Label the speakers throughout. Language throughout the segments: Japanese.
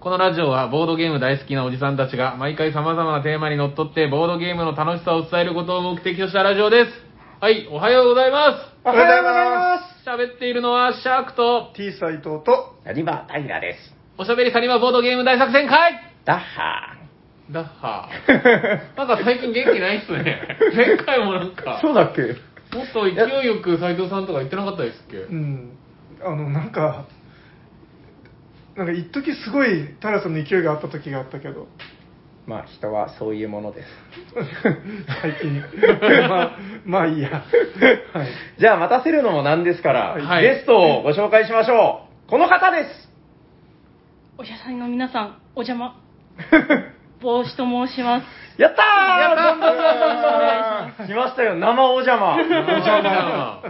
Speaker 1: このラジオはボードゲーム大好きなおじさんたちが毎回様々なテーマにのっとってボードゲームの楽しさを伝えることを目的としたラジオです。はい、おはようございます。
Speaker 2: おはようございま
Speaker 1: 喋っているのはシャークと、
Speaker 2: T 斎藤と、
Speaker 3: サニバタイラです。
Speaker 1: おしゃべりサニバボードゲーム大作戦会
Speaker 3: ダッハ
Speaker 1: ダッハ
Speaker 2: ー。
Speaker 1: ー。なんか最近元気ないっすね。 前回もなんか、
Speaker 2: そうだっけ
Speaker 1: もっと勢いよく斉藤さんとか言ってなかったですっけ
Speaker 2: うん。あの、なんか、なんか一時すごいタラさんの勢いがあった時があったけど、
Speaker 3: ー。まあ人はそういうものです。
Speaker 2: 最近。 まあ、まあいいや。はい。
Speaker 3: じゃあ待たせるのもなんですから、
Speaker 1: はい
Speaker 3: ゲストをご紹介しましょう。この方です。
Speaker 4: お医者さんの皆さん、お 邪魔。帽子と申します。
Speaker 3: やったー
Speaker 1: やったー
Speaker 3: 来ま したよ、生お邪魔。
Speaker 1: おし ゃべりさんは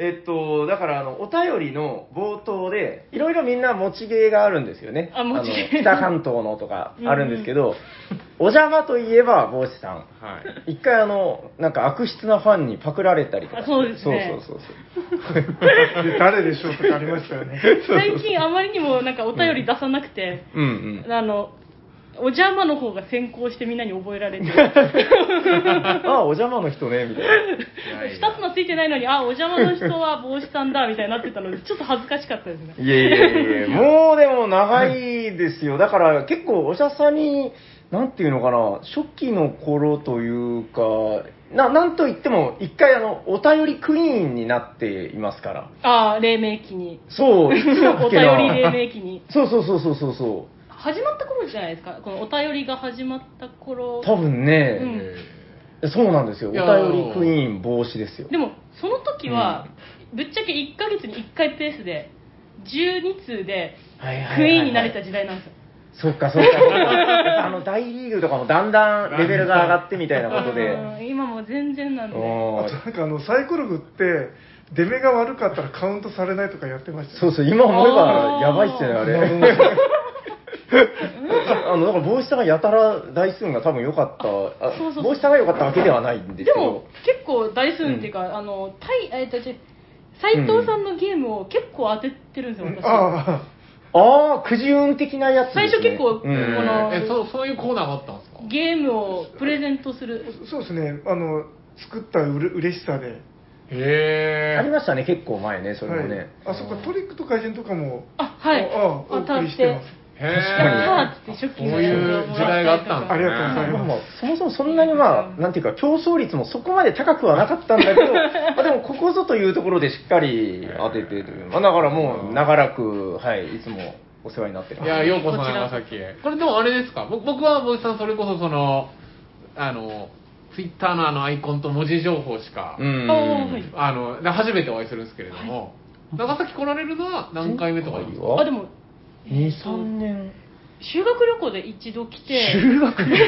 Speaker 3: えっと、だからあの、お便りの冒頭で、いろいろみんな持ち芸があるんですよね。
Speaker 4: あ持ち芸
Speaker 3: の北関東のとかあるんですけど、お邪魔といえば帽子さん。
Speaker 1: はい。
Speaker 3: 一回あの、なんか悪質なファンにパクられたりとかして。
Speaker 4: あそうですね
Speaker 3: そうそうそうそう。
Speaker 2: で誰でしょうとかありましたよね。
Speaker 4: 最近あまりにもなんかお便り出さなくて、
Speaker 3: うんうん。
Speaker 4: あの、お邪魔の方が先行してみんなに覚え られて、
Speaker 3: ああ、お邪魔の人ね、みたいな。
Speaker 1: いやいや
Speaker 4: 二つのついてないのに、あ、お邪魔の人は帽子さんだ、みたいになってた ので、ちょっと恥ずかしかったですね。
Speaker 3: いえいえいえ、もうでも長いですよ。だから結構おしゃさに、なんていうのかな、初期の頃というか、ななんといっても、一回あの、お便りクイーンになっていますから。
Speaker 4: あー、黎明期 に。
Speaker 3: そう、いつだ
Speaker 4: お
Speaker 3: っけな
Speaker 4: 便り黎明期に。
Speaker 3: そうそうそうそうそうそ
Speaker 4: 始まった頃じゃないですか、このお便りが始まった頃
Speaker 3: う。。多分ね、
Speaker 4: うん
Speaker 3: そうなんですよ。お
Speaker 1: いやー
Speaker 3: 便りクイーン防止ですよ。
Speaker 4: でもその時は、ぶっちゃけ1ヶ月に1回ペースで12通で
Speaker 3: はいはいはいはい
Speaker 4: クイーンになれた時代なんですよ、
Speaker 3: そっかそっかそっか。あの、大リーグとかもだんだんレベルが上がってみたいなことで。
Speaker 4: うん今もう全然なんで
Speaker 3: うん
Speaker 2: あとなんかあの、サイコロ振って、出目が悪かったらカウントされないとかやってました。
Speaker 3: そううそう、今思えば
Speaker 4: あー
Speaker 3: やばいっすよね、あれ。 あの、だから帽子さんがやたら台数が多分良かった、あ
Speaker 4: そうそう
Speaker 3: 帽子さんが良かったわけではないんです
Speaker 4: で
Speaker 3: け
Speaker 4: も
Speaker 3: ど。
Speaker 4: 結構台数っていうか、あのタイえっと斎藤さんのゲームを結構当ててるんですよ、私
Speaker 2: あ
Speaker 3: ああ、くじ運的なやつです、ね。
Speaker 4: 最初結構
Speaker 3: うん
Speaker 4: この
Speaker 1: え、そう、そういうコーナーがあったんですか
Speaker 4: ゲームをプレゼントする
Speaker 2: あ、そうですね。あの、作ったうれ嬉しさで。
Speaker 1: へ
Speaker 3: ありましたね、結構前ね、それもね。
Speaker 2: はい、あそこトリックと怪人とかも
Speaker 4: あはい
Speaker 2: ああ
Speaker 4: 当た
Speaker 2: お送
Speaker 4: っ
Speaker 2: りして
Speaker 4: て
Speaker 2: ます
Speaker 1: へ
Speaker 4: や
Speaker 1: え
Speaker 4: ったーって初期
Speaker 1: こう
Speaker 4: の
Speaker 1: いう時代があったんですね
Speaker 2: ありがとうございます
Speaker 3: まあまあそもそもそんなにまあ、なんていうか、競争率もそこまで高くはなかったんだけ ど、まあでも、ここぞというところでしっかり当ててという、まあだからもう、長らく、はい、いつもお世話になってる。
Speaker 1: いや、ようこそ長崎へ。これでもあれですか僕僕は、森さん、それこそその、あの、ツイッターのあのアイコンと文字情報しか、
Speaker 3: うん。
Speaker 4: あーはい
Speaker 1: あの、で初めてお会いするんですけれども、長崎来られるのは何回目とかですか
Speaker 4: あでも
Speaker 3: 2、3年。
Speaker 4: 修学旅行で一度来て
Speaker 3: 修学旅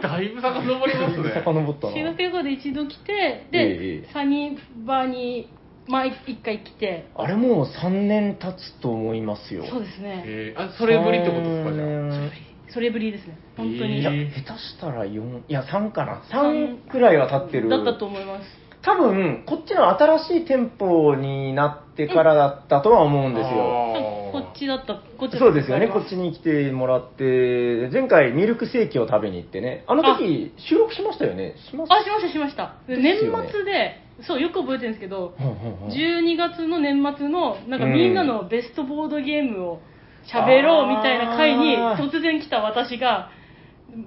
Speaker 1: だいぶ遡りますね。
Speaker 3: 遡ったな。
Speaker 4: 修学旅行で一度来てで、
Speaker 3: ええ
Speaker 4: サニバに毎一回来て
Speaker 3: あれもう3年経つと思いますよ。
Speaker 4: そうですね
Speaker 1: えーあ、それぶりってことですか、じゃあ。
Speaker 3: 3
Speaker 4: それぶりですね本当
Speaker 1: え
Speaker 3: い
Speaker 4: に、
Speaker 3: や、
Speaker 1: え
Speaker 3: 下手したら4、いや、3かな。
Speaker 4: 三
Speaker 3: 3くらいは経ってる。
Speaker 4: だったと思います
Speaker 3: 多分、こっちの新しい店舗になってからだったとは思うんですよ。
Speaker 1: あー
Speaker 4: こっちだったこっちだった
Speaker 3: そうですよね、こっち
Speaker 4: に
Speaker 3: に来てもらって、前回ミルクセーキを食べに行ってね、あの時収録しましたよね、しました
Speaker 4: あしましたしましたで年
Speaker 3: すよね
Speaker 4: 末でそうよく覚えてるんですけど
Speaker 3: うんうんうん
Speaker 4: 12月の年末のなんか
Speaker 3: うん
Speaker 4: みんなのベストボードゲームを喋ろうみたいな会に
Speaker 3: あー
Speaker 4: 突然来た私が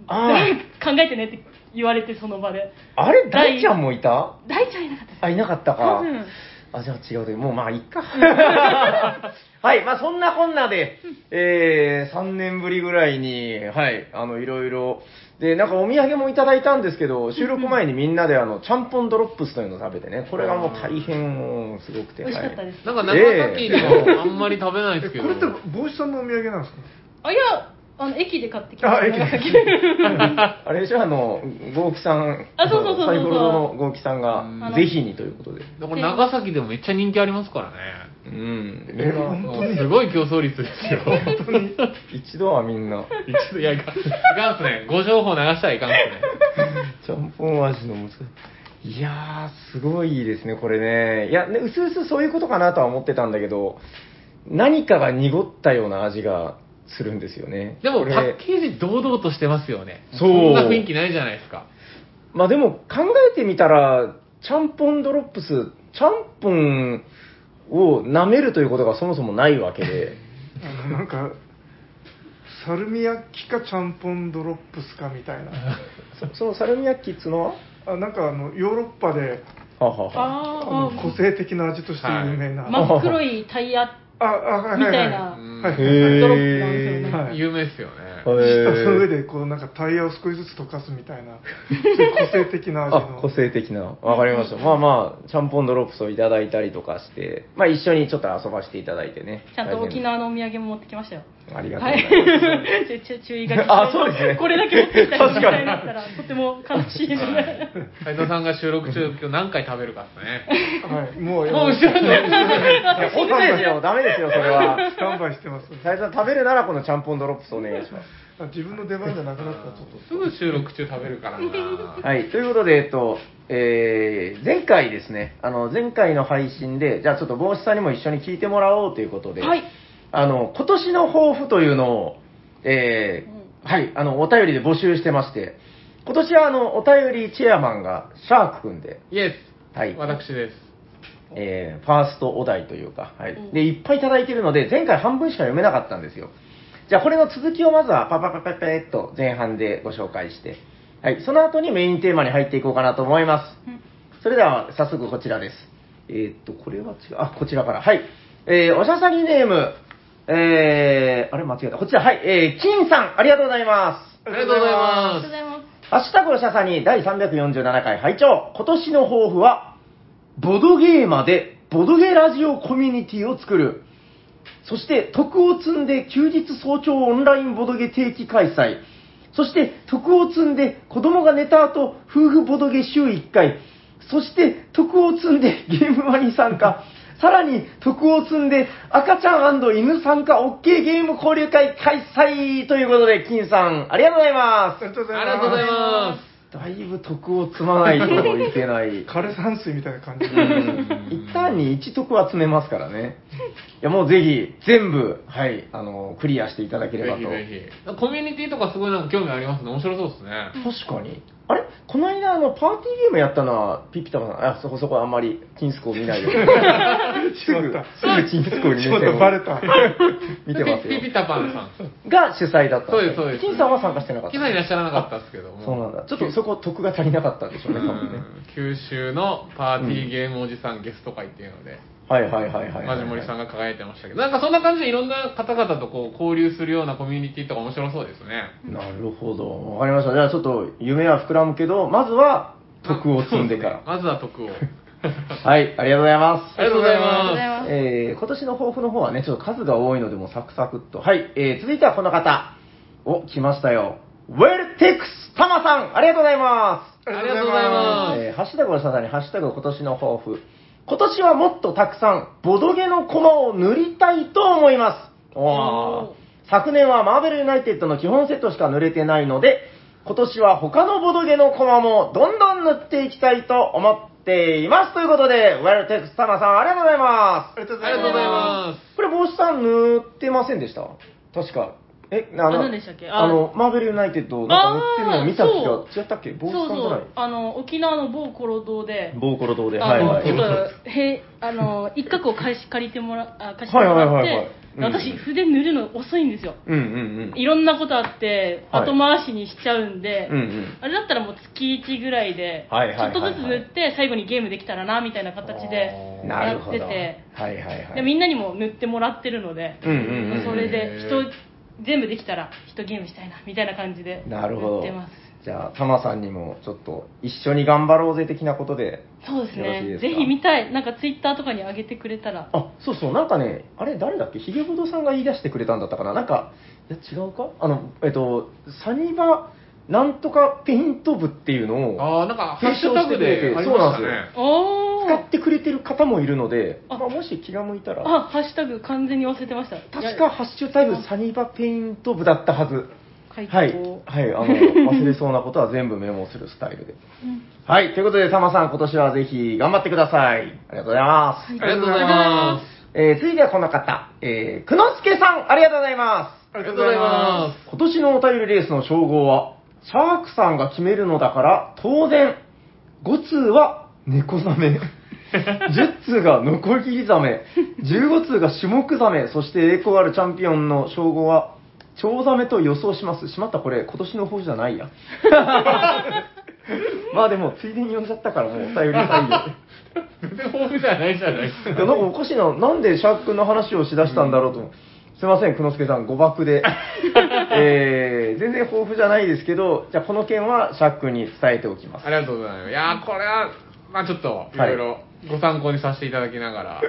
Speaker 3: あ
Speaker 4: 考えてねって言われてその場で
Speaker 3: あれ、大ちゃんもいた
Speaker 4: 大ちゃんいなかったです
Speaker 3: あ、いなかったか。
Speaker 4: 多分
Speaker 3: あ、じゃあ違うで、もうまあいっか。 はい、まあそんなこんなで、えー、3年ぶりぐらいに、はい、あの、いろいろ、で、なんかお土産もいただいたんですけど、収録前にみんなであの、ちゃんぽんドロップスというのを食べてね、これがもう大変もうすごくて、
Speaker 4: 美味しかった
Speaker 3: はい
Speaker 4: です
Speaker 1: なんか長崎で
Speaker 3: ええ
Speaker 1: もあんまり食べない
Speaker 2: え
Speaker 1: ですけど。
Speaker 2: これって帽子さんのお土産なんですか
Speaker 4: あいやあの駅で買ってきました
Speaker 2: あ駅で
Speaker 4: 長崎
Speaker 3: あれでしょ、あの、豪輝さん、
Speaker 4: あそうそうそうそう
Speaker 3: サイコロ堂の豪輝さん
Speaker 1: うん
Speaker 4: あ
Speaker 3: が、
Speaker 4: の
Speaker 3: ぜひにということで。
Speaker 1: でこれ長崎でもめっちゃ人気ありますからね。
Speaker 3: うん。
Speaker 2: え本
Speaker 1: もうすごい競争率ですよ。
Speaker 3: 一度はみんな、
Speaker 1: 一度いや、いかんいかんっすね。ご情報流したらいかんっす
Speaker 3: ちゃんぽん味のもついやー、すごいですね、これね。いや、ね、うすうすそういうことかなとは思ってたんだけど、何かが濁ったような味がするんですよね。
Speaker 1: でも
Speaker 3: これ
Speaker 1: パッケージ堂々としてますよね。
Speaker 3: そうん
Speaker 1: な雰囲気ないじゃないですか。
Speaker 3: まあでも考えてみたら、ちゃんぽんドロップス、ちゃんぽんを舐めるということがそもそもないわけで、
Speaker 2: あのなんかサルミヤッキかちゃんぽんドロップスかみたいな
Speaker 3: そそのサルミヤッキっつうのは
Speaker 2: あなんかあのヨーロッパで
Speaker 3: はあはあはあ
Speaker 2: あ
Speaker 4: あ
Speaker 2: の個性的な味として有名な、
Speaker 4: あ、
Speaker 3: いま
Speaker 4: 真っ黒いタイヤ
Speaker 2: ああはい
Speaker 4: み
Speaker 2: はい
Speaker 4: た
Speaker 2: はいい
Speaker 4: な
Speaker 2: はい
Speaker 3: へ
Speaker 2: はいはい
Speaker 3: ー
Speaker 4: ドロップなんで
Speaker 2: は
Speaker 4: すよね。
Speaker 2: い
Speaker 1: 有名ですよね。
Speaker 3: へ
Speaker 2: そ
Speaker 3: ー
Speaker 2: の上でこうなんかタイヤを少しずつ溶かすみたいなそういう個性的な味
Speaker 3: あ
Speaker 2: の
Speaker 3: 個性的な。わかりました。まあまあ、ちゃんぽんドロップスをいただいたりとかして、まあ一緒にちょっと遊ばせていただいてね。
Speaker 4: ちゃんと沖縄のお土産も持ってきましたよ。
Speaker 3: ありがとう
Speaker 4: は
Speaker 3: ござ
Speaker 4: い
Speaker 3: います。。
Speaker 4: ちょちょ注意書きして。
Speaker 3: あそうですね
Speaker 4: これだけ持ってきたり
Speaker 3: 確かに
Speaker 4: みたいになったら、とても悲しいので。
Speaker 1: 斉藤さんが収録中、今日何回食べるかです
Speaker 2: はいもう
Speaker 1: ね。もう後ろに。
Speaker 3: いや、本当ですよ。ダメですよ、それは。
Speaker 2: スタンバイしてます、ね、
Speaker 3: 斉藤さん、食べるならこのちゃんぽんドロップスお願いします。
Speaker 2: あ自分の出番じゃなくなったらちょっと
Speaker 1: すぐ収録中食べるからな。
Speaker 3: はい、ということで、えっと、えー、前回ですね、あの、前回の配信で、じゃあちょっと帽子さんにも一緒に聞いてもらおうということで、
Speaker 4: はい
Speaker 3: あの、今年の抱負というのを、えーはい、あの、お便りで募集してまして、今年はあの、お便りチェアマンが、シャークくんで、
Speaker 1: イエス。
Speaker 3: はい
Speaker 1: 私です。
Speaker 3: えーファーストお題というか、はい
Speaker 4: うん。
Speaker 3: で、いっぱいいただいてるので、前回半分しか読めなかったんですよ。じゃあ、これの続きをまずは、パパパパパーっと前半でご紹介して、はい。その後にメインテーマに入っていこうかなと思います。それでは早速こちらです。えーっと、これは違う。あ、こちらから。はい。えー、おしゃさにネーム、えー、あれ間違えた。こちら、はい。えー、金さん、ありがとうございま
Speaker 1: あ
Speaker 3: す。
Speaker 1: りがとうござい
Speaker 4: ありがと
Speaker 1: ま
Speaker 4: うございます。
Speaker 3: ハッシュタグおしゃさに第347回拝聴今年の抱負は、ボドゲーマでボドゲラジオコミュニティを作る。そして、徳を積んで休日早朝オンラインボドゲ定期開催。そして、徳を積んで子供が寝た後、夫婦ボドゲ週1回。そして、徳を積んでゲームマに参加。さらに、徳を積んで赤ちゃん犬参加 OK ゲーム交流会開催ということで、金さん、ありがとうございます
Speaker 2: あ。りがとうございます
Speaker 1: ありがとうございま
Speaker 3: だいぶ徳を積まないといけ ない。う
Speaker 2: 枯山水みたいな感じで
Speaker 3: ん一旦に一徳を集めますからね。いや、もうぜひ、全部、はい、あの、クリアしていただ
Speaker 1: す。
Speaker 3: ければ
Speaker 1: ぜ
Speaker 3: と。
Speaker 1: ひぜひ。コミュニティとかすごいなんか興味ありますね。面白そうですね。
Speaker 3: 確かに。あれこの間、あの、パーティーゲームやったのは、ピピタパさん、あ、そこそこあんまり、金スコを 見ないように。すぐ、すぐ金スコに
Speaker 2: ち
Speaker 3: 目
Speaker 2: ょっ
Speaker 3: 線
Speaker 2: と
Speaker 3: を
Speaker 2: バレた
Speaker 3: 見てますよ
Speaker 1: ピピ。タパンさん。
Speaker 3: が主催だったん
Speaker 1: そう
Speaker 3: よ
Speaker 1: です、そうです。
Speaker 3: 金さんは参加してなかった。
Speaker 1: 金さんいらっしゃらなかったですけども。
Speaker 3: そうなんだ。ちょっとそこ、徳が足りなかったんでしょうね、多分ね。
Speaker 1: 九州のパーティーゲームおじさんゲスト会っていうので、
Speaker 3: はいはいはいはいはい。
Speaker 1: マジモリさんが輝いてましたけど、なんかそんな感じでいろんな方々とこう交流するようなコミュニティとか面白そうですね。
Speaker 3: なるほど。わかりました。じゃあちょっと夢は膨らむけど、まずは徳を積んでか
Speaker 1: まずは徳を。
Speaker 3: ら。 はい、ありがとうございます。
Speaker 1: ありがとうござい
Speaker 4: ありがとうご
Speaker 1: ま
Speaker 4: ざい
Speaker 1: す。
Speaker 4: ます。
Speaker 3: えー、今年の抱負の方はね、ちょっと数が多いので、もうサクサクっと。はい、えー、続いてはこの方。お、来ましたよ。ウェルテックスタマさんありがとうございます
Speaker 1: ありがとうございます
Speaker 3: えー、ハッシュタグをささに、ハッシュタグ今年の抱負。今年はもっとたくさん、ボドゲのコマを塗りたいと思います。
Speaker 4: お
Speaker 3: おー昨年はマーベルユナイテッドの基本セットしか塗れてないので、今年は他のボドゲのコマもどんどん塗っていきたいと思っています。ということで、ウェルテックスタマさんありがとうございま。
Speaker 2: ありがとうご
Speaker 1: あ
Speaker 2: ざ
Speaker 1: り
Speaker 2: い
Speaker 1: がとうござい
Speaker 2: ま
Speaker 1: ます
Speaker 3: これ帽子さん塗ってませんでした確か。え、あ
Speaker 4: あ何でしたっけあ
Speaker 3: あの、マーベルユナイテッドなんか塗ってるのを見た気が、違ったっけ
Speaker 4: そ
Speaker 3: 帽
Speaker 4: う
Speaker 3: 子さんじゃない
Speaker 4: そう、あの、沖縄の某コロ堂で、
Speaker 3: ボーコロ堂で、
Speaker 4: あの、
Speaker 1: はい
Speaker 4: ちょっと、へあの、一角を貸し借りてもら、あ貸してもらって、
Speaker 3: はいはいはいはいうん
Speaker 4: 私、筆塗るの遅いんですよ。
Speaker 3: うんうん
Speaker 4: いろんなことあって、
Speaker 3: はい
Speaker 4: 後回しにしちゃうんで、
Speaker 3: うんうん
Speaker 4: あれだったらもう月1ぐらいで、
Speaker 3: はいはいはいはい
Speaker 4: ちょっとずつ塗って、最後にゲームできたらな、みたいな形で
Speaker 1: あー
Speaker 3: な
Speaker 4: や
Speaker 3: るほ
Speaker 4: っ
Speaker 3: ど。
Speaker 4: て
Speaker 3: は
Speaker 4: て
Speaker 3: い、はいはい。
Speaker 4: でみんなにも塗ってもらってるので、
Speaker 3: うんうんうんうん
Speaker 4: それで
Speaker 1: へー
Speaker 4: 人、全部できたら、一ゲームしたいな、みたいな感じで、
Speaker 3: なる
Speaker 4: 塗
Speaker 3: ほ
Speaker 4: っ
Speaker 3: ど
Speaker 4: てます。。
Speaker 3: じゃあ、タマさんにも、ちょっと、一緒に頑張ろうぜ的なことで。
Speaker 4: そうです
Speaker 3: よろしい
Speaker 4: ね
Speaker 3: ですか
Speaker 4: ぜひ見たいなんかツイッターとかに上げてくれたら
Speaker 3: あ、そうそう、なんかね、あれ、誰だっけヒゲボドさんが言い出してくれたんだったかななんか、いや、違うかあの、えっと、サニバ、なんとかペイント部っていうのを、
Speaker 1: あーなんかハッシュタグでありました
Speaker 3: そう
Speaker 1: ね
Speaker 3: な。
Speaker 4: お
Speaker 3: 使
Speaker 4: ー
Speaker 3: ってくれてる方もいるので、
Speaker 4: あ
Speaker 3: まあ、もし気が向いたら、
Speaker 4: あハッシュタグ完全に忘れてました
Speaker 3: 確
Speaker 4: い
Speaker 3: か、
Speaker 4: や
Speaker 3: ハッシュタグサニバペイント部だったはず。
Speaker 4: 回答、
Speaker 3: はい、はい、あ の、忘れそうなことは全部メモするスタイルで。はい、ということで、タマさん、今年はぜひ頑張ってください。ありがとうございます。
Speaker 1: ありがとうございます。
Speaker 3: えー、続いてはこの方、えー、くのすけさん、ありがとうございま
Speaker 1: ありがとうございま
Speaker 3: 今年のお便りレースの称号は、シャークさんが決めるのだから、当然、5通は猫ザ メ、10通がノコギリザメ、15通がシュモクザメ、そして栄光あるチャンピオンの称号は、チョウザメと予想します。しまった、これ、今年の方じ ゃないや。まあでも、ついでに呼んじゃったから、もうお便り採用。
Speaker 1: す。別に豊富じゃないじゃないです
Speaker 3: いや、なんかおかしいな。なんでシャーク君の話をしだしたんだろうと思う。すいません、くのすけさん、誤爆 で。えー、全然豊富じゃないですけど、じゃあこの件はシャーク君に伝えておきます。
Speaker 1: ありがとうございます。いやー、これは、まあちょっと、いろいろご参考にさせていただきながら、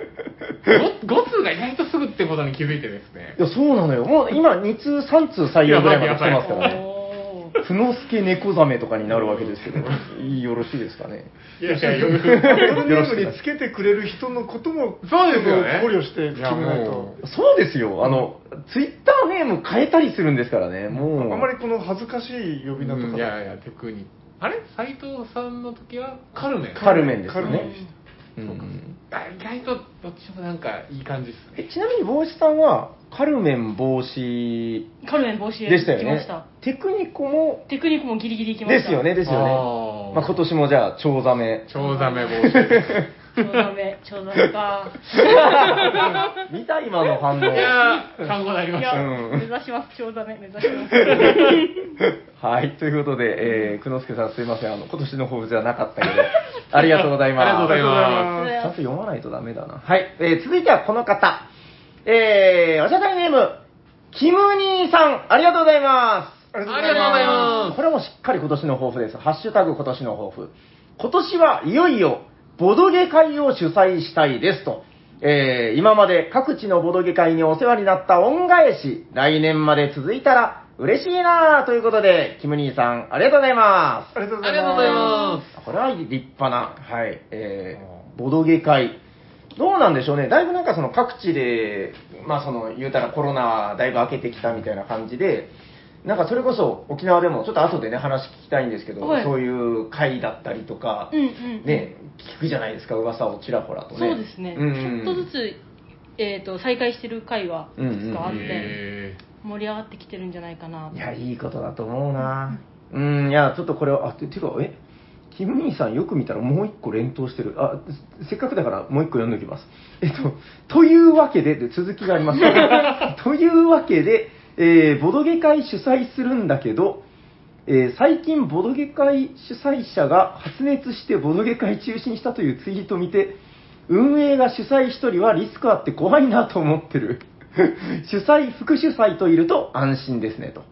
Speaker 1: ご5通が意外とすぐってことに気づいてですね
Speaker 3: い。や、そうなのよ。もう今、2通、3通採用ぐらいまで来てますからね。
Speaker 4: お
Speaker 3: くのすけ猫ザメとかになるわけですけど、よろしいですかね。
Speaker 1: いやいや、よく。
Speaker 2: ハンドルネームにつけてくれる人のことも、
Speaker 1: そうですよね
Speaker 2: 考慮して決めない
Speaker 1: いや
Speaker 2: と
Speaker 1: も。
Speaker 3: そうですよ。あの、ツイッターネーム変えたりするんですからね。もう。
Speaker 2: あまりこの恥ずかしい呼び名と
Speaker 1: うんいや
Speaker 2: か。
Speaker 1: いや、テクニック。あれ斎藤さんの時はカルメン。
Speaker 3: カルメンですよ
Speaker 2: カルメン
Speaker 3: ね
Speaker 2: でし。
Speaker 3: うん
Speaker 1: あ意外とどっちもなんかいい感じっすね。
Speaker 3: えちなみに帽子さんはカルメン帽子
Speaker 4: ーカルメン帽子
Speaker 3: でしたよ
Speaker 4: 行きま
Speaker 3: ね
Speaker 4: した。
Speaker 3: テクニコも
Speaker 4: テクニックもギリギリ行きました。
Speaker 3: ですよね。ですよね
Speaker 1: あー
Speaker 3: まあ、今年もじゃあチョウザメ
Speaker 1: チョウザメ帽子。
Speaker 4: ちょうだめ、ちょうだめか。
Speaker 3: 見た今の反応
Speaker 1: いやー、 参考になりま
Speaker 4: い
Speaker 1: し
Speaker 4: や
Speaker 1: た。、
Speaker 3: うん
Speaker 4: 目指します、ちょうだめ、目指します。
Speaker 3: はいということで、えー、くのすけさんすいませんあの今年の抱負じゃなかった けどありがとうございます
Speaker 1: ありがとうございます。
Speaker 4: す
Speaker 3: ちゃんと読まないとダメだなはい、えー、続いてはこの方えー、おしゃべりネームキム兄さんありがとうございます
Speaker 2: あり
Speaker 1: ありがとうございます
Speaker 3: こ。れもしっかり今年の抱負です。ハッシュタグ今年の抱負。今年はいよいよ、ボドゲ会を主催したいですと。えー今まで各地のボドゲ会にお世話になった恩返し、来年まで続いたら嬉しいなぁということで、キム兄さん、ありがとうございま
Speaker 2: ありがとうご
Speaker 1: あ
Speaker 2: ざ
Speaker 1: り
Speaker 2: い
Speaker 1: がとうござい
Speaker 2: ま。
Speaker 1: ます。
Speaker 3: す。これは立派な、はい、えーボドゲ会。どうなんでしょうね。だいぶなんかその各地で、まあその、言うたらコロナだいぶ明けてきたみたいな感じで、なんかそれこそ沖縄でもちょっと後でね話聞きたいんですけど、
Speaker 4: はい
Speaker 3: そういう会だったりとか、
Speaker 4: うんうん。
Speaker 3: ね、聞くじゃないですか、噂をちらほらとね。
Speaker 4: そうですね。ち
Speaker 3: うん
Speaker 4: ょっとずつ、えっと、再開してる回は、いくつかあって、
Speaker 1: え
Speaker 4: 盛り上がってきてるんじゃないかなと
Speaker 3: い。や、いいことだと思うな。うん、いや、ちょっとこれは、あ、ててか、え、キム兄さんよく見たらもう一個連投してる。あ、せせっかくだからもう一個読んでおきます。えっと、というわけで、で続きがあ ります。というわけで、えーボドゲ会主催するんだけど、えー最近ボドゲ会主催者が発熱してボドゲ会中止にしたというツイートを見て、運営が主催一人はリスクあって怖いなと思ってる。 主催、副主催といると安心ですねと。
Speaker 1: ー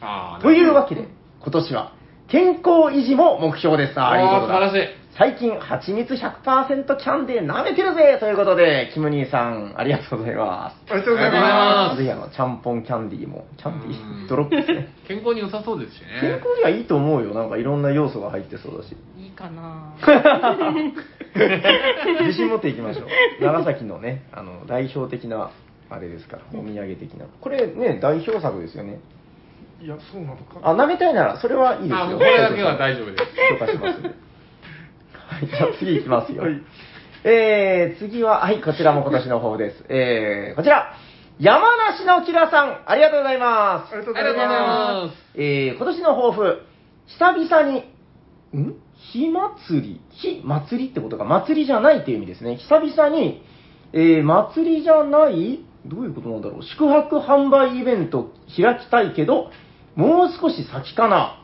Speaker 1: あー
Speaker 3: というわけで、今年は健康維持も目標です。ああ、いい
Speaker 1: あ
Speaker 3: こ
Speaker 1: ー
Speaker 3: と
Speaker 1: 素晴ら
Speaker 3: だ。
Speaker 1: しい。
Speaker 3: 最近、蜂蜜100%キャンデー舐めてるぜということで、キム兄さん、ありがとうございます
Speaker 2: ありがとうございま
Speaker 1: ありがとうございます
Speaker 3: す。ぜひ、あの、ちゃんぽんキャンディーも、キャンディ
Speaker 1: うん
Speaker 3: ー、ドロップですね。
Speaker 1: 健康に良さそうですし
Speaker 3: 健
Speaker 1: ね
Speaker 3: 康。にはいいと思うよ。なんかいろんな要素が入ってそうだ し。
Speaker 4: いいか な
Speaker 3: 自信持っていきましょう。長崎のね、あの、代表的な、あれですから、お土産的な。これね、代表作ですよね。
Speaker 2: す。いや、そうなのか。
Speaker 3: あ、舐めたいなら、それはいいですよ。
Speaker 1: あもうこれだけは大丈夫です。
Speaker 3: 許可しますんで。はい、じゃあ次いきますよ。
Speaker 2: はい
Speaker 3: えー、次は、はい、こちらも今年の方です。えー、こちら、山梨のキラさん、ありがとうございます。
Speaker 2: ありがと
Speaker 1: あ
Speaker 2: うご
Speaker 1: りがと
Speaker 2: ざいう
Speaker 1: ござい
Speaker 2: ま。
Speaker 1: ます。
Speaker 3: えー、今年の抱負、久々に、ん火祭り火祭りってことか、祭りじゃないっていう意味ですね。久々に、えー、祭りじゃないどういうことなんだろう。宿泊販売イベント開きたいけど、もう少し先かな。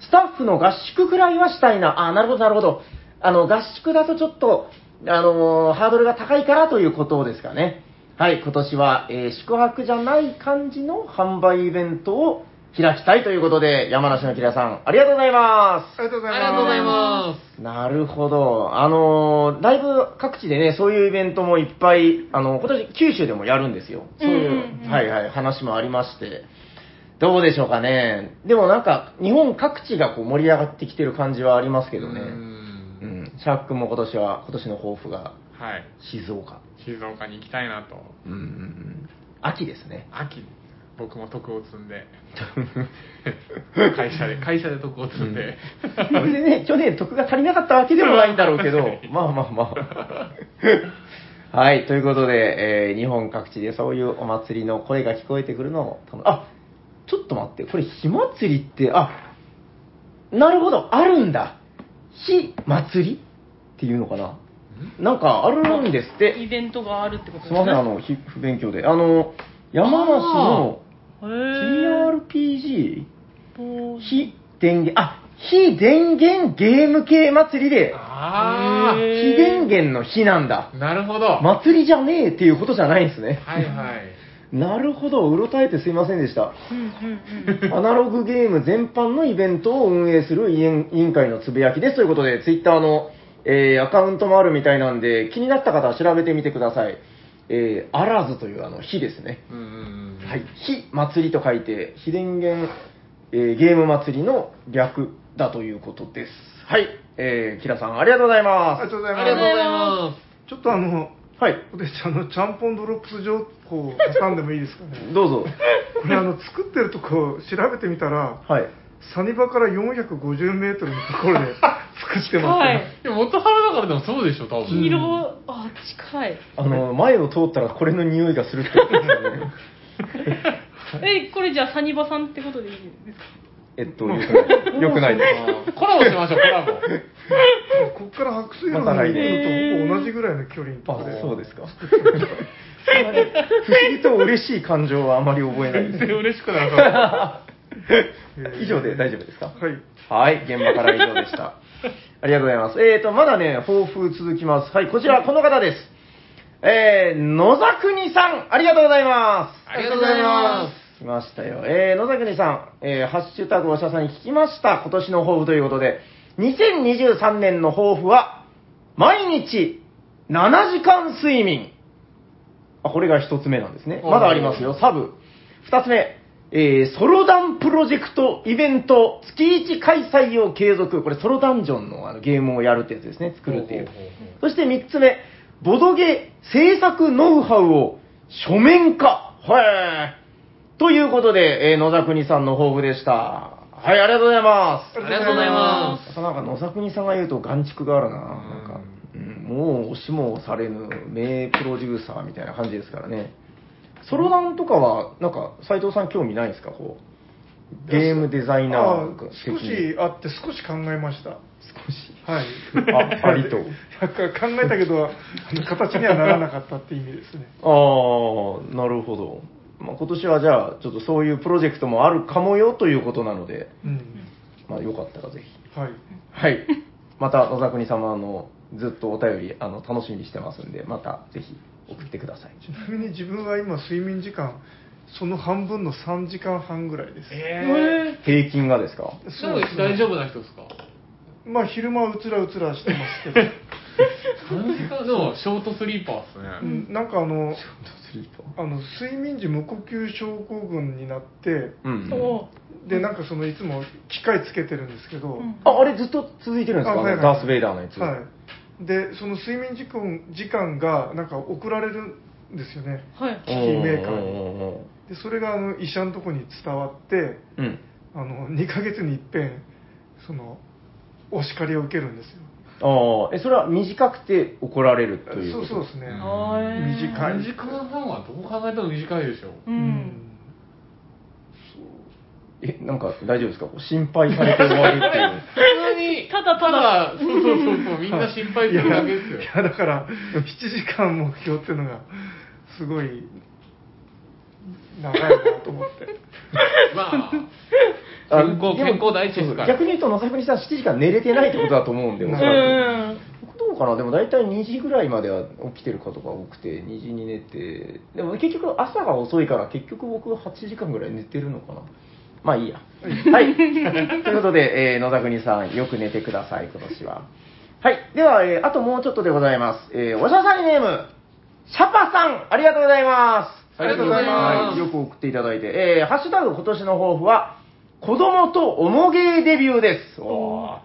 Speaker 3: スタッフの合宿くらいはしたいな。あ、なるほど、なるほど。あの、合宿だとちょっと、あのーハードルが高いからということですかね。はい、今年は、えー宿泊じゃない感じの販売イベントを開きたいということで、山梨のキラさん、ありがとうございます。
Speaker 2: ありがとうご
Speaker 1: あ
Speaker 2: ざ
Speaker 1: り
Speaker 2: いま
Speaker 1: が
Speaker 2: す。
Speaker 1: とうございます
Speaker 3: なるほど。あのーだいぶ各地でね、そういうイベントもいっぱい、あの今年九州でもやるんですよ。そういう、
Speaker 4: うんうんうん
Speaker 3: はいはい、話もありまして。どうでしょうかね。でもなんか、日本各地がこう盛り上がってきてる感じはありますけどね。
Speaker 1: うー
Speaker 3: うんん。シャーク君も今年は、今年の抱負が
Speaker 1: はい。
Speaker 3: 静岡。
Speaker 1: 静岡に行きたいなと。
Speaker 3: うんうんうん。秋です ね。
Speaker 1: 秋、僕も徳を積んで。 会社で、会社で徳を積んで。
Speaker 3: それで ね、去年得が足りなかったわけでもないんだろうけど、まあまあま はい、ということで、えー日本各地でそういうお祭りの声が聞こえてくるのも楽あ、ちょっと待って、これ、火祭りって、あ、なるほど、あるんだ。火祭りっていうのかな。なんかあるんですって。
Speaker 4: イベントがあるってことですす
Speaker 3: み
Speaker 4: ね
Speaker 3: ません、あの、ひ不勉強で。あの、山梨の
Speaker 4: へ
Speaker 3: TRPG?
Speaker 4: ー
Speaker 3: 非電源、あ、非電源ゲーム系祭りで、
Speaker 1: あ
Speaker 4: へー
Speaker 3: 非電源の非なんだ
Speaker 1: あ。なるほど。
Speaker 3: 祭りじゃねえっていうことじゃないんですね。
Speaker 1: はいはい。
Speaker 3: なるほど、うろたえてすいませんでした。
Speaker 4: うんうんうん
Speaker 3: アナログゲーム全般のイベントを運営する委員委員会のつぶやきですということで、ツイッターの、えーアカウントもあるみたいなんで、気になった方は調べてみてください。えー、あらずというあの、火ですね。
Speaker 1: うんうんうん。
Speaker 3: はい。非祭りと書いて、非電源、えーゲーム祭りの略だということです。はい。えー、キラさん、ありがとうござい
Speaker 2: あり
Speaker 3: ま
Speaker 2: がとうござい
Speaker 1: あ
Speaker 2: ま
Speaker 1: りがとうご
Speaker 2: す
Speaker 1: ざいま
Speaker 2: ちょっとあの
Speaker 3: す。はい。
Speaker 2: おでちゃんのちゃんぽんドロップス情報を挟んでもいいですかね
Speaker 3: どうぞ。
Speaker 2: これあの作ってるとこ調べてみたら
Speaker 3: はい。
Speaker 2: サニバから450メートルのところで作ってます、
Speaker 4: 近い
Speaker 2: ね、
Speaker 1: す。でも元原だからでもそうでしょ、多
Speaker 4: 黄
Speaker 1: 分。
Speaker 4: 色あ近い
Speaker 3: あの、前を通ったらこれの匂いがするってことですよ ね。
Speaker 4: えこれじゃあサニバさんってことでいいですか
Speaker 3: えっと、よくない。よくないです。
Speaker 1: あーコラボしましょう、コラボ。
Speaker 2: ここから白水路の行くのとほぼ同じぐらいの距離のとこ
Speaker 3: あ
Speaker 2: ろで、
Speaker 3: そうですか。 不思議と嬉しい感情はあまり覚えないです
Speaker 1: 全然嬉しくなる。
Speaker 3: 以上で大丈夫ですか
Speaker 2: はい
Speaker 3: はい、現場から以上 でした。ありがとうございます。えーと、まだね、抱負続きます。はい、こちら、この方です。えー、野田国さん、ありがとうございます。
Speaker 1: ありがとうございま
Speaker 3: 来ましたよ。えー、野田国さん、えー、ハッシュタグおしゃさんに聞きました。今年の抱負ということで、2023年の抱負は、毎日7時間睡眠。あ、これが一つ目なんですね。まだありますよ。サブ。二つ目、えーソロダンプロジェクトイベント月1開催を継続。これソロダンジョンのあのゲームをやるってやつですね。作るっていう
Speaker 1: ほうほうほうほ。
Speaker 3: そして三つ目、ボドゲ制作ノウハウを書面化。はい。ということで、えー野田国さんの抱負でした。はい、ありがとうございます
Speaker 1: す。。ありがとうございま
Speaker 3: やっぱなんか野作にさんが言うと眼蓄があるな、なんか、うんもう押しも押されぬ名プロデューサーみたいな感じですからね、ソロ版とかは、なんか斎藤さん、興味ないですか、こうゲームデザイナ
Speaker 2: あ
Speaker 3: ー的
Speaker 2: 少
Speaker 3: に
Speaker 2: しあって少し考えました
Speaker 3: 少し、
Speaker 2: はい
Speaker 3: ああり と
Speaker 2: なんか考えたけどあの形にはならなかったって意味ですね
Speaker 3: ああ、なるほど、まあ今年はじゃあ、ちょっとそういうプロジェクトもあるかもよということなので、
Speaker 2: うん
Speaker 3: まあ、よかったらぜひ。
Speaker 2: はい
Speaker 3: はい。 また野田国様のずっとお便りあの楽しみにしてますんで、またぜひ送ってください。
Speaker 2: ちなみに自分は今睡眠時間その半分の3時間半ぐらいで
Speaker 1: す。
Speaker 2: す
Speaker 1: え
Speaker 3: 平均がですか
Speaker 1: ー。すごい大丈夫な人ですか
Speaker 2: まあ昼間はうつらうつらしてますけど、
Speaker 1: 何時間でもショートスリーパーっすね。
Speaker 2: うんなんかあのあの睡眠時無呼吸症候群になって
Speaker 3: うん
Speaker 4: お
Speaker 2: でなんかそのいつも機械つけてるんですけど、
Speaker 4: うん
Speaker 3: あ、あれずっと続いてるんですか、
Speaker 2: あはいはい
Speaker 3: あのダース・ベイダーのやつ。
Speaker 2: はいでその睡眠時間時間がなんか送られるんですよね
Speaker 4: はい
Speaker 2: 機器メーカーに
Speaker 3: に。
Speaker 2: でそれがあの医者のとこに伝わって
Speaker 3: うん。
Speaker 2: あの2ヶ月に一遍そのお叱りを受けるんですよ
Speaker 3: ああ、え、それは短くて怒られるという
Speaker 2: そ
Speaker 3: こ
Speaker 2: う
Speaker 3: と
Speaker 2: そうですね、
Speaker 4: はーい
Speaker 2: 短い
Speaker 1: 3時間半はどう考えても短いでしょ。
Speaker 4: う
Speaker 2: うんん
Speaker 3: え、なんか大丈夫ですかこう心配されて終わるっていう。
Speaker 1: 普通に、
Speaker 4: ただただ
Speaker 1: そうそうそうそう、みんな心配するだけです よ
Speaker 2: い。やだから7時間目標っていうのがすごい長いなと思って
Speaker 1: まあ、
Speaker 3: あ
Speaker 1: 健康、
Speaker 3: でも
Speaker 1: 健康第一ですから。
Speaker 3: 逆に言うと、野崎さん7時間寝れてないってことだと思うんで、おそらく
Speaker 4: うん
Speaker 3: 僕どうかなでも大体2時ぐらいまでは起きてる方が多くて2時に寝てでも結局朝が遅いから結局僕8時間ぐらい寝てるのかなまあいいやはい ということで、えー野田国さんよく寝てください今年ははいでは、えーあともうちょっとでございます、えーおしゃさりネームシャパさんありがとうございます
Speaker 1: ありがとうございます
Speaker 3: はいよく送っていただいて、えーハッシュタグ今年の抱負は子供とおもげデビューですおー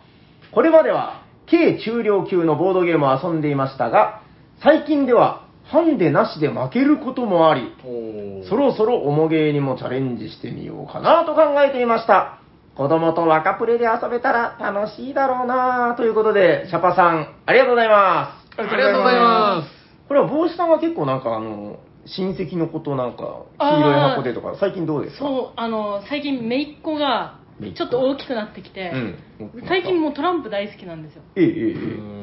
Speaker 3: これまでは軽中量級のボードゲームを遊んでいましたが最近ではハンデなしで負けることもあり
Speaker 1: おー
Speaker 3: そろそろおもげーにもチャレンジしてみようかなと考えていました子供と若プレで遊べたら楽しいだろうなということでシャパさんありがとうございます
Speaker 1: ありがとうございます。
Speaker 3: ここれは帽子さんは結構なんかあの、親戚のことなんか、黄色い箱でとか、最近どうですか
Speaker 4: そうあの最近姪っ子が
Speaker 3: 姪っ子
Speaker 4: ちょっと大きくなってきて、
Speaker 3: うん
Speaker 4: 最近もうトランプ大好きなんですよ
Speaker 3: えええええ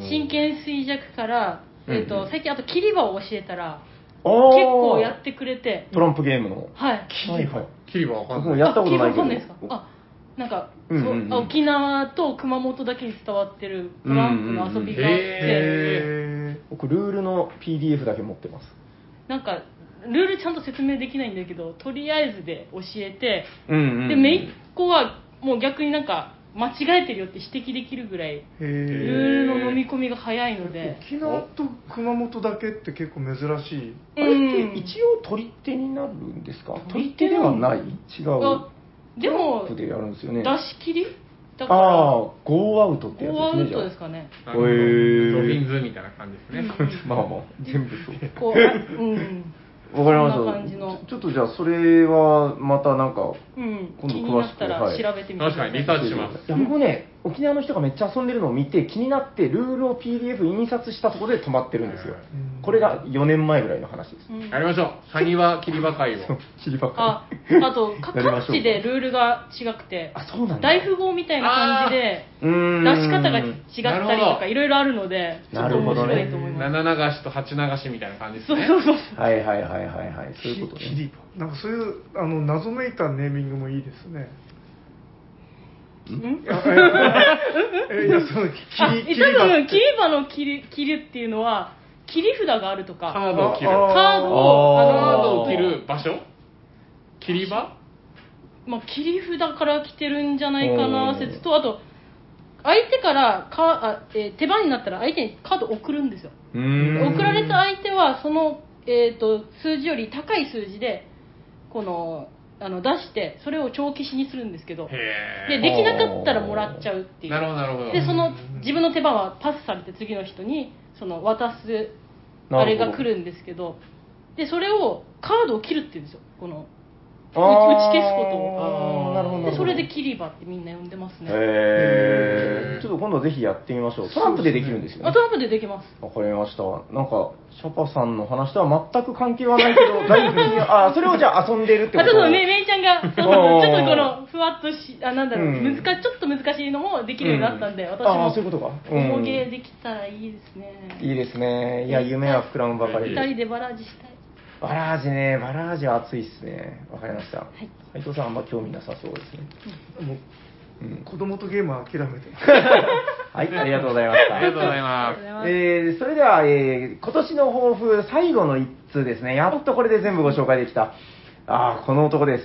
Speaker 3: え。
Speaker 4: 真剣衰弱から、えっ
Speaker 3: うんう
Speaker 4: と
Speaker 3: ん
Speaker 4: 最近あと切り歯を教えたら
Speaker 3: あ
Speaker 4: 結
Speaker 3: ー
Speaker 4: 構やってくれて
Speaker 3: トランプゲームの。
Speaker 4: はい
Speaker 3: はいはい。
Speaker 1: 切りばわかん
Speaker 3: 僕
Speaker 1: な
Speaker 3: も
Speaker 1: い。
Speaker 3: やったことない
Speaker 4: あ切り
Speaker 3: け
Speaker 4: 歯わか
Speaker 3: ど。
Speaker 4: んないですかあなんか、
Speaker 3: うんうんうん
Speaker 4: そう沖縄と熊本だけに伝わってるトランプの遊びがあって、
Speaker 1: へ
Speaker 3: 僕、ルールの PDF だけ持ってます。
Speaker 4: なんかルールちゃんと説明できないんだけどとりあえずで教えて
Speaker 3: うんうんうん
Speaker 4: で姪っ子はもう逆になんか間違えてるよって指摘できるぐら
Speaker 2: へ
Speaker 4: い
Speaker 2: え
Speaker 4: ルールの飲み込みが早いので
Speaker 2: 沖縄と熊本だけって結構珍しい
Speaker 3: あれって一応取り手になるんですか取り手ではない違う
Speaker 4: あ。でも
Speaker 3: トランプでやるんですよ
Speaker 4: 出
Speaker 3: ね。
Speaker 4: し切りだから
Speaker 3: あ
Speaker 4: ゴ
Speaker 3: あ、ゴーアウトってや
Speaker 4: ーア
Speaker 3: つです
Speaker 4: ウ
Speaker 3: ね。じゃ
Speaker 4: ト
Speaker 3: あ
Speaker 4: ですかね
Speaker 1: なるほど
Speaker 3: へー
Speaker 1: ロビンズみたいな感じですね。
Speaker 3: まあまあ、全部そう。
Speaker 4: こうあうん
Speaker 3: わかりました。
Speaker 4: そんな感じの
Speaker 3: ちょちょっとじゃあ、それはまたなんか、
Speaker 4: うん
Speaker 3: 今度詳しく
Speaker 4: 気になったら
Speaker 3: はい
Speaker 4: 調べてみてください
Speaker 1: 確かにリサーチします
Speaker 3: いや僕ね、沖縄の人がめっちゃ遊んでるのを見て、気になって、ルールを PDF 印刷したところで止まってるんですよ
Speaker 1: はいはい。
Speaker 2: うん
Speaker 3: これが4年前ぐらいの話です。
Speaker 4: うん
Speaker 1: やりましょう。シャニワ切りば会を。
Speaker 3: 知りばっ
Speaker 4: あ
Speaker 3: かり。
Speaker 4: あとか
Speaker 3: やりましょう
Speaker 4: 各地でルールが違くて
Speaker 3: あ、そうなんだ。
Speaker 4: 大富豪みたいな感じで
Speaker 3: うーん
Speaker 4: 出し方が違ったり
Speaker 1: なる
Speaker 4: と
Speaker 1: ほど
Speaker 4: かいろいろあるのでちょ
Speaker 3: な
Speaker 4: っと
Speaker 3: るほ
Speaker 4: 面
Speaker 3: どね
Speaker 4: 白いと思います
Speaker 1: 七流しと八流しみたいな感じです
Speaker 4: そう
Speaker 1: ね。
Speaker 4: そうそう
Speaker 3: はいはいはいはいはい、そういうこと
Speaker 2: キリ
Speaker 3: ね。
Speaker 2: バなんかそういうあの謎めいたネーミングもいいです ね
Speaker 4: うん
Speaker 2: いやえいやその
Speaker 4: あ
Speaker 2: キ
Speaker 4: え
Speaker 2: リキ
Speaker 4: 多
Speaker 2: リバ
Speaker 4: 分切り歯の切り切るっていうのは切り札があるとか
Speaker 1: カードを切る。
Speaker 2: あ
Speaker 4: カード
Speaker 1: カ
Speaker 4: をあ
Speaker 1: ー
Speaker 4: の
Speaker 1: ドを切る場所切り場
Speaker 4: まあ、切り札から来てるんじゃないか
Speaker 3: お
Speaker 4: な
Speaker 3: ー
Speaker 4: 説とあと相手からかあ、えー手番になったら相手にカードを送るんですよ
Speaker 3: うーん
Speaker 4: 送られた相手はその、えー、と数字より高い数字でこのあの出してそれを帳消しにするんですけど
Speaker 1: へ
Speaker 4: でできなかったらもらっちゃうって
Speaker 1: え。
Speaker 4: い
Speaker 1: なるほ
Speaker 4: う
Speaker 1: ど、なるほど。
Speaker 4: でその自分の手番はパスされて次の人にその渡す
Speaker 3: な
Speaker 4: あ
Speaker 3: る
Speaker 4: れ
Speaker 3: ほど
Speaker 4: が来るんですけどでそれをカードを切るって言うんですよこの
Speaker 3: あー
Speaker 4: 打ち消すこと
Speaker 1: を
Speaker 3: あーなるほどなるほど
Speaker 4: でそれで切り場ってみんな呼んでますね
Speaker 1: へ
Speaker 3: へ
Speaker 1: ー
Speaker 3: ーちょっと今度ぜひやってみましょう。トランプでできるんですよね。
Speaker 4: あトランプでできます
Speaker 3: わかりました。なんか、シャパさんの話とは全く関係はないけ ど、だいぶ気にあ、それをじゃあ遊んでるってこ
Speaker 4: あ
Speaker 3: と
Speaker 4: ちょっとめめいちゃ んがそうそう
Speaker 3: おー
Speaker 4: ちょっとこのふわっとしあなんだろう、
Speaker 3: うん
Speaker 4: 難ちょっと難しいのもできるようになったんで、
Speaker 3: う
Speaker 4: 私
Speaker 3: あー
Speaker 4: も
Speaker 3: そういうことか。うん
Speaker 4: 大芸できたらいいです
Speaker 3: い
Speaker 4: ね、
Speaker 3: いですね。いや、夢は膨らむばか
Speaker 4: 二
Speaker 3: り
Speaker 4: 人
Speaker 3: で。
Speaker 4: でバラージしたい
Speaker 3: バラージね、バラージは熱いっすね。わかりました。
Speaker 4: い
Speaker 3: 斉藤さんあんま興味なさそうですね。
Speaker 2: もう
Speaker 3: うん。
Speaker 2: 子供とゲームは諦めて
Speaker 3: はい、ありがとうございまし
Speaker 1: あ
Speaker 3: た
Speaker 1: り。がとうございます。
Speaker 3: えーそれでは、えー今年の抱負、最後の1通ですね。やっとこれで全部ご紹介できた。ああ、この男です。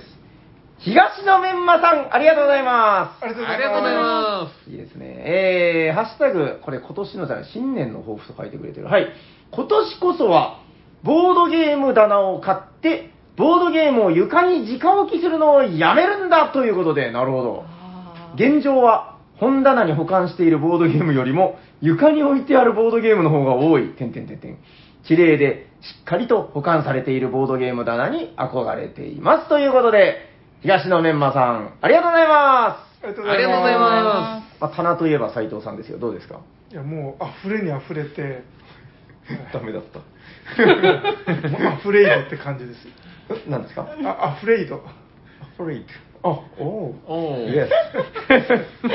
Speaker 3: 東野メンマさん、ありがとうございま。
Speaker 2: ありがとうございます
Speaker 1: ありがとうございます
Speaker 3: いいですね。えーハッシュタグ、これ今年のじゃない新年の抱負と書いてくれてる。はい。今年こそは、ボードゲーム棚を買って、ボードゲームを床に直置きするのをやめるんだということで、なるほど。
Speaker 4: あー
Speaker 3: 現状は本棚に保管しているボードゲームよりも床に置いてあるボードゲームの方が多い。てんてんてんてん。綺麗でしっかりと保管されているボードゲーム棚に憧れています。ということで、東野メンマさん、ありがとうございま。
Speaker 2: ありがとうご
Speaker 1: あ
Speaker 2: ざ
Speaker 1: り
Speaker 2: い
Speaker 1: がとうご
Speaker 2: ま
Speaker 1: ざい
Speaker 4: ま
Speaker 1: ます
Speaker 3: まあ、棚といえば斉藤さんですよ。どうですか
Speaker 2: すいやもう溢れに溢れて
Speaker 3: ダメだった。
Speaker 2: も うアフレイドって感じですよ
Speaker 3: 何ですか
Speaker 2: あアフレイド
Speaker 3: それいい。あ、おう
Speaker 1: す。。おー
Speaker 3: Yes
Speaker 1: さすが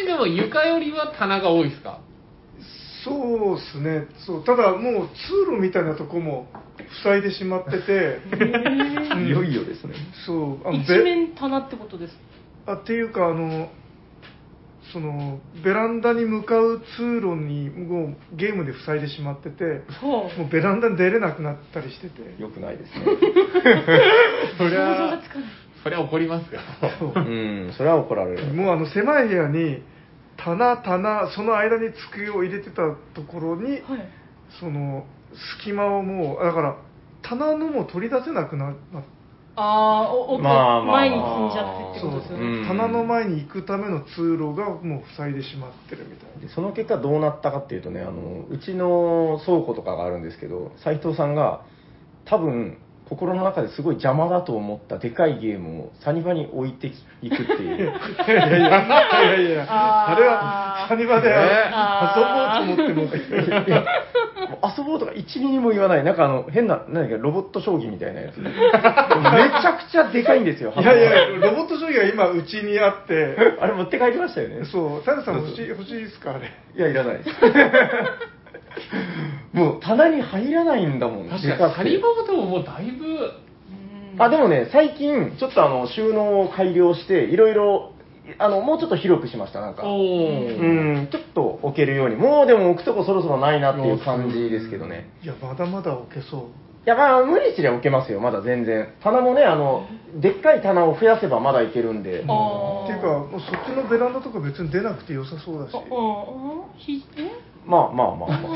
Speaker 1: にでも床よりは棚が多いですか
Speaker 2: そうですねそうただもう通路みたいなとこも塞いでしまっててうん
Speaker 3: いよいよですね。
Speaker 2: そうあの
Speaker 4: 一
Speaker 2: べ
Speaker 4: 面棚ってことです
Speaker 2: あっていうかあのそのベランダに向かう通路にもうゲームで塞いでしまってて
Speaker 4: そう
Speaker 2: もうベランダに出れなくなったりしてて
Speaker 3: よくないですね。
Speaker 1: そり
Speaker 4: 想像
Speaker 1: ゃ
Speaker 4: がつかない
Speaker 1: そりゃ怒りますよ
Speaker 3: うん、それは怒られる。
Speaker 2: もうあの狭い部屋に棚棚その間に机を入れてたところに、
Speaker 4: はい
Speaker 2: その隙間をもうだから棚のも取り出せなくなな
Speaker 4: ああ奥、
Speaker 3: まあまあまあ
Speaker 4: 前に進んじゃってってことですよね、
Speaker 3: うん
Speaker 2: 棚の前に行くための通路がもう塞いでしまってるみたいな
Speaker 3: でその結果どうなったかっていうとねあのうちの倉庫とかがあるんですけど斉藤さんが多分心の中ですごい邪魔だと思ったでかいゲームをサニバに置いていくっていう
Speaker 2: いやいやいやいや
Speaker 4: あー
Speaker 2: あれはサニバで
Speaker 1: ね
Speaker 2: 遊ぼうと思って持ってきて
Speaker 3: いや遊ぼうとか一ミリも言わない。なんかあの、変な、何だっけ、ロボット将棋みたいなやつ。めちゃくちゃでかいんですよ、
Speaker 2: いやいや、ロボット将棋は今、うちにあって、
Speaker 3: あれ持って帰りましたよね。
Speaker 2: そう、タルさん欲しい、欲しいですか、あれ。
Speaker 3: いや、いらないです。 もう棚に入らないんだもん。
Speaker 1: 確
Speaker 3: で
Speaker 1: か
Speaker 3: か
Speaker 1: に、
Speaker 3: くて
Speaker 1: サリババでももうだいぶ、
Speaker 3: あ、でもね、最近、ちょっとあの、収納を改良して、いろいろ、あの、もうちょっと広くしました、なんか。
Speaker 1: お
Speaker 3: う
Speaker 1: ー。
Speaker 3: ん、ちょっと置けるように。もうでも置くとこそろそろないなっていう感じですけどね。
Speaker 2: いや、まだまだ置けそう。
Speaker 3: いや、まあ、無理すりゃ置けますよ、まだ全然。棚もね、あの、でっかい棚を増やせばまだいけるんで。
Speaker 4: あー
Speaker 2: っていうか、もうそっちのベランダとか別に出なくて良さそうだし。
Speaker 4: ああひえ
Speaker 3: まあまあまあ、ま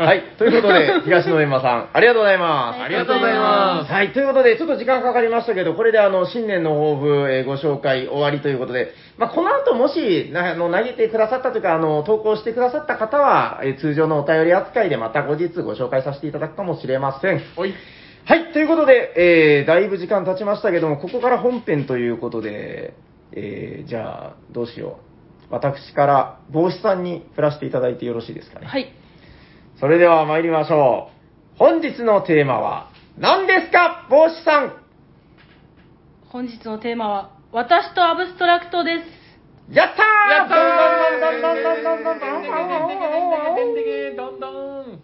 Speaker 3: あ、はい、ということで、東野エンマさん、ありがとうございます。
Speaker 1: ありがとうございます。
Speaker 3: はい、ということで、ちょっと時間かかりましたけど、これであの、新年の抱負、えーご紹介終わりということで、まあ、この後もし、なあの、投げてくださったというか、あの、投稿してくださった方は、えー通常のお便り扱いでまた後日ご紹介させていただくかもしれません。
Speaker 1: おい。
Speaker 3: はい、ということで、えー、だいぶ時間経ちましたけども、ここから本編ということで、えー、じゃあ、どうしよう。私から帽子さんに振らせていただいてよろしいですかね。
Speaker 4: はい
Speaker 3: それでは参りましょう。本日のテーマは、何ですか帽子さん
Speaker 4: 本日のテーマは「私とアブストラクト」です
Speaker 3: やったー
Speaker 1: やったーどんどん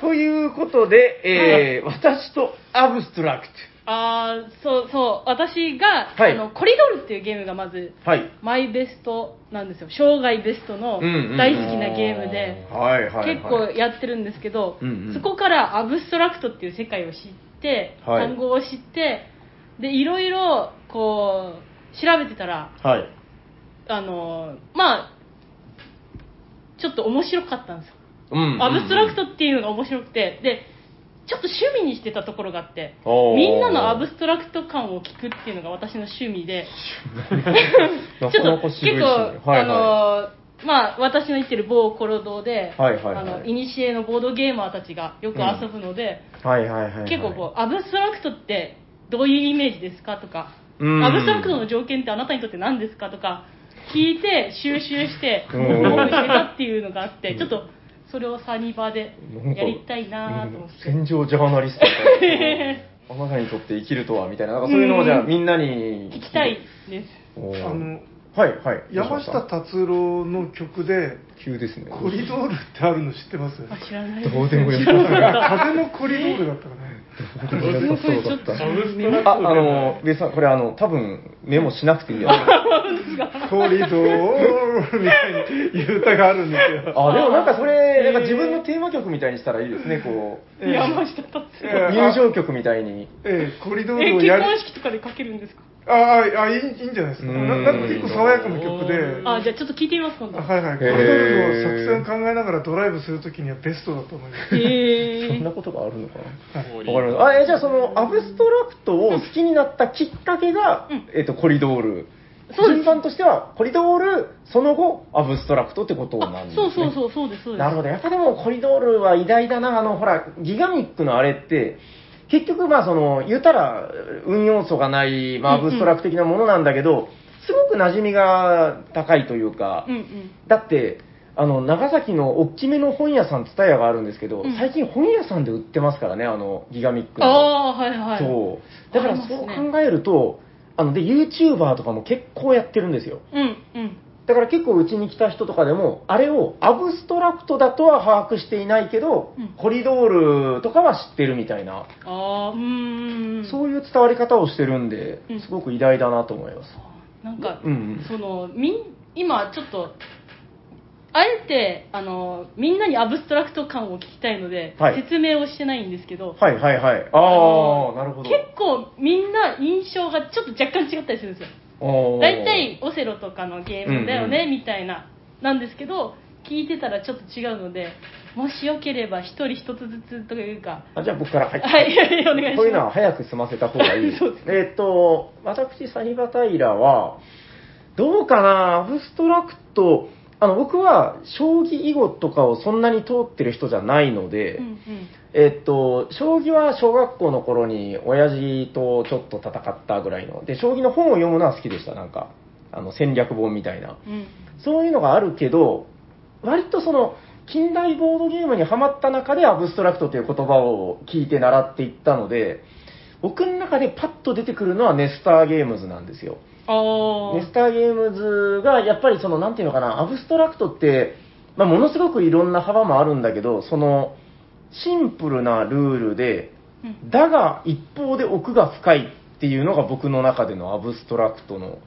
Speaker 3: ということで、えー、私とアブストラク
Speaker 4: ああそうそう私が、
Speaker 3: はい
Speaker 4: あのコリドルっていうゲームがまず
Speaker 3: ト。はい。
Speaker 4: マイベストなんですよ生涯ベストの
Speaker 3: うんうんうん
Speaker 4: 大好きなゲームで、
Speaker 3: はいはい、はい。
Speaker 4: 結構やってるんですけど、
Speaker 3: うんうん
Speaker 4: そこからアブストラクトっていう世界を知って、
Speaker 3: はい
Speaker 4: 単語を知ってでいろいろこう調べてたら
Speaker 3: はい。
Speaker 4: あのまあちょっと面白かったんですよ、
Speaker 3: うんうんうん
Speaker 4: アブストラクトっていうのが面白くてでちょっと趣味にしてたところがあって
Speaker 3: おー
Speaker 4: みんなのアブストラクト感を聞くっていうのが私の趣味でちょっ
Speaker 3: なかな
Speaker 4: と
Speaker 3: か
Speaker 4: 結
Speaker 3: 渋いですね
Speaker 4: 構、
Speaker 3: はいは
Speaker 4: あのまあ私の言ってる某コロ堂で、
Speaker 3: はいはいはい
Speaker 4: あのイニシエのボードゲーマーたちがよく遊ぶので、
Speaker 3: い。はいはいはいはい。
Speaker 4: 結構こうアブストラクトってどういうイメージですかとか、
Speaker 3: うん
Speaker 4: アブストラクトの条件ってあなたにとって何ですかとか聞いて収集して
Speaker 3: う
Speaker 4: 興
Speaker 3: ん
Speaker 4: 味してたっていうのがあってちょっとそれをサニバでやりたいなと思って。
Speaker 3: 戦場ジャーナリスト みたいなあなたにとって生きるとはみたいななんかそういうのをじゃあみんなに
Speaker 4: 聞きたいです
Speaker 3: おー
Speaker 2: あの、
Speaker 3: はいはい
Speaker 2: 山下達郎の曲で、
Speaker 3: 急ですね
Speaker 2: コリドールってあるの知って ます
Speaker 4: あ知らないです
Speaker 3: どうでもよかった
Speaker 2: 風のコリドールだったかな。
Speaker 3: どうでもよさそうだった
Speaker 1: アブストラク
Speaker 3: あ
Speaker 1: ト
Speaker 3: あの上さんこれあの多分メモしなくていいんだよ
Speaker 2: コリドールみたいにいう歌があるんですよ。
Speaker 3: あでもなんかそれなんか
Speaker 4: へー
Speaker 3: 自分のテーマ曲みたいにしたらいいですねこう
Speaker 2: ええ
Speaker 4: 山下達
Speaker 2: え
Speaker 4: 郎
Speaker 2: え
Speaker 3: 入場曲みたいに
Speaker 2: ええ、コリドー
Speaker 4: え
Speaker 2: ルを
Speaker 4: 結
Speaker 2: やり、
Speaker 4: 婚式とかでかけるんですか
Speaker 2: ああ、あいいいいんじゃないですか。
Speaker 3: うん
Speaker 2: ななんか結構爽やかな曲で、
Speaker 4: あじゃあちょっと聞いてみます今度
Speaker 2: はいはい、コリドールの作戦を考えながらドライブするときにはベストだと思います。
Speaker 4: へ
Speaker 3: そんな
Speaker 4: ー
Speaker 3: ことがあるのかな
Speaker 2: はい
Speaker 1: わ
Speaker 3: わかりましたあえじゃあそのアブストラクトを好きになったきっかけが、
Speaker 4: うん
Speaker 3: えっとコリドール
Speaker 4: そうです
Speaker 3: 順番としてはコリドールその後アブストラクトってことなん
Speaker 4: あ
Speaker 3: です、ね、
Speaker 4: そうそうそうそうですそうです
Speaker 3: なるほどやっぱでもコリドールは偉大だなあのほらギガミックのあれって結局まあその言うたら運要素がない、まあ、アブストラクト的なものなんだけど、すごく馴染みが高いというか、
Speaker 4: うんうん
Speaker 3: だってあの長崎の大きめの本屋さん蔦屋があるんですけど、
Speaker 4: うん
Speaker 3: 最近本屋さんで売ってますからねあのギガミックの
Speaker 4: ああーはいはい
Speaker 3: そうだか
Speaker 4: あり
Speaker 3: ら
Speaker 4: ます
Speaker 3: そ
Speaker 4: ね
Speaker 3: う考えるとあので YouTuber とかも結構やってるんですよ
Speaker 4: うんうん
Speaker 3: だから結構うちに来た人とかでもあれをアブストラクトだとは把握していないけど、
Speaker 4: うん
Speaker 3: コリドールとかは知ってるみたいな、
Speaker 4: ああうーん
Speaker 3: そういう伝わり方をしてるんで
Speaker 4: うん
Speaker 3: すごく偉大だなと思います、
Speaker 4: なんか、
Speaker 3: うんうん
Speaker 4: そのみん今ちょっとあえてあのみんなにアブストラクト感を聞きたいので、
Speaker 3: はい
Speaker 4: 説明をしてないんですけど、
Speaker 3: はいはいはい
Speaker 4: あ
Speaker 3: あ
Speaker 4: の
Speaker 3: あなるほど
Speaker 4: 結構みんな印象がちょっと若干違ったりするんですよ
Speaker 3: 構
Speaker 4: 大体オセロとかのゲームだよね、
Speaker 3: うん
Speaker 4: みたいななんですけど聞いてたらちょっと違うのでもしよければ一人一つずつというか
Speaker 3: あじゃあ僕からはい
Speaker 4: はいお願いします
Speaker 3: こういうのは早く済ませた方がいい
Speaker 4: そうです
Speaker 3: えーっと私サニバタイラはどうかなアブストラクトあの僕は将棋囲碁とかをそんなに通ってる人じゃないので、
Speaker 4: うんうん
Speaker 3: えっと、将棋は小学校の頃に親父とちょっと戦ったぐらいの。で、将棋の本を読むのは好きでした、なんか。あの、戦略本みたいな。
Speaker 4: うん
Speaker 3: そういうのがあるけど、割とその、近代ボードゲームにはまった中でアブストラクトという言葉を聞いて習っていったので、僕の中でパッと出てくるのはネスターゲームズなんですよ。
Speaker 4: ああ
Speaker 3: ネスターゲームズがやっぱりその、なんていうのかな、アブストラクトって、まあ、ものすごくいろんな幅もあるんだけど、その、シンプルなルールで、
Speaker 4: うん
Speaker 3: だが一方で奥が深いっていうのが僕の中でのアブストラクトの、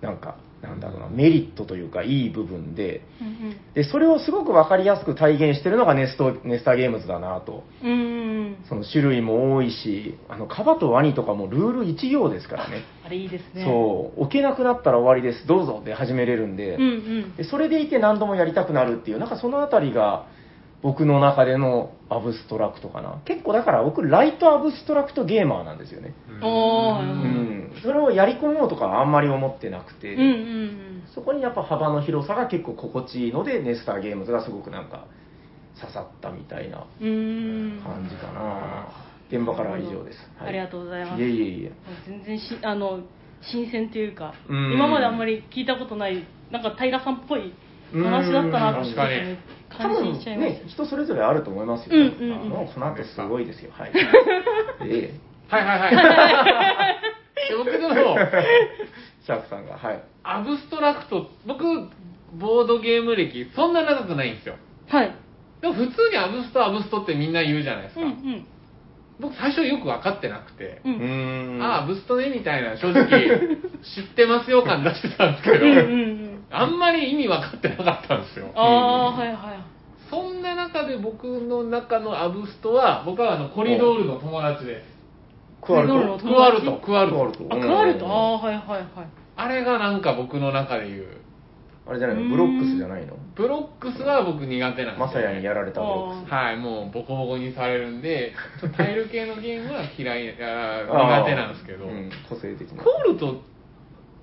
Speaker 3: なんか、なんだろうな、メリットというか、いい部分で、
Speaker 4: うん
Speaker 3: で、それをすごくわかりやすく体現してるのがネストネスターゲームズだなと。
Speaker 4: うんうん
Speaker 3: その種類も多いし、あの、カバとワニとかもルール1行ですからね。
Speaker 4: あれいいですね
Speaker 3: そう、置けなくなったら終わりです、どうぞで始めれるんで、
Speaker 4: うんうん
Speaker 3: でそれでいて何度もやりたくなるっていう、なんかそのあたりが僕の中でのアブストラクトかな。結構だから僕、ライトアブストラクトゲーマーなんですよね。
Speaker 4: お
Speaker 1: う
Speaker 4: ー
Speaker 3: うんん。それをやり込もうとかはあんまり思ってなくて、
Speaker 4: うんうん
Speaker 3: そこにやっぱ幅の広さが結構心地いいので、ネスターゲームズがすごくなんか刺さったみたいな
Speaker 4: うんうーん
Speaker 3: 感じかな。現場からは以上です。はい
Speaker 4: ありがとうございます
Speaker 3: いえいえいえ。
Speaker 4: 全然しあの新鮮というか
Speaker 3: うん
Speaker 4: 今まであんまり聞いたことないなんか平さんっぽい話だったなって
Speaker 1: うん確かに
Speaker 3: 多
Speaker 4: 感
Speaker 3: 分
Speaker 4: 心しちゃいまし
Speaker 3: ね、人それぞれあると思いますよ。
Speaker 4: うんうんうん
Speaker 3: もうこの後すごいですよ。 はい。ええ
Speaker 1: はいはいはい。で僕の方、
Speaker 3: シャークさんが、はい。
Speaker 1: アブストラクト、僕、ボードゲーム歴、そんな長くないんですよ。
Speaker 4: たはい
Speaker 1: でも普通にアブスト、アブストってみんな言うじゃないです
Speaker 4: う
Speaker 1: か。
Speaker 4: んうん
Speaker 1: 僕最初よく分かってなくて、
Speaker 4: う
Speaker 3: うんーん。
Speaker 1: ああ、アブストねみたいな、正直、知ってますよ感出してたんですけ
Speaker 4: うんうんう
Speaker 1: ど、
Speaker 4: ん
Speaker 1: あんまり意味分かってなかったんですよ。
Speaker 4: ああーはいはい
Speaker 1: そんな中で僕の中のアブストは、僕はあのコリドールの友達です。
Speaker 3: クワルト。
Speaker 4: クワルト
Speaker 1: クワルト、クワル
Speaker 3: クワル
Speaker 1: ト。
Speaker 3: ト
Speaker 4: あクワル
Speaker 3: う
Speaker 4: ト
Speaker 3: ん
Speaker 4: ああーはいはいはい
Speaker 1: あれがなんか僕の中で言う。
Speaker 3: あれじゃないのブロックスじゃないの
Speaker 1: ブロックスは僕苦手なんですよね
Speaker 3: マサヤにやられたブロック
Speaker 1: はい、もうボコボコにされるんで、ちょっとタイル系のゲームは嫌い、あ
Speaker 3: ス。
Speaker 1: ー苦手なんですけど、
Speaker 3: あーうん個性的な。
Speaker 1: コールと、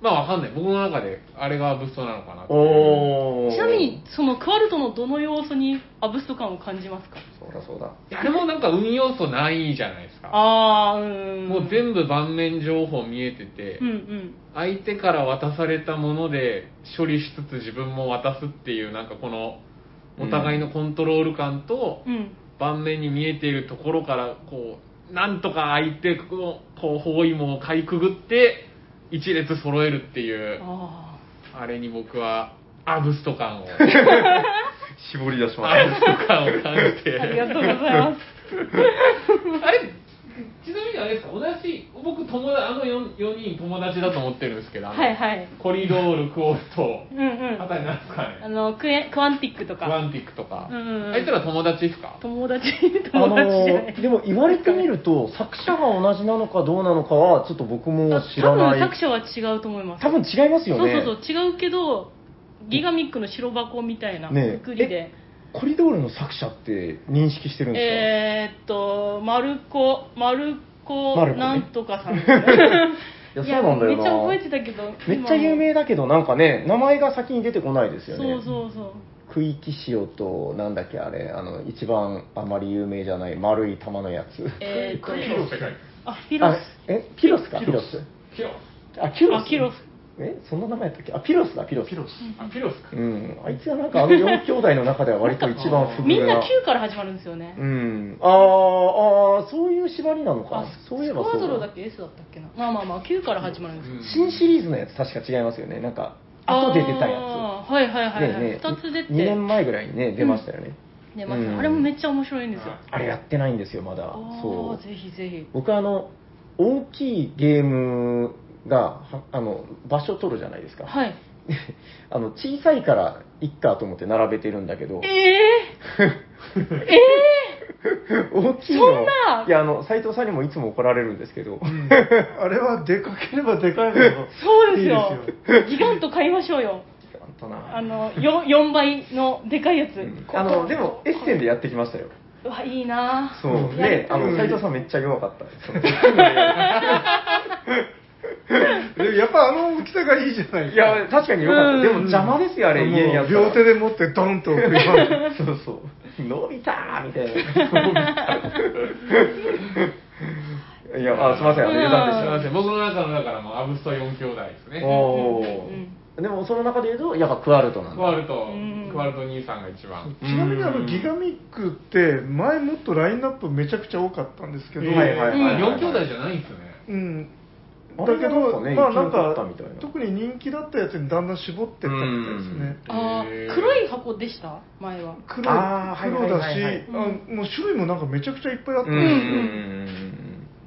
Speaker 1: まあわかんない。僕の中で、あれがブストなのかなって
Speaker 3: おー。
Speaker 4: ちなみに、そのクワルトのどの要素にアブスト感を感じますか
Speaker 3: そうだそうだ。
Speaker 1: いや、でもなんか運要素ないじゃないですか。
Speaker 4: ああうん
Speaker 1: もう全部盤面情報見えてて、
Speaker 4: うんうん
Speaker 1: 相手から渡されたもので処理しつつ自分も渡すっていう、なんかこの、お互いのコントロール感と、
Speaker 4: うん
Speaker 1: 盤面に見えているところからこうなんとか相手をこう包囲網をかいくぐって一列揃えるっていう
Speaker 4: ああ
Speaker 1: あれに僕はアブスト感を アブ
Speaker 3: 絞り出しまし
Speaker 1: スト感を感じて
Speaker 4: ありがとうございます。
Speaker 1: あれちなみにあれですか同じ僕友達あの 4, 人友達だと思ってるんですけどあの
Speaker 4: はいはい。
Speaker 1: コリドールクオルト
Speaker 4: うんうん。
Speaker 1: あたりなんですか
Speaker 4: あ
Speaker 1: ね
Speaker 4: のクエクアンティックと
Speaker 1: クワ
Speaker 4: か
Speaker 1: ンティックとか、
Speaker 4: うんうんうん
Speaker 1: あいつら友達ですか
Speaker 4: 友達
Speaker 3: た。あの
Speaker 4: 友達じゃない。
Speaker 3: ーでも言われてみると、作者が同じなのかどうなのかは、ちょっと僕も知らな
Speaker 4: あ多分
Speaker 3: い。
Speaker 4: 作者は違うと思います。
Speaker 3: 多分違いますよね。
Speaker 4: そうそうそう違うけどギガミックの白箱みたいな
Speaker 3: ねえ
Speaker 4: 作りで、
Speaker 3: コリドールの作者って認識してるんですか、
Speaker 4: えーっとマルコマルコ
Speaker 3: マルコね
Speaker 4: なんとかさんですね。
Speaker 3: いやそうなんだよな
Speaker 4: めっちゃ覚えてたけど。
Speaker 3: めっちゃ有名だけど、なんかね、名前が先に出てこないです
Speaker 4: 今
Speaker 3: よ
Speaker 4: も
Speaker 3: ね。
Speaker 4: そうそうそう。
Speaker 3: クイキシオと、なんだっけ、あれ、あの、一番あまり有名じゃない丸い玉のやつ。
Speaker 4: えーっと
Speaker 1: クイロスって書いて
Speaker 4: あピロ
Speaker 3: あえ、ピロスか、
Speaker 1: ピ
Speaker 3: ピ
Speaker 1: ロ
Speaker 3: ロ
Speaker 1: ス
Speaker 3: ス。
Speaker 1: ピロス
Speaker 3: あ、キュロ
Speaker 4: あ
Speaker 3: ス。
Speaker 4: キュロス
Speaker 3: え、そんな名前やったっけあ、ピロスだ、ピロス。
Speaker 2: ピロス
Speaker 1: あピロスか
Speaker 3: うん。あいつはなんかあの4兄弟の中では割と一番
Speaker 1: う
Speaker 3: 不
Speaker 4: ス。
Speaker 3: 遇
Speaker 4: みんな
Speaker 3: な。
Speaker 4: 9から始まるんですよね。
Speaker 3: うん。あー、あー、そういう縛りなのか。そういえば
Speaker 4: スコア
Speaker 3: そ
Speaker 4: ドロ
Speaker 3: う
Speaker 4: ーだ
Speaker 3: だ
Speaker 4: っ。け S だったっけなまあまあまあ9から始まるんですよ、
Speaker 1: うん
Speaker 3: 新シリーズのやつ確か違いますよね。なんか、後で出たや
Speaker 4: あーはいはい
Speaker 3: つ。
Speaker 4: はい、はい
Speaker 3: ね
Speaker 4: 2つ出て
Speaker 3: 2年前ぐらいにね、出ましたよね。
Speaker 4: 出ました、
Speaker 3: うん
Speaker 4: あれもめっちゃ面白いんですよ
Speaker 3: あれやってないんですよ、まだ
Speaker 4: あ。
Speaker 3: そ
Speaker 4: あ
Speaker 3: う。
Speaker 4: ぜひぜひ
Speaker 3: 僕あの、大きいゲームが、はあの、場所取るじゃないですか。
Speaker 4: はい
Speaker 3: あの、小さいから、いっかと思って並べてるんだけど
Speaker 4: え、ー、え
Speaker 3: 大きいの。
Speaker 4: そんない
Speaker 3: や、あの、斎藤さんにもいつも怒られるんですけど、
Speaker 2: うんあれはでかければでかいほ ど
Speaker 4: ー、そうです
Speaker 2: い
Speaker 4: よ
Speaker 2: いです
Speaker 4: ギガント買いましょうよ
Speaker 3: あんたな
Speaker 4: あの 4, 4倍のでかいやつ、
Speaker 3: うんあの、でも、エッセンでやってきましたよ。
Speaker 4: うわいいな
Speaker 3: そうう。
Speaker 2: ん
Speaker 3: で、あ
Speaker 2: うん
Speaker 3: の、斎藤さんめっちゃ弱かった。
Speaker 2: でもやっぱあの大きさがいいじゃない
Speaker 3: いや、確かに良かっ
Speaker 4: うん
Speaker 3: た。でも邪魔ですよ、あれ、
Speaker 2: もう
Speaker 3: 家にやったら
Speaker 2: 両手で持ってドンと送り込む
Speaker 3: そうそう。伸びたーみたいな。伸び たーいや、あ、すみません、あの
Speaker 4: うん
Speaker 3: 余談
Speaker 1: すいま
Speaker 3: でし
Speaker 1: せん僕の中のだからもうアブスト4兄弟です
Speaker 3: た。
Speaker 1: ね
Speaker 3: おお
Speaker 4: うんうん。
Speaker 3: でも、その中で言うと、やっぱクワルトなん
Speaker 1: クワ
Speaker 3: だ。
Speaker 1: ルト
Speaker 4: うん
Speaker 1: クワルド兄さんが一番。
Speaker 2: ちなみにあのギガミックって前もっとラインナップめちゃくちゃ多かったんですけど、
Speaker 3: えーはいはいはいはい
Speaker 1: 4兄弟じゃないんですね。
Speaker 2: うん、
Speaker 3: あ
Speaker 2: だ
Speaker 3: れ
Speaker 2: け
Speaker 3: がなんか
Speaker 2: ど、
Speaker 3: ね
Speaker 2: まあな
Speaker 3: 生
Speaker 2: ん
Speaker 3: き残っ
Speaker 2: か
Speaker 3: たみたいな
Speaker 2: 特に人気だったやつにだんだん絞ってったみたいですね
Speaker 3: うん
Speaker 4: ああ
Speaker 1: へー
Speaker 4: 黒い箱でした前は
Speaker 2: 黒い
Speaker 3: あー
Speaker 2: 黒だし、
Speaker 3: はいはいはい
Speaker 2: あ
Speaker 4: はい
Speaker 2: もう種類もなんかめちゃくちゃいっぱいあった
Speaker 3: うんん
Speaker 2: で
Speaker 3: う
Speaker 2: すよ、
Speaker 3: ん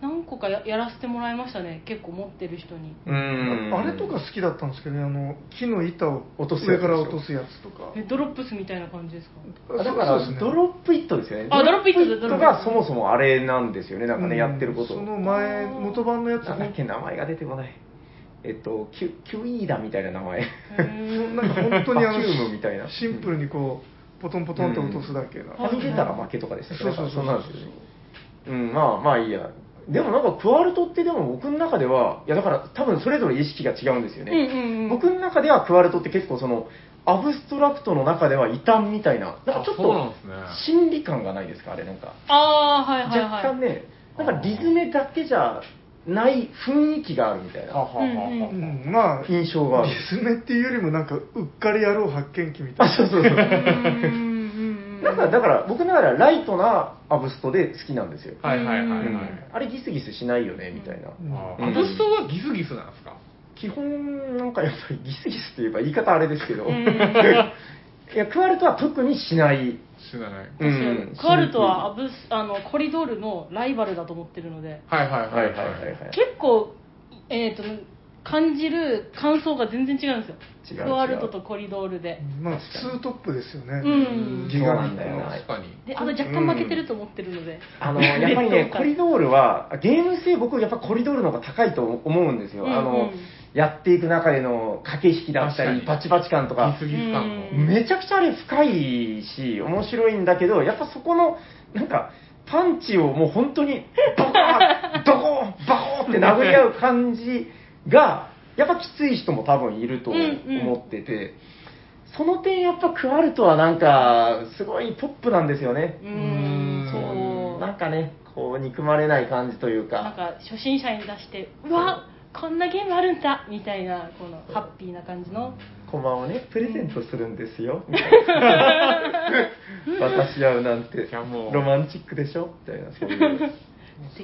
Speaker 4: 何個かややらせてもらいましたね結構持ってる人に
Speaker 3: うんうん
Speaker 2: あれとか好きだったんですけどねあの木の板を
Speaker 3: 落とす
Speaker 2: 上
Speaker 3: やつ
Speaker 2: から落とすやつとか
Speaker 4: えドロップスみたいな感じですか
Speaker 3: あだから、
Speaker 2: そうですね
Speaker 3: ドロップイットですよね。
Speaker 4: あドロップイットだ
Speaker 3: ドロップイットがそもそもあれなんですよね、なんかね、
Speaker 2: う
Speaker 3: やってること。
Speaker 2: その前元版のやつ
Speaker 3: なんだっけ、名前が出てこない。えっと、キュキュイーダみたいな名前。
Speaker 4: へ
Speaker 2: そん
Speaker 4: ー
Speaker 2: なんか本当にあの
Speaker 3: パフュームみたいな
Speaker 2: シンプルにこうポトンポトンと落とすだけな、
Speaker 3: はみ出たら負けとかでしたっけ
Speaker 2: そうそうそう
Speaker 3: なんかんなんですよね。うん、まあまあいいや。でもなんかクワルトってでも僕の中では、いやだから多分それぞれ意識が違うんですよね。
Speaker 4: うんうんうん
Speaker 3: 僕の中ではクワルトって結構その、アブストラクトの中では異端みたいな、なんかちょっ
Speaker 1: そうなん
Speaker 3: と
Speaker 1: ですね。
Speaker 3: 心理感がないですか、あれなんか。
Speaker 4: ああはいはいはい
Speaker 3: 若干ね、なんかリズムだけじゃない雰囲気があるみたいな
Speaker 4: ははは
Speaker 2: うん、まあ
Speaker 3: 印象がある
Speaker 2: リ。スメっていうよりもなんかうっかり野郎発見記みたい
Speaker 3: あ、そう
Speaker 2: な
Speaker 3: そうそう。
Speaker 4: うーん
Speaker 3: なんかだから僕ながらライトなアブストで好きなんですよ。
Speaker 1: はいはいはいはい。
Speaker 4: うん
Speaker 3: あれギスギスしないよねみたいな。
Speaker 2: うん
Speaker 1: あ
Speaker 3: うん
Speaker 1: ーアブストはギスギスなんですか
Speaker 3: 基本なんかやっぱりギスギスって言えば言い方あれですけど、
Speaker 4: うん
Speaker 3: いやクワルトは特にしない。
Speaker 1: 知らない。
Speaker 3: う
Speaker 4: うん
Speaker 3: ん
Speaker 4: クワルトはアブスあのコリドールのライバルだと思ってるので
Speaker 1: はいはいは
Speaker 3: は
Speaker 1: いい
Speaker 3: はいはいはい。
Speaker 4: 結構、えー、と感じる感想が全然違うんです
Speaker 3: 違
Speaker 4: よ
Speaker 3: う違う
Speaker 4: クワルトとコリドールで
Speaker 2: まあツートップですよね、
Speaker 4: うん
Speaker 3: そうなんだよな
Speaker 1: 確かに。
Speaker 4: であと若干負けてると思ってるので、
Speaker 3: あの、やっぱり
Speaker 4: 劣等
Speaker 3: ね、
Speaker 4: 感
Speaker 3: コリドールは、ゲーム性僕やっぱコリドールの方が高いと思うんですよ。あ
Speaker 4: うんう
Speaker 3: の
Speaker 4: ん、
Speaker 3: やっていく中での駆け引きだったり、
Speaker 1: 確かに
Speaker 3: バチバチ感とか
Speaker 1: ギス、ギス感も。
Speaker 4: うん
Speaker 3: めちゃくちゃあれ深いし、面白いんだけど、やっぱそこの、なんか、パンチをもう本当に、バカードコーンバコーンって殴り合う感じが、やっぱきつい人も多分いると思ってて、その点やっぱクアルトはなんか、すごいポップなんですよね
Speaker 4: う。ーんそう
Speaker 3: なんかね、こう、憎まれない感じというか。
Speaker 4: なんか初心者に出してうわこんなゲームあるんだみたいなこのハッピーな感じの
Speaker 3: コマをね、プレゼントするんですよ、 みたいな。渡し合うなんて
Speaker 1: いやも、う
Speaker 3: ロマンチックでしょみたいな、そういう。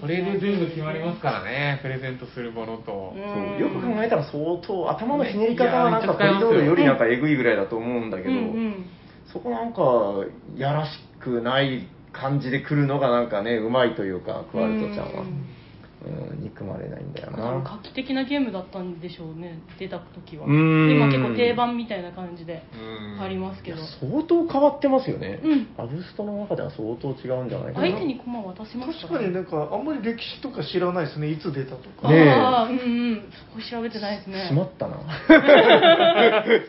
Speaker 1: それで全部決まりますからね、プレゼントするものと。
Speaker 4: う
Speaker 3: そ
Speaker 4: ん
Speaker 3: うよく考えたら相当、頭のひねり方はなん
Speaker 1: いや
Speaker 3: か、
Speaker 1: ー
Speaker 3: コリドールよりなんかえぐいぐらいだと思うんだけど
Speaker 4: う、んうん
Speaker 3: そこなんか、やらしくない感じで来るのがなんかね、うまいというか、クワルトちゃんは。うん、憎まれないんだよ
Speaker 4: 多分
Speaker 3: な。
Speaker 4: 画期的なゲームだったんでしょうね出た時は
Speaker 3: うーん
Speaker 4: 今結構定番みたいな感じで
Speaker 1: うん
Speaker 4: あります
Speaker 3: い
Speaker 4: け
Speaker 3: や
Speaker 4: ど、
Speaker 3: 相当変わってますよね
Speaker 4: うん。
Speaker 3: アブストの中では相当違うんじゃないかな。
Speaker 4: 相手に駒渡しました
Speaker 2: 確かになんかあんまり歴史とか知らないですねいつ出たとか
Speaker 4: あ
Speaker 3: ねえ
Speaker 4: あーうんうんそこ調べてないですね
Speaker 3: しまった な。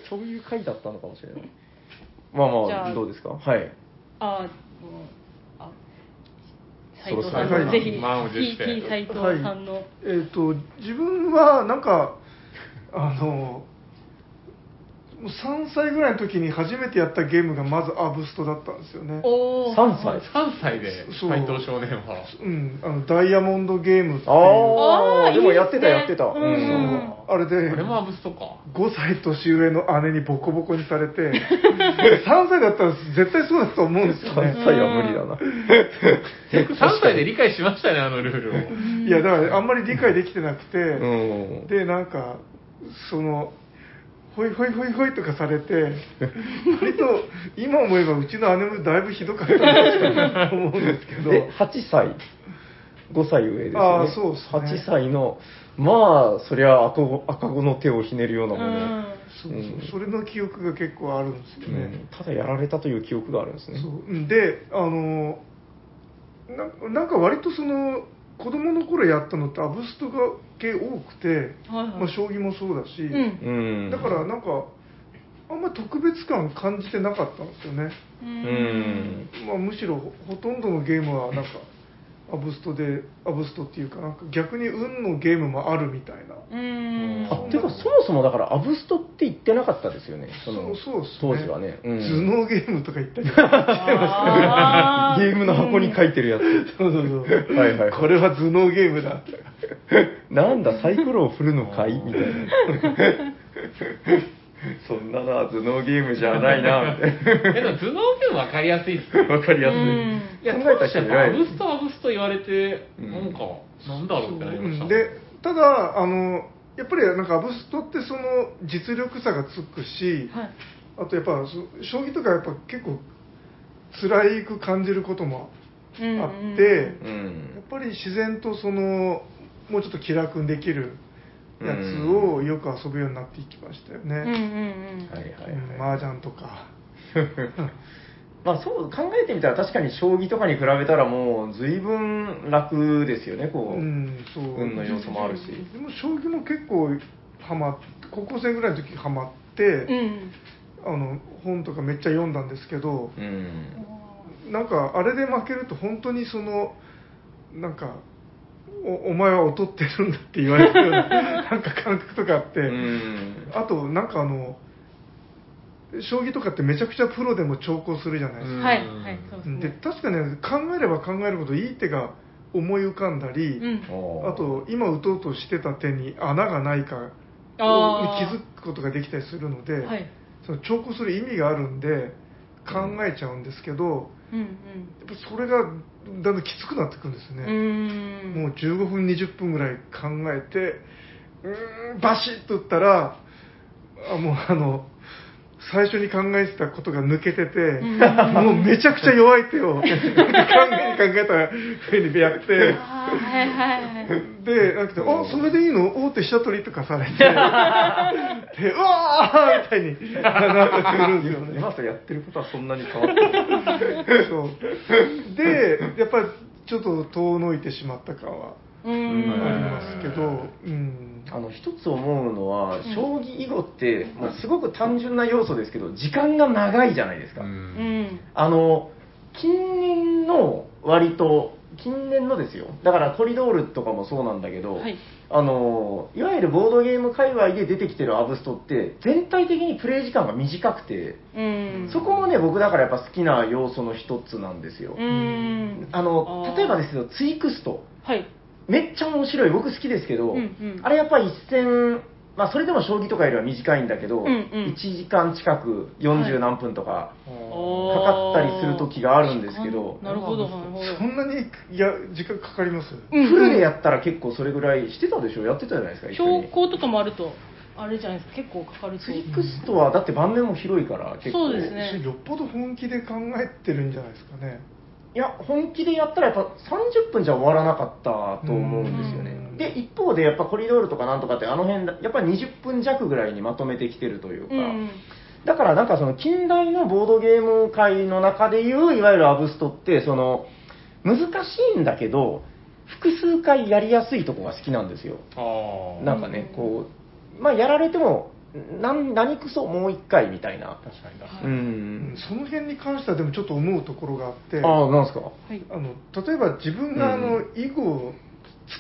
Speaker 3: そういう回だったのかもしれない。まあ
Speaker 4: じ
Speaker 3: まあ、
Speaker 4: ゃあ
Speaker 3: どうですかはい。
Speaker 4: あーもうあ斉藤さん
Speaker 2: そろそろ
Speaker 4: のぜひ
Speaker 1: 満を持して
Speaker 4: TT 斉藤さんの、
Speaker 2: はいえっ、と自分はなんかあのもう3歳ぐらいの時に初めてやったゲームがまずアブストだったんですよね
Speaker 4: おお
Speaker 3: 3歳。
Speaker 1: 3歳で
Speaker 2: そう
Speaker 1: 斎藤少年は。
Speaker 2: うんあのダイヤモンドゲームっていう
Speaker 3: あ
Speaker 4: あ
Speaker 3: あ、
Speaker 4: ー
Speaker 3: でもやってた
Speaker 4: いい
Speaker 3: やっ
Speaker 4: ですね
Speaker 3: てた。う
Speaker 4: うん
Speaker 3: ん。
Speaker 2: あれ
Speaker 1: こ
Speaker 2: で
Speaker 1: れもアブストか。
Speaker 2: 5歳年上の姉にボコボコにされて3歳だったら絶対そうだと思うんですよね
Speaker 3: 3歳は無理だな。
Speaker 1: よく3歳で理解しましたね、あのルールを。
Speaker 2: いやだからあんまり理解できてなくて、
Speaker 3: うん。
Speaker 2: でなんかそのホイホイホイホイとかされて割と今思えばうちの姉もだいぶひどかったなと思うんですけど
Speaker 3: で、8歳。5歳上ですよ、ね。
Speaker 2: あーそうっすね
Speaker 3: 8歳の、まあ、そりゃ赤子赤子の手をひねるようなもの、
Speaker 2: そうそうそれの記憶が結構あるんですよ
Speaker 3: う
Speaker 2: ね、
Speaker 3: んただやられたという記憶があるんですね。
Speaker 2: そううんであのななんか割とその子供の頃やったのってアブストが系多くて、
Speaker 4: はいはい
Speaker 2: まあ、将棋もそうだし、
Speaker 4: うん
Speaker 3: うん。
Speaker 2: だからなんかあんま特別感感じてなかったんですよね
Speaker 4: う
Speaker 3: うんん。
Speaker 2: まあ、むしろほほとんどのゲームはなんかアブストでアブストっていうかなんか逆に運のゲームもあるみたいな
Speaker 4: うん
Speaker 3: あていうかそもそもだからアブストって言ってなかったですよねその
Speaker 2: そうそうっすね
Speaker 3: 当時はね、うん
Speaker 2: 頭脳ゲームとか言ったりそう
Speaker 4: あ ー
Speaker 3: ゲームの箱に書いてるやつ、
Speaker 2: そうそう
Speaker 3: はいはい
Speaker 2: これは頭脳ゲームだ
Speaker 3: なんだサイコロを振るのかいみたいなそんなのは頭脳ゲームじゃないな、みたい
Speaker 1: えでも頭脳ゲーム分かりやすいっすね
Speaker 3: な。わかりやすい。
Speaker 4: うん
Speaker 1: いや、
Speaker 3: 考
Speaker 1: 考
Speaker 3: え
Speaker 1: え
Speaker 3: た
Speaker 1: た
Speaker 3: 人
Speaker 1: 人
Speaker 3: 偉
Speaker 1: ア
Speaker 3: い
Speaker 1: ブストアブスト言われて、
Speaker 3: うん
Speaker 1: なんか、なんだろうってなりました。
Speaker 2: でただあのやっぱりなんかアブストってその実力差がつくし、
Speaker 4: はい
Speaker 2: あとやっぱそ将棋とかやっぱ結構辛いく感じることも
Speaker 4: う
Speaker 2: あ
Speaker 4: ん
Speaker 2: って、
Speaker 4: うん
Speaker 3: う
Speaker 2: やっ
Speaker 3: ん。
Speaker 2: ぱり自然とそのもうちょっと気楽にできるやつをよく遊ぶようになっていきましたよ
Speaker 4: うんうん
Speaker 2: ね、
Speaker 4: う
Speaker 3: は
Speaker 4: ん
Speaker 2: う
Speaker 3: いはい
Speaker 2: ん
Speaker 3: はい。
Speaker 2: 麻雀とか
Speaker 3: まあそう、考えてみたら確かに将棋とかに比べたらもう随分楽ですよね、
Speaker 2: う
Speaker 3: こう。
Speaker 2: んそう
Speaker 3: 運の要素もあるし。
Speaker 2: でも将棋も結構ハマっ高校生ぐらいの時ハマって、
Speaker 4: うん
Speaker 2: あの本とかめっちゃ読んだんですけど、
Speaker 3: うん。
Speaker 2: なんかあれで負けると本当にそのなんかおお前は劣ってるんだって言われるようななんか感覚とかあって、
Speaker 3: うん
Speaker 2: あとなんかあの将棋とかってめちゃくちゃプロでも長考するじゃないですか、
Speaker 4: はいはいそうです
Speaker 2: で
Speaker 4: ね
Speaker 2: 確かに考えれば考えるほどいい手が思い浮かんだり、
Speaker 4: うん
Speaker 3: お
Speaker 2: あ
Speaker 3: ー
Speaker 2: と今打とうとしてた手に穴がないかを
Speaker 4: あ
Speaker 2: 気
Speaker 4: ー
Speaker 2: づくことができたりするので、
Speaker 4: はい
Speaker 2: その長考する意味があるんで考えちゃうんですけど、
Speaker 4: うん
Speaker 2: やっぱそれがだんだんきつくなってくるんです
Speaker 4: うんう
Speaker 2: ね、
Speaker 4: ん
Speaker 2: もう15分20分ぐらい考えてうーんバシッと打ったらあもうあの最初に考えてたことが抜けてて、
Speaker 4: ん
Speaker 2: もうめちゃくちゃ弱い手を 考えに考えたふうにやって
Speaker 4: あーはいはいはい
Speaker 2: でなんかあそれでいいの大手飛車取りとかされ てでうわーみたいになってくるんですよね
Speaker 3: 今とやってることはそんなに変わってない。
Speaker 2: そうでやっぱりちょっと遠のいてしまった感は
Speaker 4: う
Speaker 2: あり
Speaker 4: ん
Speaker 2: ますけどうん
Speaker 3: あの一つ思うのは、将棋囲碁って、まあ、すごく単純な要素ですけど、時間が長いじゃないですか。
Speaker 4: うん
Speaker 3: あの、近年の割と、近年のですよ。だからトリドールとかもそうなんだけど、
Speaker 4: はい
Speaker 3: あの、いわゆるボードゲーム界隈で出てきてるアブストって、全体的にプレイ時間が短くて、
Speaker 4: うん
Speaker 3: そこもね、僕だからやっぱ好きな要素の一つなんですよ。
Speaker 4: うん
Speaker 3: あの、
Speaker 4: あー
Speaker 3: 例えばですけど、ツイクスト。
Speaker 4: はい
Speaker 3: めっちゃ面白い。僕好きですけど、
Speaker 4: うんうん
Speaker 3: あれやっぱ一戦、まあそれでも将棋とかよりは短いんだけど、
Speaker 4: うんうん
Speaker 3: 1時間近く40何分とか、
Speaker 4: おー
Speaker 3: かかったりする時があるんですけど
Speaker 4: なるほどなるほど
Speaker 2: そんなにいや時間かかります
Speaker 4: うんうん
Speaker 3: フルでやったら結構それぐらいしてたでしょやってたじゃないですか一緒
Speaker 4: 標
Speaker 3: に
Speaker 4: 高とかもあるとあれじゃないですか結構かかると
Speaker 3: ツイクストはだって盤面も広いから結構
Speaker 4: そうですね
Speaker 2: よっぽど本気で考えてるんじゃないですかね
Speaker 3: いや本気でやったらやっぱ30分じゃ終わらなかったと思うんですよね
Speaker 2: うん
Speaker 3: で一方でやっぱコリドールとかなんとかってあの辺だやっぱ20分弱ぐらいにまとめてきてるというか、
Speaker 4: うん
Speaker 3: だからなんかその近代のボードゲーム界の中でいういわゆるアブストってその難しいんだけど複数回やりやすいとこが好きなんですよ
Speaker 1: ああ。
Speaker 3: なんかね、こう、まあ、やられても、なん何くそもう一回みたいな。
Speaker 1: 確かにな。
Speaker 4: は
Speaker 3: う
Speaker 4: い
Speaker 2: うん
Speaker 3: ん。
Speaker 2: その辺に関してはでもちょっと思うところがあって
Speaker 3: ああ、なんすか。
Speaker 4: はい
Speaker 2: あの例えば自分があ
Speaker 3: う
Speaker 2: の
Speaker 3: ん
Speaker 2: 囲碁を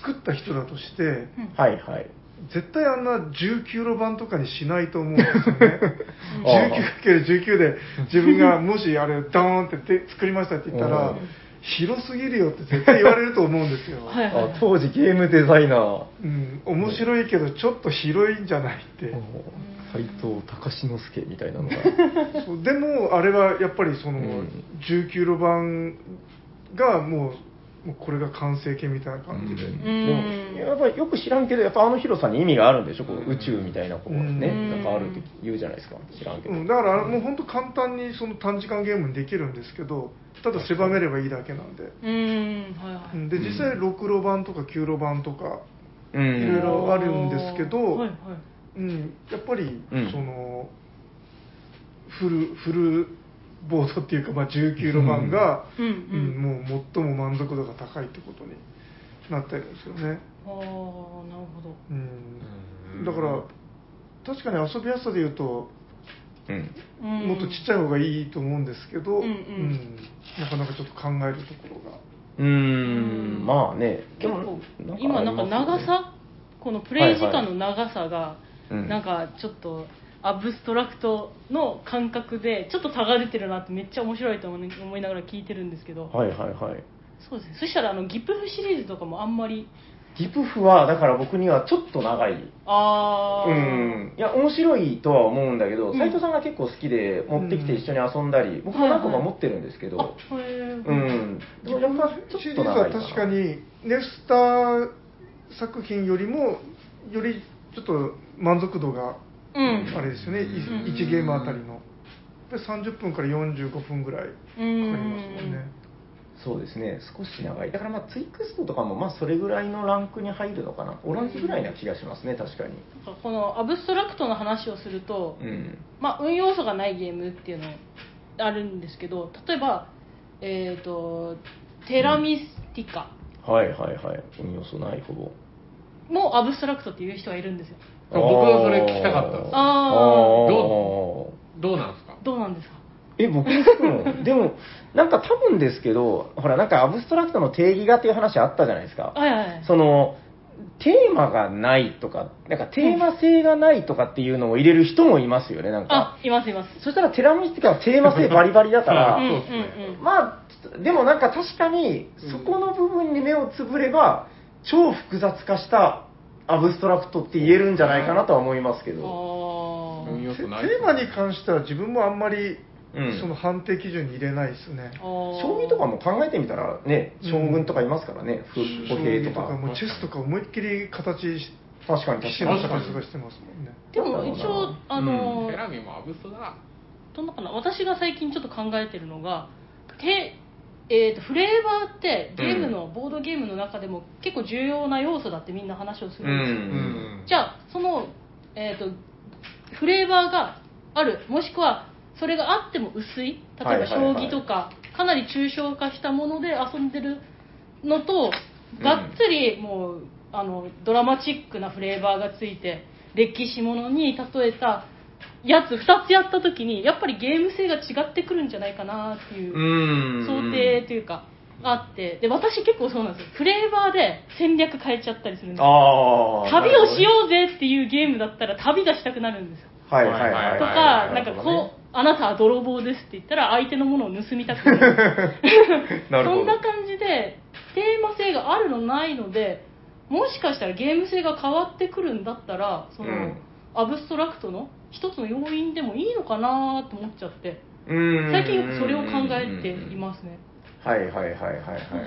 Speaker 2: 作った人だとして、
Speaker 4: うん
Speaker 3: はいはい。
Speaker 2: 絶対あんな19路盤とかにしないと思うんですよ ね
Speaker 3: うん
Speaker 2: 19×19 で自分がもしあれドーンってで作りましたって言った
Speaker 3: う
Speaker 2: ら
Speaker 3: ん
Speaker 2: 広すぎるよって絶対言われると思うんですよ、
Speaker 4: はいはい
Speaker 3: あ当時ゲームデザイナー、
Speaker 2: うん、面白いけどちょっと広いんじゃないって、
Speaker 3: 斎藤隆之介みたいな のが。
Speaker 2: そうでもあれはやっぱりその
Speaker 3: うん
Speaker 2: 19路盤がもうもうこれが完成形みたいな感じで、
Speaker 3: うん
Speaker 4: うん
Speaker 3: でもやっぱりよく知らんけど、やっぱあの広さに意味があるんでしょ、こ
Speaker 1: う
Speaker 3: うん宇宙みたいな、こうね、
Speaker 2: うん
Speaker 3: なんかあるって言うじゃないですか、知らんけど。
Speaker 2: うん、だからあれもう本当簡単にその短時間ゲームにできるんですけどただ狭めればいいだけなんで、
Speaker 4: うんはいは
Speaker 2: う
Speaker 4: い
Speaker 2: んで実際
Speaker 3: うん
Speaker 2: 6路盤とか9路盤とか、
Speaker 3: う
Speaker 2: いろい
Speaker 3: ん。
Speaker 2: ろあるんですけど
Speaker 4: はいはい
Speaker 2: うん、やっぱり
Speaker 3: うん
Speaker 2: その、フルフルボードっていうか、まあ、19路盤が、
Speaker 4: うんうん
Speaker 2: もう最も満足度が高いってことになってるんですよね、
Speaker 4: ああなるほど
Speaker 2: うん
Speaker 1: うん
Speaker 2: だから確かに遊びやすさで言うと
Speaker 3: うん。
Speaker 4: うん
Speaker 2: もっとちっちゃい方がいいと思うんですけど、
Speaker 4: うんうん
Speaker 2: なかなかちょっと考えるところが。
Speaker 3: うーん、まあね、で
Speaker 4: 結
Speaker 3: も
Speaker 4: 構今なんか長、さこのプレイ時間の長さが
Speaker 3: うん
Speaker 4: なんかちょっとアブストラクトの感覚でちょっと差が出てるなってめっちゃ面白いと思い思いながら聞いてるんですけど
Speaker 3: はいはいはい。
Speaker 4: そうですねそしたらあのギプフシリーズとかもあんまり
Speaker 3: ディプフは、だから僕にはちょっと長い。
Speaker 4: あ
Speaker 3: う
Speaker 4: ー
Speaker 3: ん。いや、面白いとは思うんだけど、
Speaker 4: うん
Speaker 3: 斉藤さんが結構好きで、持ってきて一緒に遊んだり、僕も何個か持ってるんですけど、
Speaker 4: あへ
Speaker 3: う
Speaker 4: ー
Speaker 3: ん。でも若干ちょ
Speaker 2: シリ
Speaker 3: っ
Speaker 2: ー
Speaker 3: と
Speaker 2: ズ
Speaker 3: 長
Speaker 2: はい
Speaker 3: かな。
Speaker 2: 確かにネスター作品よりもよりちょっと満足度が
Speaker 4: うん
Speaker 2: あれですよね、い
Speaker 1: うん
Speaker 2: 1ゲームあたりので30分から45分ぐらいかか
Speaker 4: う
Speaker 2: り
Speaker 4: ん
Speaker 2: ますもんね
Speaker 3: そうですね、少し長い。だからまあ、ツイクストとかも、まあ、それぐらいのランクに入るのかな。同じぐらいな気がしますね、確かに。
Speaker 4: なんかこのアブストラクトの話をすると、
Speaker 3: うん。
Speaker 4: まあ、運要素がないゲームっていうのあるんですけど例えば、えー、とテラミスティカ
Speaker 3: はいはいはい。運要素ない、ほぼ。
Speaker 4: もアブストラクトっていう人がいるんですよ
Speaker 1: 僕はそれ聞きたかったんです
Speaker 4: あー
Speaker 3: どう
Speaker 1: どうなんですか
Speaker 4: どうなんですか
Speaker 3: え、僕に聞 くのでも、なんか多分ですけど、ほら、なんかアブストラクトの定義がっていう話あったじゃないですか。
Speaker 4: はいはいはい
Speaker 3: その、テーマがないとか、なんかテーマ性がないとかっていうのを入れる人もいますよね、なんか。
Speaker 4: あいますいます
Speaker 3: そしたらテラミスティカはテーマ性バリバリだか
Speaker 1: あ
Speaker 3: ら
Speaker 4: うん、う
Speaker 1: そう
Speaker 4: ん
Speaker 1: ですね
Speaker 4: うん
Speaker 3: まあ、でもなんか確かに、そこの部分に目をつぶれば、超複雑化したアブストラクトって言えるんじゃないかなとは思いますけど。
Speaker 4: あ
Speaker 1: 運
Speaker 4: ー
Speaker 1: よ
Speaker 2: テテ
Speaker 1: くない
Speaker 2: ーマに関しては自分もあんまり
Speaker 3: うん
Speaker 2: その判定基準に入れないですね、
Speaker 4: あ
Speaker 3: 将棋とかも考えてみたらね、将軍とかいますからね、歩
Speaker 2: 将
Speaker 3: 歩兵
Speaker 2: 棋
Speaker 3: と
Speaker 2: とか
Speaker 3: か。
Speaker 2: もうチェスとか思いっきり形し
Speaker 3: 確か
Speaker 2: 棋
Speaker 3: に確
Speaker 2: 士
Speaker 3: か
Speaker 2: の
Speaker 3: に。
Speaker 2: 形とかしてますもんね
Speaker 4: でも一応あのー
Speaker 1: テラミもアブストだな
Speaker 4: どんなかな私が最近ちょっと考えてるのがて、えー、とフレーバーってゲームの、ボードゲームの中でも結構重要な要素だってみんな話をす
Speaker 3: う
Speaker 4: るんですよ、
Speaker 3: ん。
Speaker 4: じゃあその、えー、とフレーバーがあるもしくはそれがあっても薄い例
Speaker 3: は
Speaker 4: え
Speaker 3: いは
Speaker 4: ば
Speaker 3: い
Speaker 4: 将
Speaker 3: はい
Speaker 4: 棋とか、かなり抽象化したもので遊んでるのと
Speaker 3: うん。
Speaker 4: がっつりもうあのドラマチックなフレーバーがついて歴史ものに例えたやつ2つやった時にやっぱりゲーム性が違ってくるんじゃないかなっていううん想定というかあってで私結構そうなんですよフレーバーで戦略変えちゃったりするんですよ
Speaker 3: ああ。
Speaker 4: 旅をしようぜっていうゲームだったら旅がしたくなるんですよ
Speaker 3: う。はいはいはいはい。
Speaker 4: と
Speaker 1: は
Speaker 4: か、
Speaker 1: い
Speaker 4: なんか
Speaker 3: るほ
Speaker 4: こう、
Speaker 3: どね
Speaker 4: あなたは泥棒ですって言ったら相手のものを盗みたくなる
Speaker 3: なるほど
Speaker 4: そんな感じでテーマ性があるのないのでもしかしたらゲーム性が変わってくるんだったらその、
Speaker 3: うん
Speaker 4: アブストラクトの一つの要因でもいいのかなと思っちゃって
Speaker 3: うん
Speaker 4: 最近よくそれを考えていますね
Speaker 3: はいはいはいはいはい。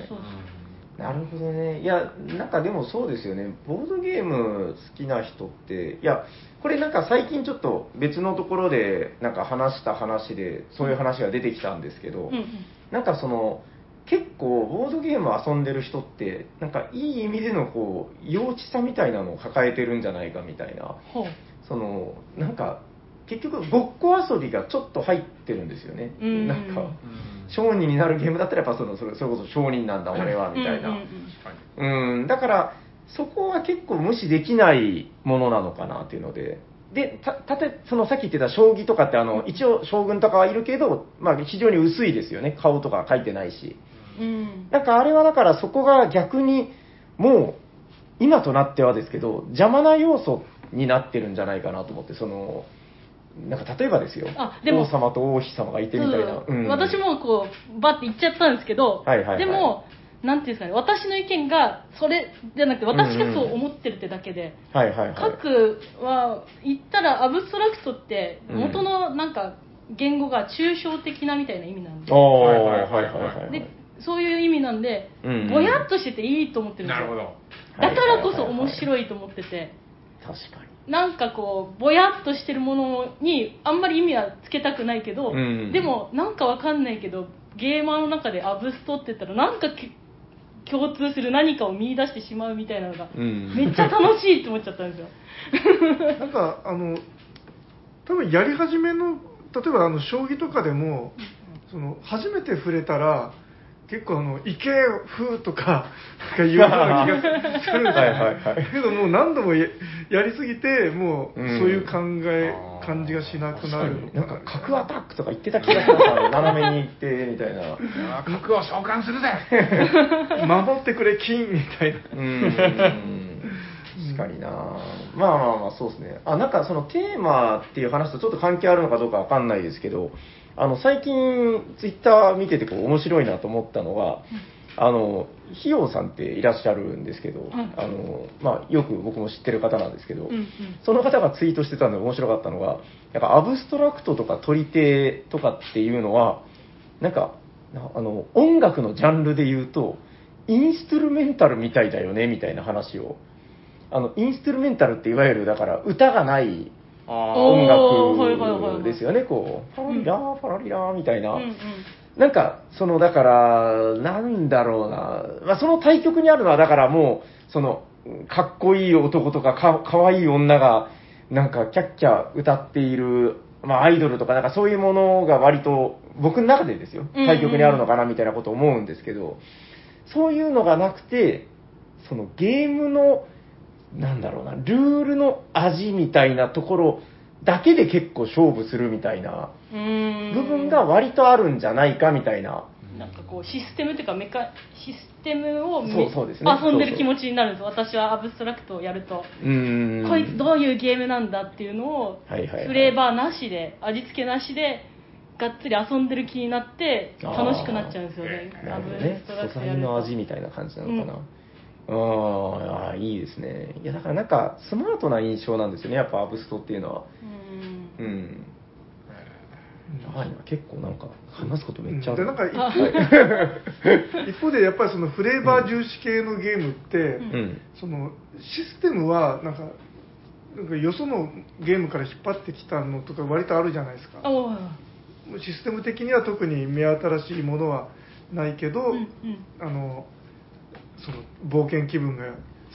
Speaker 4: そうそう
Speaker 3: なるほどね、いや、なんかでもそうですよね、ボードゲーム好きな人って、いや、これなんか最近ちょっと別のところでなんか話した話で、そういう話が出てきたんですけど、
Speaker 4: うんうん
Speaker 3: なんかその、結構ボードゲーム遊んでる人って、なんかいい意味でのこう、幼稚さみたいなのを抱えてるんじゃないかみたいな、
Speaker 4: ほう
Speaker 3: その、なんか、結局、ごっこ遊びがちょっと入ってるんですよね。
Speaker 4: うん
Speaker 3: なんか
Speaker 1: うん
Speaker 3: 商人になるゲームだったらやっぱそのそれそれこそ商人なんだ俺はみたいな、
Speaker 4: うんうんうん
Speaker 1: 確かに
Speaker 3: うん、だから、そこは結構無視できないものなのかなっていうので、で、た、たて、そのさっき言ってた将棋とかって、あの、一応将軍とかはいるけど、まあ非常に薄いですよね。顔とか書いてないし。
Speaker 4: うん
Speaker 3: なんかあれはだからそこが逆に、もう、今となってはですけど、邪魔な要素になってるんじゃないかなと思って、その、なんか例えばですよ。
Speaker 4: あでも
Speaker 3: 王様と王妃様がいてみたいな。
Speaker 4: そう
Speaker 3: うん
Speaker 4: 私。もこうバッて言っちゃったんですけど、
Speaker 3: はいはいはい
Speaker 4: でもなんていうんですかね私の意見がそれじゃなくて私がそう思ってるってだけで、
Speaker 3: はいはいはい。
Speaker 4: 各は言ったらアブストラクトって元のなんか言語が抽象的なみたいな意味なんで,、
Speaker 3: おー
Speaker 1: は
Speaker 3: はいい
Speaker 1: は
Speaker 3: はいい
Speaker 1: は
Speaker 3: はいい
Speaker 1: はい
Speaker 3: はい。
Speaker 4: でそういう意味なんで、
Speaker 3: うん
Speaker 4: ぼやっとしてていいと思ってるんです
Speaker 1: な
Speaker 4: よ
Speaker 1: るほど
Speaker 4: だからこそ面
Speaker 3: い。
Speaker 4: 白いと思ってて
Speaker 3: 確かに。
Speaker 4: なんかこうぼやっとしてるものにあんまり意味はつけたくないけど、
Speaker 3: うん
Speaker 4: でもなんかわかんないけどゲーマーの中でアブストって言ったらなんかけ共通する何かを見出してしまうみたいなのが、
Speaker 3: うん
Speaker 4: めっちゃ楽しいって思っちゃったんですよ
Speaker 2: なんかあの多分やり始めの例えばあの将棋とかでもその初めて触れたら結構あの「いけよふー」とかなんか言うような気がするんですよね
Speaker 3: はいはいはい
Speaker 2: けどもう何度もややりすぎてもうそう
Speaker 3: うん
Speaker 2: いう考え、
Speaker 1: あー
Speaker 2: 感じがしなくなるの
Speaker 3: なん
Speaker 2: か
Speaker 3: か
Speaker 2: な
Speaker 3: 角アタックとか言ってた気がしますね斜めに行ってみたいな。
Speaker 1: いやー核を召喚するぜ
Speaker 2: 守ってくれ金みたいな
Speaker 3: うん。確かになまあまあまあ、そうですね。あ、なんかそのテーマっていう話とちょっと関係あるのかどうかわかんないですけど、あの、最近、ツイッター見ててこう面白いなと思ったのが、あの、ひようさんっていらっしゃるんですけど、
Speaker 4: ん
Speaker 3: あの、まあ、よく僕も知ってる方なんですけど、
Speaker 4: うんうん
Speaker 3: その方がツイートしてたので面白かったのが、やっぱアブストラクトとか取り手とかっていうのは、なんか、なあの、音楽のジャンルで言うと、インストゥルメンタルみたいだよね、みたいな話を。あの、インストゥルメンタルっていわゆる、だから歌がない
Speaker 1: あ
Speaker 4: お
Speaker 3: 音
Speaker 4: ーはいはいはいは
Speaker 3: 楽
Speaker 4: い
Speaker 3: ですよね、こう、パラリラー、パラリラーみたいな。
Speaker 4: うんうん
Speaker 3: なんか、その、だから、なんだろうな、まあ、その対極にあるのは、だからもう、その、かっこいい男とかか、かわいい女が、なんか、キャッキャ歌っている、まあ、アイドルとか、なんかそういうものが割と、僕の中でですよ、
Speaker 4: うんうん
Speaker 3: 対極にあるのかな、みたいなこと思うんですけど、そういうのがなくて、そのゲームの、なんだろうな、ルールの味みたいなところだけで結構勝負するみたいな
Speaker 4: うーん
Speaker 3: 部分が割とあるんじゃないかみたいな。
Speaker 4: なんかこうシステムというかメカシステムをめ
Speaker 3: そうそうですね
Speaker 4: 遊んでる気持ちになるんです私はアブストラクトをやると、
Speaker 3: うーん。
Speaker 4: こいつどういうゲームなんだっていうのを、
Speaker 3: はいはいはい
Speaker 4: フレーバーなしで味付けなしでがっつり遊んでる気になって
Speaker 3: あ
Speaker 4: 楽
Speaker 3: ー
Speaker 4: しくなっちゃうんですよね
Speaker 3: な
Speaker 4: ア
Speaker 3: るほ
Speaker 4: ブ
Speaker 3: どね
Speaker 4: ス。トラク
Speaker 3: 素
Speaker 4: トや
Speaker 3: 材
Speaker 4: る
Speaker 3: の
Speaker 4: と
Speaker 3: 味みたいな感じなのかな。あーあー、いいですね。いや、だからなんか、スマートな印象なんですよね、やっぱアブストっていうのは。う
Speaker 4: うん
Speaker 3: ん。あー今結構なんか、話すこと
Speaker 2: う
Speaker 3: め
Speaker 2: ん
Speaker 3: っちゃ
Speaker 2: で
Speaker 3: ある。
Speaker 2: なんか一
Speaker 4: あ
Speaker 2: 方一方でやっぱりそのフレーバー重視系のゲームって、
Speaker 3: うん。
Speaker 2: そのシステムはなんかなんかよそのゲームから引っ張ってきたのとか割とあるじゃないですか
Speaker 4: おー
Speaker 2: システム的には特に目新しいものはないけど、
Speaker 4: うんうん
Speaker 2: あのその冒険気分が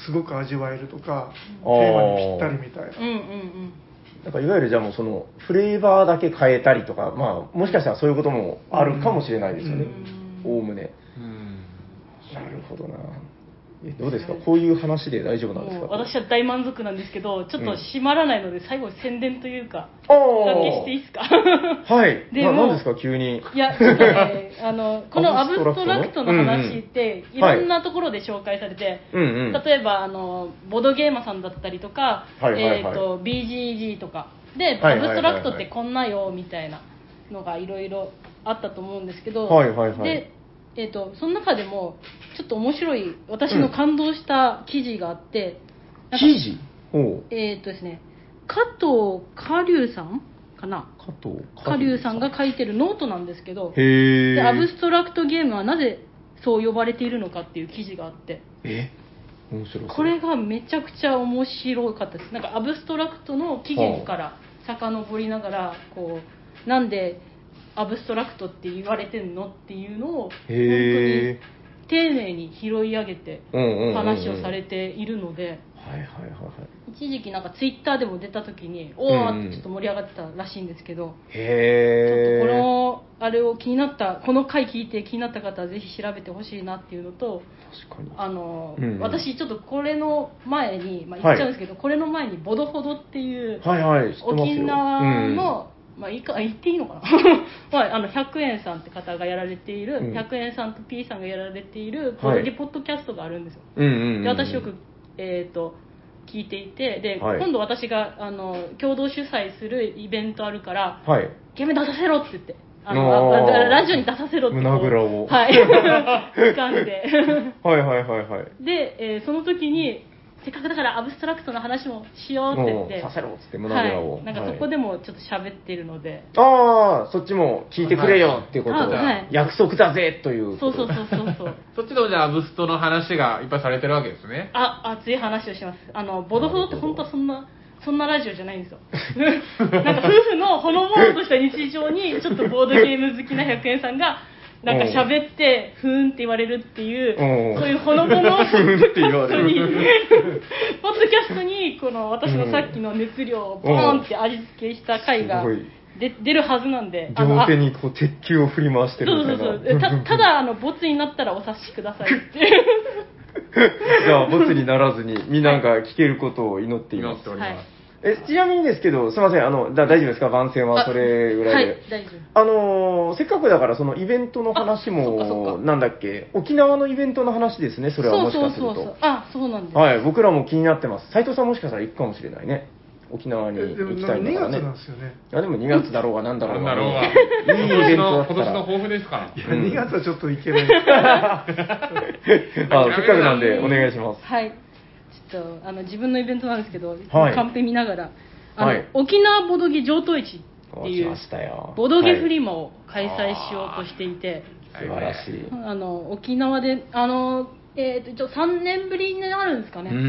Speaker 2: すごく味わえるとか、
Speaker 3: うん
Speaker 2: テーマにぴったりみたいな
Speaker 4: うんうん
Speaker 3: なんかいわゆるじゃあもうそのフレーバーだけ変えたりとか、まあもしかしたらそういうこともあるかもしれないですよね
Speaker 4: うん。
Speaker 3: おおむね。
Speaker 1: うん
Speaker 3: なるほどな。えどうですかこういう話で大丈夫なんです
Speaker 4: も
Speaker 3: か
Speaker 4: う私は大満足なんですけどちょっと締まらないので最後に宣伝というか
Speaker 3: お
Speaker 4: だけしていいです か
Speaker 3: はい。
Speaker 4: で
Speaker 3: な
Speaker 4: も
Speaker 3: な
Speaker 4: うん
Speaker 3: ですか急に。
Speaker 4: いや、ちょっとね、あの、このアブストラクトの話って、
Speaker 3: うんうん
Speaker 4: いろんなところで紹介されて、
Speaker 3: うんうん。
Speaker 4: 例えば、あの、ボードゲーマーさんだったりとか、
Speaker 3: はいはいはい
Speaker 4: えっ、と、BGG とか、で、
Speaker 3: は
Speaker 4: ア
Speaker 3: い
Speaker 4: ブ
Speaker 3: はいはいはい
Speaker 4: ストラクトってこんなよ、みたいなのがいろいろあったと思うんですけど、
Speaker 3: はいはいはい
Speaker 4: で、えっ、と、その中でも、ちょっと面白い、私の感動した記事があって、なんか
Speaker 3: 記事ほう。
Speaker 4: えっ、とですね、加藤華龍さんかな
Speaker 3: 加藤
Speaker 4: 華龍さんが書いてるノートなんですけど、
Speaker 3: へえ。
Speaker 4: でアブストラクトゲームはなぜそう呼ばれているのかっていう記事があって
Speaker 3: え面白そう。
Speaker 4: これがめちゃくちゃ面白かったですなんかアブストラクトの起源から遡りながらこうなんでアブストラクトって言われてんのっていうのを本当
Speaker 3: へ
Speaker 4: に丁寧に拾い上げて
Speaker 3: うんうんうんうん
Speaker 4: 話をされているので
Speaker 3: はいはいはいはい。
Speaker 4: 一時期なんかツイッターでも出た時にお
Speaker 3: うんう
Speaker 4: お
Speaker 3: ん
Speaker 4: ちょっと盛り上がってたらしいんですけど
Speaker 3: へ
Speaker 4: ちょっ
Speaker 3: え。
Speaker 4: とこのあれを気になったこの回聞いて気になった方はぜひ調べてほしいなっていうのと
Speaker 3: 確かに。
Speaker 4: あの、
Speaker 3: うんうん
Speaker 4: 私ちょっとこれの前に、まあ、言っちゃうんですけど、これの前にボドホドっていう
Speaker 3: はいはい、知ってますよ。
Speaker 4: 沖縄の、まあいいか言 っていいのかな、まあ、あの100円さんって方がやられている、
Speaker 3: うん
Speaker 4: 100円さんと P さんがやられているボ
Speaker 3: はい
Speaker 4: ドゲポッドキャストがあるんですよ、
Speaker 3: うん、うんうんうん
Speaker 4: で私よく、えー、と聞いていてで、
Speaker 3: はい
Speaker 4: 今度私があの共同主催するイベントあるから、
Speaker 3: はい。
Speaker 4: ゲーム出させろって言って、あ
Speaker 3: お
Speaker 4: の
Speaker 3: ー
Speaker 4: あララジオに出させろってこう。
Speaker 3: 胸ぐらを
Speaker 4: はい。掴んで。
Speaker 3: はいはいはいはい。
Speaker 4: で、えーその時に、せっかくだからアブストラクトの話もしようって言って。
Speaker 3: させろっつって胸ぐ
Speaker 4: は
Speaker 3: らを。
Speaker 4: い。なんかそこでもちょっと喋ってるので。
Speaker 3: ああ、そっちも聞いてくれよっていうことを、
Speaker 1: はいはい
Speaker 3: 約束だぜという
Speaker 4: そ
Speaker 3: こ
Speaker 4: うそ
Speaker 3: と
Speaker 4: うそうそうそう。
Speaker 1: そっちでもじゃあアブストの話がいっぱいされてるわけですね
Speaker 4: あ、熱い話をします。あの、ボドホドって本当はそんな、そんなラジオじゃないんですよ。 なんか夫婦のほのぼのとした日常に、ちょっとボードゲーム好きな100円さんが、なんか喋って、ふーんって言われるっていう、
Speaker 3: うん
Speaker 4: そういうほのぼの、
Speaker 3: ふーんって言われ る
Speaker 4: ポッドキャストに、この私のさっきの熱量をボーンって味付けした回が
Speaker 3: すごい
Speaker 4: で出るはずなんで、あの
Speaker 3: 両
Speaker 4: あ
Speaker 3: 手にこう鉄球を振り回して
Speaker 4: そう
Speaker 3: る
Speaker 4: そう
Speaker 3: み
Speaker 4: そう
Speaker 3: た
Speaker 4: え
Speaker 3: いな。
Speaker 4: たただあのボツになったらお察しくださいっていう
Speaker 3: じゃあ、ボツにならずに、みんなが聞けることを祈ってい
Speaker 1: 祈
Speaker 3: ま
Speaker 1: って
Speaker 3: す
Speaker 1: お。り
Speaker 4: は
Speaker 1: ま
Speaker 4: い
Speaker 1: す
Speaker 3: え、ちなみにですけど、すいません、あの、だ大丈夫ですか番宣はそれぐらいで。
Speaker 4: はい大丈夫
Speaker 3: あのーせっかくだから、そのイベントの話
Speaker 4: あそっかそっ
Speaker 3: も、
Speaker 4: か
Speaker 3: なんだっけ、沖縄のイベントの話ですね、それはもしかすると。
Speaker 4: そうそうそうそうあそうなんです、
Speaker 3: はい、僕らも気になってます。斉藤さんもしかしたら行くかもしれないね。沖縄に
Speaker 2: えでも
Speaker 3: 行き
Speaker 2: な
Speaker 3: たい
Speaker 2: ん
Speaker 3: ん
Speaker 2: か2
Speaker 3: だからね
Speaker 2: 月なんですよね
Speaker 3: あでも2月だろうがなんだろ
Speaker 1: な
Speaker 3: うんが
Speaker 1: だろうが、
Speaker 3: ね いいイ
Speaker 1: 今年
Speaker 3: ベントだ
Speaker 1: の、
Speaker 3: った
Speaker 1: 今
Speaker 3: ら
Speaker 1: 年の抱負ですから。
Speaker 2: いや
Speaker 3: うん
Speaker 2: 2月はちょっと行けない
Speaker 3: あせっかくなんでお願いします
Speaker 4: はいちょっとあの自分のイベントなんですけど、
Speaker 3: はい
Speaker 4: カンペ見ながらあの、
Speaker 3: はい
Speaker 4: 沖縄ボドゲ上等市ってい
Speaker 3: 来
Speaker 4: う
Speaker 3: ましたよ
Speaker 4: ボドゲフリマを開催しようとしていて、
Speaker 3: はい素晴らしい
Speaker 4: あの沖縄であの、えー、とちょ3年ぶりになるんですか
Speaker 3: う
Speaker 4: ね、
Speaker 1: う
Speaker 3: ーん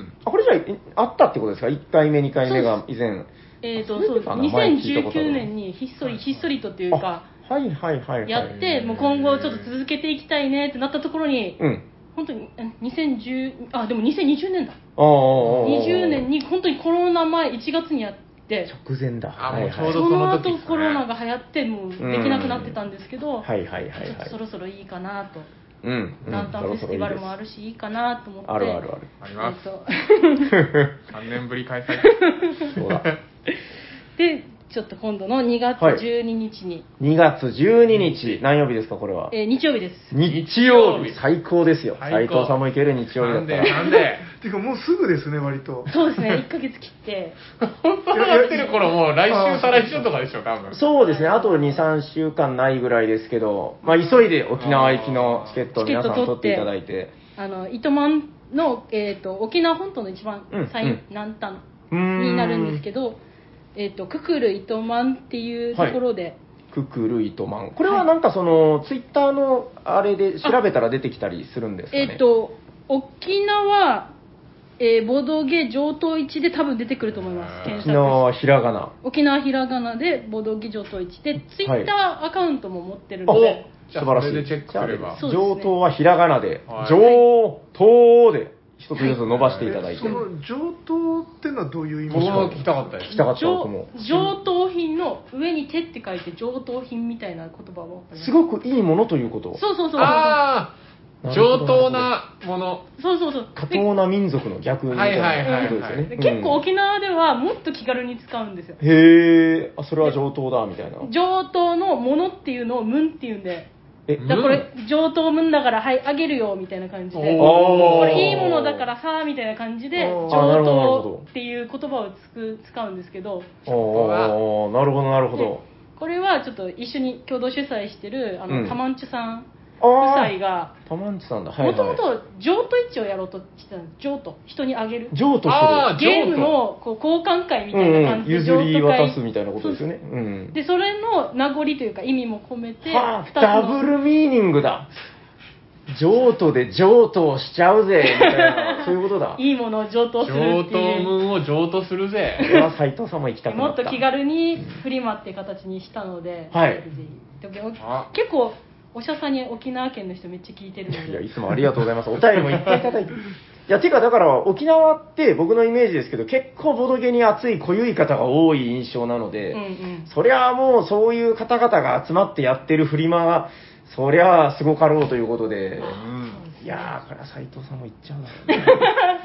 Speaker 1: ん。
Speaker 3: あこれじゃあいあったってことですか1回目2回目が以前
Speaker 4: えー、と
Speaker 3: あそ
Speaker 4: そうう
Speaker 3: い
Speaker 4: で
Speaker 3: う
Speaker 4: す
Speaker 3: ことか前聞いたことある
Speaker 4: 2019年にひっそりひっそりとっていうか
Speaker 3: あはいはいはいはい
Speaker 4: やってもう今後ちょっと続けていきたいねってなったところに
Speaker 3: うん
Speaker 4: 本当にえ2010あでも2020年だ
Speaker 3: ああ
Speaker 4: 20年に本当にコロナ前1月にやって
Speaker 3: 直前だ
Speaker 1: あもうちょう
Speaker 4: そ
Speaker 1: ど
Speaker 4: の
Speaker 1: その時
Speaker 4: 後
Speaker 1: ですね
Speaker 4: コロナが流行ってもうできなくなってたんですけど、
Speaker 3: はいはいはい
Speaker 4: ちょっ
Speaker 3: は
Speaker 4: と
Speaker 3: い
Speaker 4: そろそろいいかなと、
Speaker 3: うんうん
Speaker 4: ランタンフェスティバルもあ
Speaker 3: そろそろいいで
Speaker 4: るしいいかなと思って
Speaker 3: あるあるある
Speaker 1: あります
Speaker 4: えっと
Speaker 1: 3年ぶり開催。
Speaker 3: す そうだ
Speaker 4: でちょっと今度の2月
Speaker 3: はい
Speaker 4: 12日に、
Speaker 3: 2月12日何曜日ですかこれは
Speaker 4: えー日曜日です
Speaker 3: 日曜日
Speaker 1: 日
Speaker 3: 最高ですよ
Speaker 1: 最
Speaker 3: 斉
Speaker 1: 高
Speaker 3: 藤さんも行ける日曜日
Speaker 1: な
Speaker 3: だ
Speaker 1: ん
Speaker 3: った
Speaker 1: で、
Speaker 3: ら
Speaker 1: なんで。
Speaker 2: ていうかもうすぐですね割 と
Speaker 4: そうですね1ヶ月切って
Speaker 1: 本当にやってる頃もう来週、再来週とかでしょ、多分。
Speaker 3: そうですねあと23週間ないぐらいですけど、まあ、急いで沖縄行きのチケットを皆さん
Speaker 4: チケ
Speaker 3: 取
Speaker 4: ット取
Speaker 3: っ
Speaker 4: ってて
Speaker 3: いただいて
Speaker 4: あの糸満の、えー、と沖縄本島の一番
Speaker 3: うん
Speaker 4: 最
Speaker 3: うん
Speaker 4: 南端
Speaker 3: うーん
Speaker 4: になるんですけど、えー、とククル糸満っていうところで、
Speaker 3: ククルイトマンこれはなんかその、ツイッターのあれで調べたら出てきたりするんですか
Speaker 4: え
Speaker 3: ね
Speaker 4: っ、と沖縄、えー、ボードゲ上等一で多分出てくると思います検
Speaker 3: 沖
Speaker 4: 索
Speaker 3: 縄はひらがな
Speaker 4: 沖縄ひらがなでボードゲ上等一でツイッターアカウントも持ってるので、
Speaker 3: お
Speaker 1: じ
Speaker 3: 素
Speaker 1: ゃあ
Speaker 3: 晴らしい
Speaker 1: それでチェックすれば
Speaker 3: じゃあ上等はひらがなで、
Speaker 1: はい
Speaker 3: 上等で一つずつ伸ばしていただいて、
Speaker 2: その上等ってのはどういう意味
Speaker 1: 僕も聞きたかったで
Speaker 3: 聞
Speaker 1: す
Speaker 3: き。たかった僕も
Speaker 4: 上上等品の上に手って書いて上等品みたいな言葉を
Speaker 3: すごくいいものということ
Speaker 4: そうそうそう
Speaker 1: ああ、
Speaker 3: なるほ
Speaker 1: 上
Speaker 3: ど
Speaker 1: 等なもの。
Speaker 4: そうそうそう
Speaker 3: 過
Speaker 4: で
Speaker 3: 当な民族の逆みたいなことですよね、
Speaker 1: はいはいはいはい
Speaker 4: で結構
Speaker 3: うん
Speaker 4: 沖縄ではもっと気軽に使うんですよ
Speaker 3: へえあそれは上等だみたいな
Speaker 4: 上等のものっていうのを「むん」っていうんで
Speaker 3: え
Speaker 4: だからこれ上等むんだからはいあげるよみたいな感じで
Speaker 1: おー
Speaker 4: これいいものだからさみたいな感じで
Speaker 2: お
Speaker 4: 上
Speaker 2: ー
Speaker 3: あなるほどなるほど
Speaker 4: 等っていう言葉をつく使うんですけど
Speaker 3: ああなるほどなるほど
Speaker 4: これはちょっと一緒に共同主催してるあ
Speaker 3: う
Speaker 4: の
Speaker 3: ん
Speaker 4: タマンチュさん夫
Speaker 3: あ
Speaker 4: 妻が
Speaker 3: あパマンチさんだはい
Speaker 4: もと
Speaker 3: は
Speaker 4: も
Speaker 3: い
Speaker 4: と上等一致をやろうとしてたんです上等人にあげる
Speaker 3: 譲渡
Speaker 1: あー
Speaker 3: す
Speaker 4: ゲームのこう交換会み
Speaker 3: るう
Speaker 4: たい
Speaker 3: ん
Speaker 4: な感
Speaker 3: うん
Speaker 4: じで
Speaker 3: 譲り
Speaker 4: 譲渡会
Speaker 3: 渡すみたいなことですよねうん
Speaker 4: でそれの名残というか意味も込めて
Speaker 3: は
Speaker 4: 二
Speaker 3: あダブル
Speaker 4: の
Speaker 3: ミーニングだ譲渡で譲渡しちゃうぜみたいな そういうことだ
Speaker 4: いいものを上等する
Speaker 1: 上
Speaker 4: って
Speaker 1: 等
Speaker 4: いう
Speaker 1: 分を上等するぜ
Speaker 3: こ。れは斎藤さんも行きたく
Speaker 4: も
Speaker 3: な
Speaker 4: っ
Speaker 3: った
Speaker 4: と気軽にフリマっていう形にしたので、
Speaker 3: はい
Speaker 4: ぜひぜひ結
Speaker 1: あ
Speaker 4: 構おしゃさんに沖縄県の人めっちゃ聞いてる
Speaker 3: い
Speaker 4: の
Speaker 3: やいや、
Speaker 4: で
Speaker 3: いつもありがとうございます。お便りもいっぱいい ただいて。いや、てか、だから、沖縄って僕のイメージですけど、結構ボドゲに熱い、濃ゆい方が多い印象なので、
Speaker 4: うんうん
Speaker 3: そりゃあもう、そういう方々が集まってやってるフリマが、そりゃあすごかろうということで、
Speaker 1: うん。
Speaker 3: いやー、これは斎藤さんも行っちゃうな。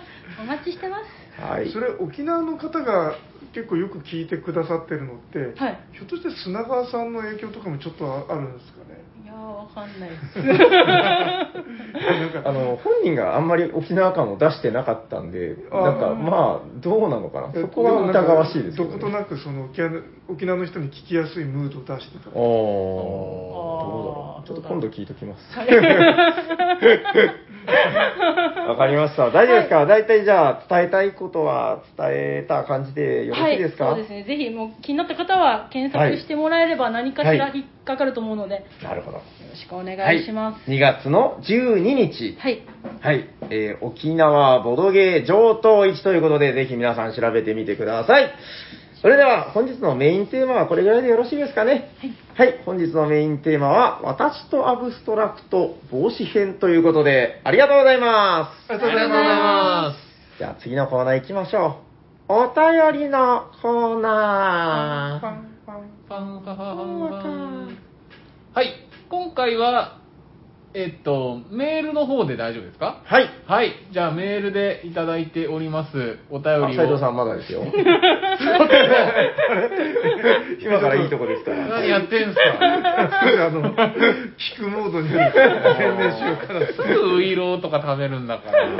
Speaker 4: お待ちしてます
Speaker 3: はい。
Speaker 2: それ沖縄の方が結構よく聞いてくださってるのって、
Speaker 4: はい
Speaker 2: ひょっとして砂川さんの影響とかもちょっとあるんですかね
Speaker 4: いやーわかんないです
Speaker 3: あの本人があんまり沖縄感を出してなかったんで、
Speaker 2: あー
Speaker 3: なんかまあ、どうなのかな、そこは疑わしいですけ
Speaker 2: ど
Speaker 3: ど、ね。
Speaker 2: ことなくその沖縄沖縄の人に聞きやすいムードを出してた
Speaker 3: ああ、どうだ
Speaker 4: あ
Speaker 3: ろう。
Speaker 4: ー
Speaker 3: ちょっと今度聞いときます。 わかりました。大丈夫ですか大体じゃあ、伝えたいことは伝えた感じでよろしいですか
Speaker 4: はい、そうですねぜひもう気になった方は検索してもらえれば何かしら引っかかると思うので、よ
Speaker 3: なるほど。
Speaker 4: ろしくお願いします
Speaker 3: はい、2月の12日、
Speaker 4: はい、
Speaker 3: はい、えー沖縄ボドゲー上等市ということで、ぜひ皆さん調べてみてください。それでは、本日のメインテーマはこれぐらいでよろしいですかね。はい、本日のメインテーマは、私とアブストラクト防止編ということで、ありがとうございます。
Speaker 2: あり
Speaker 1: ありがとうございま
Speaker 3: じゃあ次のコーナー行きましょう。お便りのコーナ
Speaker 2: パ
Speaker 3: ー。
Speaker 2: ンパン
Speaker 1: す。パンパンパンパンはい。今回は、えっと、メールの方で大丈夫ですか
Speaker 3: はい。
Speaker 1: はい。じゃあ、メールでいただいております。お便
Speaker 3: あ
Speaker 1: りを。
Speaker 3: 斉藤さんまだですよ。 今からいいとこですか ら。
Speaker 1: 何やってんすか
Speaker 2: あの引くモードに変
Speaker 1: すぐウイローとか食べるんだから。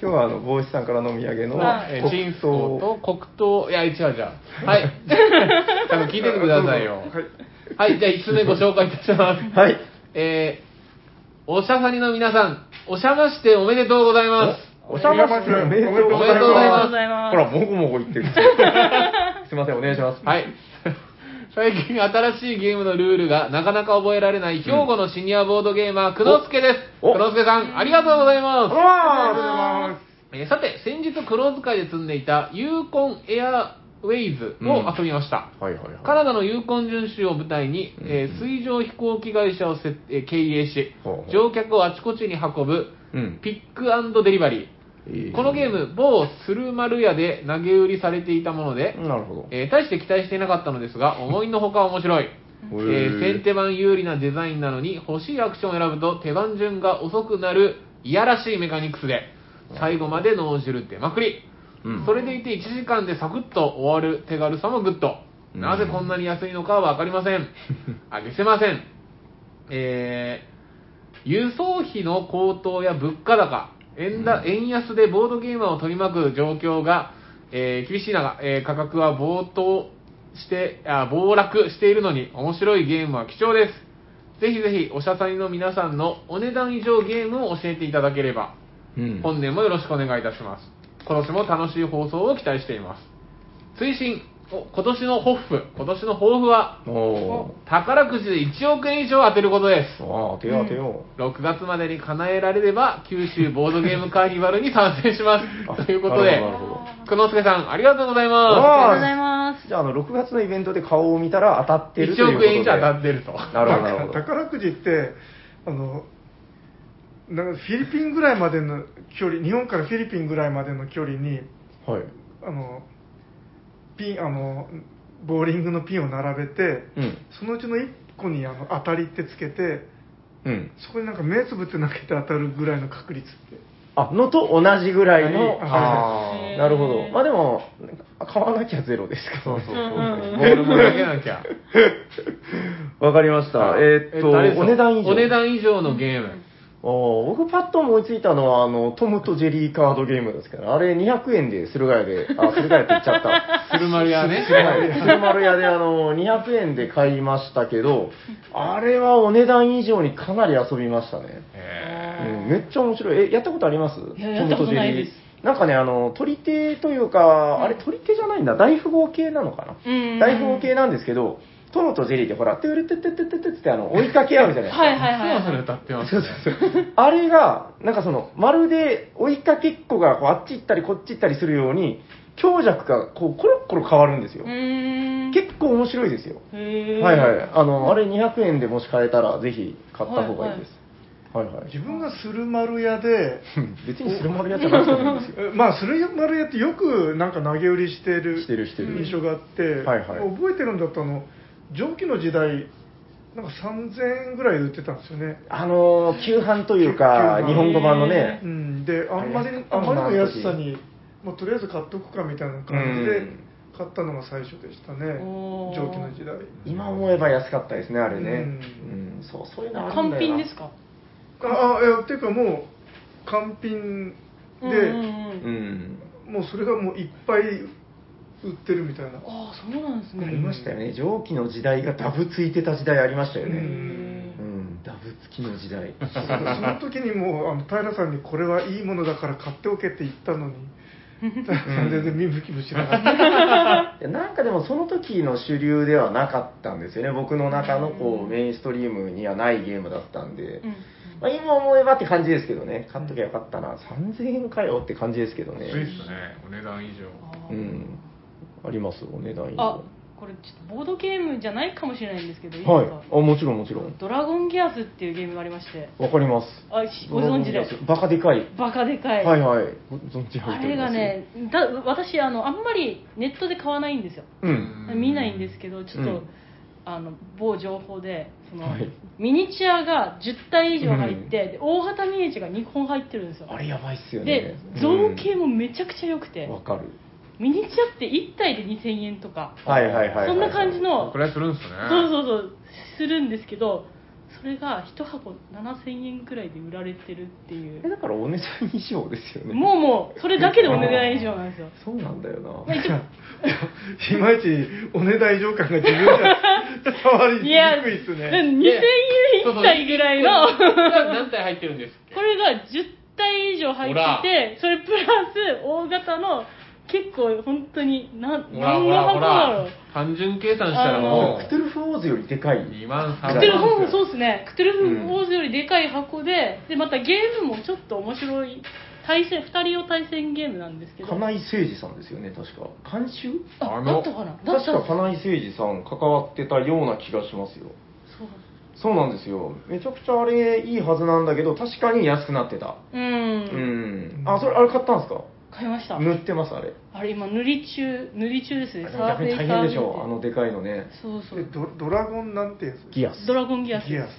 Speaker 3: 今日はあの帽子さんからのお土産の
Speaker 4: はい
Speaker 1: えーチ
Speaker 3: 黒
Speaker 1: ンス
Speaker 3: 糖
Speaker 1: コと黒糖、いや、違う違 う。はい。ちゃんと聞いててくださいよ。はい、じゃあ1つ目ご紹介いたします。
Speaker 3: はい。
Speaker 1: えー、おしゃさりの皆さん、おしゃましておめでとうございます。
Speaker 3: おしゃましおめでとうございます。
Speaker 1: おめでとうございます
Speaker 4: ます
Speaker 3: ほら、もごもご言 ってる。すいません、お願いします。
Speaker 1: はい。 最近新しいゲームのルールがなかなか覚えられない兵庫のシニアボードゲーマー、くのすけです。
Speaker 3: お
Speaker 1: くのすけさん、ありがとうございます。
Speaker 3: ありがとうございます。
Speaker 1: えーさて、先日黒使いで積んでいたユーコンエアウェイズを遊びました。
Speaker 3: はいはいはい。
Speaker 1: カナダのユーコン巡視を舞台に、えー水上飛行機会社をせ、えー経営し
Speaker 3: ほうほう、
Speaker 1: 乗客をあちこちに運ぶ、
Speaker 3: うん
Speaker 1: ピックデリバリー。このゲーム、某鶴丸屋で投げ売りされていたもので、
Speaker 3: なるほど。
Speaker 1: えー大して期待していなかったのですが、思いのほか面白い。えー
Speaker 3: へー
Speaker 1: 先手番有利なデザインなのに、欲しいアクションを選ぶと手番順が遅くなる、いやらしいメカニクスで、最後まで脳汁出まくり。
Speaker 3: うん
Speaker 1: それでいて1時間でサクッと終わる手軽さもグッド。
Speaker 3: うん
Speaker 1: なぜこんなに安いのかはわかりませ ん。あげせません。えー輸送費の高騰や物価高、円だ円安でボードゲーマーを取り巻く状況が、えー厳しい中、えー価格は暴騰してあ、暴落しているのに面白いゲームは貴重です。ぜひぜひ、おしゃさりの皆さんのお値段以上ゲームを教えていただければ、
Speaker 3: うん
Speaker 1: 本年もよろしくお願いいたします。今年も楽しい放送を期待しています。推進、お今年のホップ、今年の抱負は、
Speaker 3: お
Speaker 1: 宝くじで1億円以上当てることです。
Speaker 3: ーああ、当てよう当てよ
Speaker 1: 6月までに叶えられれば、九州ボードゲームカーニバルに参戦しま
Speaker 3: あ
Speaker 1: す。ということで
Speaker 3: なるほどなる
Speaker 4: ほ、
Speaker 1: くのすけさん、ありがとうございま
Speaker 3: あ
Speaker 4: ありがとうございます
Speaker 3: う。じゃあ、あの、6月のイベントで顔を見たら当たっ
Speaker 1: す。
Speaker 3: てるという
Speaker 1: 1
Speaker 3: こと
Speaker 1: 億
Speaker 3: で。
Speaker 1: 円以上当たってると。
Speaker 3: なるほど、なるほど。
Speaker 2: 宝くじってあのなんかフィリピンぐらいまでの距離日本からフィリピンぐらいまでの距離に
Speaker 3: はい。
Speaker 2: あのピンあのボーリングのピンを並べて、
Speaker 3: うん
Speaker 2: そのうちの1個にあの当たりってつけて
Speaker 3: うん。
Speaker 2: そこになんか目つぶって投げて当たるぐらいの確率って
Speaker 3: あ、のと同じぐらいの、
Speaker 2: はい
Speaker 3: あ
Speaker 4: は
Speaker 3: あ、
Speaker 4: い
Speaker 3: なるほど。まあでも、買わなきゃゼロですから。そう
Speaker 1: そう
Speaker 4: そう
Speaker 1: ボールも投げなきゃ。
Speaker 3: わかりました。えーっと、
Speaker 1: あれですよ
Speaker 3: お値段以上。
Speaker 1: お値段以上のゲーム。
Speaker 3: あー僕パッと思いついたのは、あの、トムとジェリーカードゲームですから、あれ200円で駿河屋で、 あ、駿河屋って言っちゃった。
Speaker 1: 鶴丸屋 ね。
Speaker 3: 鶴丸屋であの、200円で買いましたけど、あれはお値段以上にかなり遊びましたね。
Speaker 1: え
Speaker 3: うん、めっちゃ面白い。え、やったことあります
Speaker 4: いややったことないで
Speaker 3: ト
Speaker 4: す
Speaker 3: ムとジェリーなんかね、あの、取り手というか、あれ取り手じゃないんだ。大富豪系なのかな
Speaker 4: うん
Speaker 3: 大富豪系なんですけど、トムとジェリーってほら、トゥルトゥトゥトゥトゥトゥってあの、追いかけ合うじゃないですか。
Speaker 4: はいはい
Speaker 1: ー、 そ
Speaker 4: は
Speaker 1: れ
Speaker 4: い
Speaker 1: 歌ってます
Speaker 3: そう
Speaker 1: ね。
Speaker 3: そうそう。あれが、なんかその、まるで追いかけっこがこうあっち行ったりこっち行ったりするように、強弱がこうコロッコロ変わるんですよ
Speaker 4: う。ーん
Speaker 3: 結構面白いですよ。
Speaker 4: へー
Speaker 3: はいはい。あの、あれ200円でもし買えたら、ぜひ買った方がいいです。はいはい。
Speaker 2: 自分が鶴丸屋で
Speaker 3: 別に白丸屋じゃなくてもいいですよ。
Speaker 2: え まあ鶴丸屋ってよくなんか投げ売りしてる
Speaker 3: してるしてる
Speaker 2: 印象があって、
Speaker 3: はいはい
Speaker 2: 覚えてるんだったの蒸気の時代なんか3000円ぐらいで売ってたんですよね
Speaker 3: あのー、旧版というか、
Speaker 2: 旧版
Speaker 3: 日本語版のね
Speaker 2: う。ん、であんまり
Speaker 3: あ
Speaker 2: あ
Speaker 3: れ
Speaker 2: まりの安さに、まあ、とりあえず買っとくかみたいな感じ
Speaker 3: う
Speaker 2: で
Speaker 3: ん
Speaker 2: 買ったのが最初でしたね、
Speaker 4: おー
Speaker 2: 蒸気の時代
Speaker 3: 今思えば安かったですね、あれね。
Speaker 2: う
Speaker 3: うん、そう、そういうのあるん
Speaker 4: 完
Speaker 3: だよな
Speaker 4: 品ですか
Speaker 2: ああいやっていうかもう完品で、
Speaker 4: うんうんうん
Speaker 3: うん。
Speaker 2: もうそれがもういっぱい売ってるみたいな
Speaker 4: ああそうなんです
Speaker 3: あ
Speaker 4: ね
Speaker 3: りましたよね。蒸気の時代がダブついてた時代ありましたよね。
Speaker 2: う
Speaker 4: へ
Speaker 2: ん
Speaker 4: ー
Speaker 3: うん、ダブ付きの時代。
Speaker 2: その時にもうあの平さんにこれはいいものだから買っておけって言ったのに平さん全然見向きもしなかった
Speaker 3: いやなんかでもその時の主流ではなかったんですよね。僕の中のこうメインストリームにはないゲームだったんで。
Speaker 4: うん
Speaker 3: まあ、今思えばって感じですけどね。買っときゃよかったな。3000円かよって感じですけどね。
Speaker 1: 安いっすね。お値段以上。
Speaker 4: あ
Speaker 3: う
Speaker 4: ー
Speaker 3: ん。あります、お値段以
Speaker 4: あ
Speaker 3: 上。
Speaker 4: これちょっとボードゲームじゃないかもしれないんですけどいいですか、
Speaker 3: はい。あ、もちろんもちろん。
Speaker 4: ドラゴンギアスっていうゲームがありまして
Speaker 3: わかります。
Speaker 4: あしご存知で
Speaker 3: バカでかい。
Speaker 4: バカでかい、
Speaker 3: はいはい。ご存知
Speaker 4: あ
Speaker 3: 入ってお
Speaker 4: れ
Speaker 3: りま
Speaker 4: が
Speaker 3: す
Speaker 4: ねだ私あのあんまりネットで買わないんですよ
Speaker 3: うん。
Speaker 4: 見ないんですけどちょっと、
Speaker 3: うん
Speaker 4: あの某情報でその、
Speaker 3: はい
Speaker 4: ミニチュアが10体以上入って、で大型ミニチュアが2本入ってるんですよ
Speaker 3: あれやばいっすよ
Speaker 4: で
Speaker 3: ね。
Speaker 4: 造形もめちゃくちゃ良くて、
Speaker 3: うんわかる。
Speaker 4: ミニチュアって1体で2000円とか、
Speaker 3: はいはいはいはい。
Speaker 4: そんな感じの
Speaker 1: これするんすね。
Speaker 4: そうそうそうするんですけどそれが1箱7000円くらいで売られてるってい
Speaker 3: え
Speaker 4: う
Speaker 3: だからお値段以上ですよね
Speaker 4: もうもうそれだけでお願い以上なん ですよ
Speaker 3: そうなんだよな、
Speaker 4: まあ一応
Speaker 2: いまいちお値段以上感が自分じゃ伝わり
Speaker 4: いや、
Speaker 2: にくいっす
Speaker 4: う
Speaker 2: ね
Speaker 4: ん2000円1体ぐらいの、
Speaker 1: そうそう一体何体入ってるんですっけ
Speaker 4: これが10体以上入ってて、それプラス大型の、結構本当に、なん、
Speaker 1: ほら
Speaker 4: 何
Speaker 1: ほ
Speaker 4: の
Speaker 1: らほ
Speaker 4: 箱だろ
Speaker 1: ら
Speaker 4: う。
Speaker 1: 単純計算したらも
Speaker 3: ク
Speaker 1: う
Speaker 3: トゥルフウォーズよりでかい
Speaker 1: 2万
Speaker 3: あの
Speaker 1: 3
Speaker 4: クテ
Speaker 1: 千
Speaker 4: ルフォー
Speaker 1: 円
Speaker 4: ムそうですね。クテルフォームよりでかい箱で、で、またゲームもちょっと面白い、対戦、二人用対戦ゲームなんですけど。
Speaker 3: 金井誠司さんですよね確か監修
Speaker 4: あ、
Speaker 1: あ
Speaker 4: だ
Speaker 1: の
Speaker 4: ったかなだっ
Speaker 3: 確
Speaker 4: た
Speaker 3: か
Speaker 4: の
Speaker 3: 金井誠司さん関わってたような気がしますよ
Speaker 4: そう。
Speaker 3: そうなんですよめちゃくちゃあれいいはずなんだけど確かに安くなってた
Speaker 4: う。
Speaker 3: うんんあそれあれ買ったんですか
Speaker 4: 買いました。
Speaker 3: 塗ってますあれ
Speaker 4: あれ今塗り中、塗り中ですね。サ
Speaker 3: 逆
Speaker 4: ーフ
Speaker 3: に
Speaker 4: ェイサ
Speaker 3: 大
Speaker 4: ー
Speaker 3: 変
Speaker 4: 塗
Speaker 3: で
Speaker 4: り
Speaker 3: しょあのでかいのね
Speaker 4: そうそ
Speaker 2: で
Speaker 4: う。
Speaker 2: ドドラゴンなんてやつ
Speaker 3: ギアス
Speaker 4: ドラゴンギアス。
Speaker 2: ギアス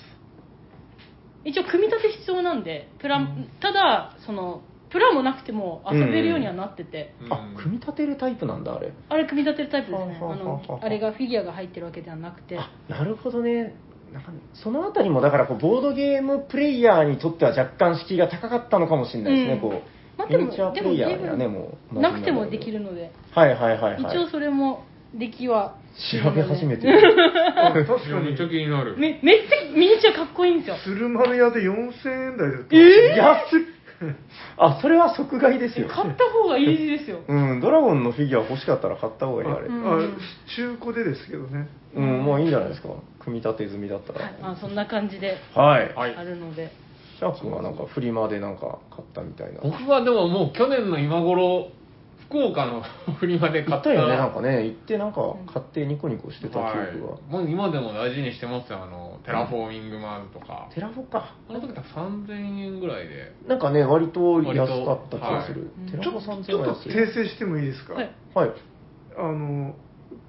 Speaker 4: 一応組み立て必要なんでプラ、
Speaker 2: うん
Speaker 4: ただそのプラもなくても遊べるようにはなってて、
Speaker 3: あ組み立てるタイプなんだあれ
Speaker 4: あれ組み立てるタイプですね
Speaker 3: はあはあ
Speaker 4: あ
Speaker 3: はあは
Speaker 4: の
Speaker 3: あ
Speaker 4: あれがフィギュアが入ってるわけではなくて
Speaker 3: あなるほどねなんかそのあたりもだからこうボードゲームプレイヤーにとっては若干敷居が高かったのかもしれないですね、
Speaker 4: うん
Speaker 3: こう、
Speaker 4: まあ
Speaker 3: ミ
Speaker 4: で
Speaker 3: ニチュア
Speaker 4: も
Speaker 3: プ
Speaker 4: で
Speaker 3: レ
Speaker 4: も
Speaker 3: イヤーにはね
Speaker 4: 十分
Speaker 3: もう
Speaker 4: なくてもできるので、
Speaker 3: はいはいはいはい
Speaker 4: 一応それもできは
Speaker 3: 調べ始めて
Speaker 2: あ確か
Speaker 1: いやめっ
Speaker 2: に
Speaker 1: ちゃ気になる
Speaker 4: めめっちゃミニチュアかっこいいんですよ
Speaker 2: 鶴丸屋で4000円台だった
Speaker 3: 安っあそれは即買いです
Speaker 4: 買
Speaker 3: よ
Speaker 4: った方がいいですよ
Speaker 3: うんドラゴンのフィギュア欲しかったら買った方がいいあ
Speaker 2: あれ、
Speaker 3: れうん、
Speaker 4: ん
Speaker 2: あ中古でですけどね
Speaker 3: もういいんじゃないですか組み立て済みだった
Speaker 4: はい
Speaker 3: ら
Speaker 4: あそんな感じで
Speaker 3: はい、
Speaker 1: はい
Speaker 4: あるので、
Speaker 3: シャープ君はなんかフリマでなんか買ったみたいな
Speaker 1: 僕はでももう去年の今頃福岡のフリマで買
Speaker 3: 買
Speaker 1: っ
Speaker 3: ったたよねなんかね行ってなんか買ってニコニコしてた記憶が、
Speaker 1: はい、もう今でも大事にしてますよあのテラフォーミングマーズとか、
Speaker 3: テラフォか
Speaker 1: あの時多分3000円ぐらいで
Speaker 3: なんかね、割と安かった気がする。
Speaker 4: 割と
Speaker 3: 寺
Speaker 2: ちょ
Speaker 3: 子さん
Speaker 2: ちょっと訂正してもいいですか、
Speaker 4: はい、
Speaker 3: はい。
Speaker 2: あの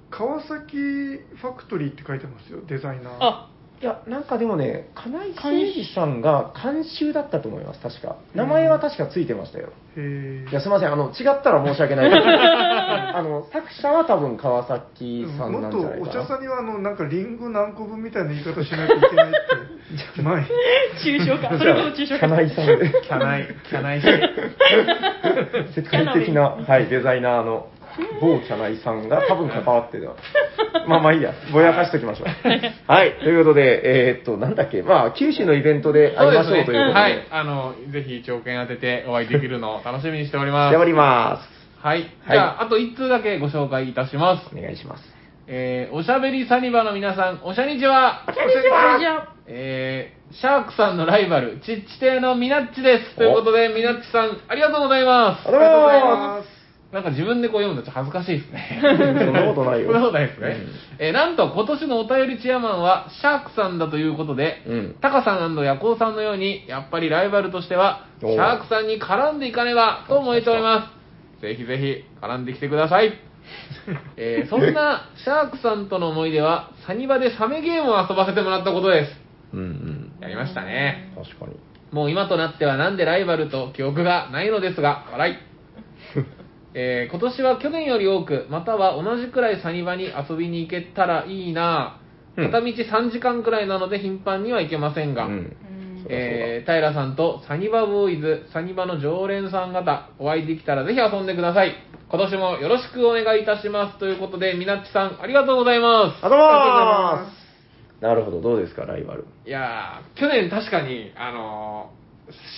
Speaker 2: 川崎ファクトリーって書いてますよデザイナー
Speaker 4: あ
Speaker 3: いや、なんかでもね、金井誠司さんが監修だったと思います、確か。名前は確かついてましたよ。
Speaker 2: へえ
Speaker 3: いや、すみません、あの、違ったら申し訳ないです。あの、作者は多分川崎さん
Speaker 2: も
Speaker 3: な
Speaker 2: っ
Speaker 3: ん
Speaker 2: と
Speaker 3: じゃない
Speaker 2: お
Speaker 3: か
Speaker 2: 茶
Speaker 3: な。
Speaker 2: さんにはあのなんかリンゴ何個分みたいな言い方しないといけない って前
Speaker 4: 抽象化それこそ抽象化
Speaker 3: 金井さんで、
Speaker 1: キャナイキャナイ
Speaker 3: 世界 的な、はい、デザイナーの某キャナイさんが多分関わってた。まあまあいいや、ぼやかしとき ましょう。はい、ということで、えーっと、なんだっけ、まあ、九州のイベントで会いましょうということで。
Speaker 1: はいあのぜひ条件当ててお会いできるのを楽しみにしておりま
Speaker 3: してお
Speaker 1: す
Speaker 3: りま
Speaker 1: はい、じゃああと1通だけご紹介いたします
Speaker 3: す。お願いします。
Speaker 1: えー、おしゃべりサニバの皆さんおしゃにちは
Speaker 4: それじゃあ
Speaker 1: えー、シャークさんのライバル、チッチ亭のミナッチです。ということで、ミナッチさん、ありがとうございま
Speaker 3: ありがとうございます
Speaker 1: す。なんか自分でこう読むのちょっと恥ずかしいですね。
Speaker 3: そんなことないよ。
Speaker 1: そんなことないですね。えーなんと今年のお便りチェアマンはシャークさんだということで、
Speaker 3: うん。
Speaker 1: タカさんヤコウさんのように、やっぱりライバルとしては、シ
Speaker 3: おう
Speaker 1: ャークさんに絡んでいかねばと思えております。ぜひぜひ、絡んできてくださ い。えーそんなシャークさんとの思い出は、サニバでサメゲームを遊ばせてもらったことです。
Speaker 3: うんうん。
Speaker 1: やりましたね。
Speaker 3: 確かに。
Speaker 1: もう今となってはなんでライバルと記憶がないのですが、 笑い。えー今年は去年より多く、または同じくらいサニバに遊びに行けたらいいなぁ。
Speaker 3: うん
Speaker 1: 片道3時間くらいなので頻繁には行けませんが、
Speaker 3: うん。
Speaker 4: うん
Speaker 1: えー平さんとサニバボーイズ、サニバの常連さん方、お会いできたらぜひ遊んでください。今年もよろしくお願いいたします。ということで、みなっちさん、ありがとうございま
Speaker 3: ありがとうございます。なるほど、どうですか、ライバル。
Speaker 1: す。いやー、去年確かに、あのー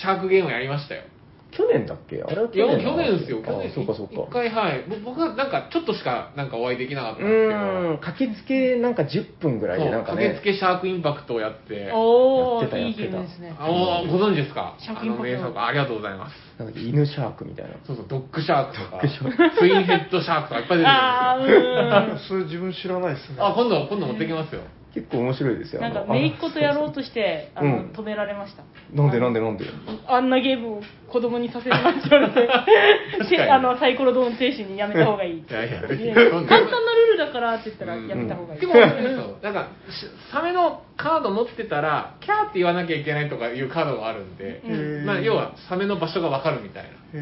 Speaker 1: シャークゲームやりましたよ。
Speaker 3: 去年だっけあれはい
Speaker 1: や、
Speaker 3: 去
Speaker 1: もう
Speaker 3: 年
Speaker 1: 去年ですよ、去
Speaker 3: あ
Speaker 1: 年
Speaker 3: そうかそうか。
Speaker 1: 一回、はい。ぼ僕はなんか、ちょっとしか、なんかお会いできなかったんで
Speaker 3: う
Speaker 1: すけど、
Speaker 3: ーん、駆けつけなんか10分ぐらい
Speaker 1: そ
Speaker 3: で、
Speaker 1: う、
Speaker 3: なんか
Speaker 1: 駆け
Speaker 3: ね
Speaker 1: つ、けシャークインパクトをやって、
Speaker 4: お
Speaker 3: やってた
Speaker 4: ー
Speaker 3: や
Speaker 4: い
Speaker 3: っ
Speaker 4: いゲ
Speaker 3: てた
Speaker 4: ームですね
Speaker 1: あおご存知ですか
Speaker 4: シャー
Speaker 1: あ
Speaker 4: クイン
Speaker 1: の
Speaker 4: パクト
Speaker 1: 名作、ありがとうございます。
Speaker 3: なんだっけ、犬シャークみたいな。
Speaker 1: そうそう、ドッグシャークとか、
Speaker 3: ドッグシャ
Speaker 1: ツインヘッドシャークとかいっぱい出てくるんですよ。
Speaker 4: あーう
Speaker 2: それ自分知らないですね
Speaker 1: あ、今度、今度持ってきますよ。
Speaker 3: 結構面白いです
Speaker 4: ん
Speaker 3: よ。
Speaker 4: な
Speaker 3: あ
Speaker 4: ん
Speaker 3: の
Speaker 4: か姪っ子とやろうとしてあの、
Speaker 3: うん
Speaker 4: 止められました
Speaker 3: なんでなんでなんで。
Speaker 4: あんなゲームを子供にさせるなんて言われて
Speaker 1: 確かに
Speaker 4: てあのサイコロドーン精神にやめた方がいい
Speaker 1: いやいや
Speaker 4: で
Speaker 1: いや
Speaker 4: 簡単なルールだからって言ったらやめた方がいい、
Speaker 1: でも、本当にそうなんか、しサメのカード持ってたら、キャーって言わなきゃいけないとかいうカードがあるんで
Speaker 4: う、
Speaker 2: へー
Speaker 1: まあ、要は、サメの場所がわかるみたい
Speaker 2: へ
Speaker 4: う
Speaker 2: え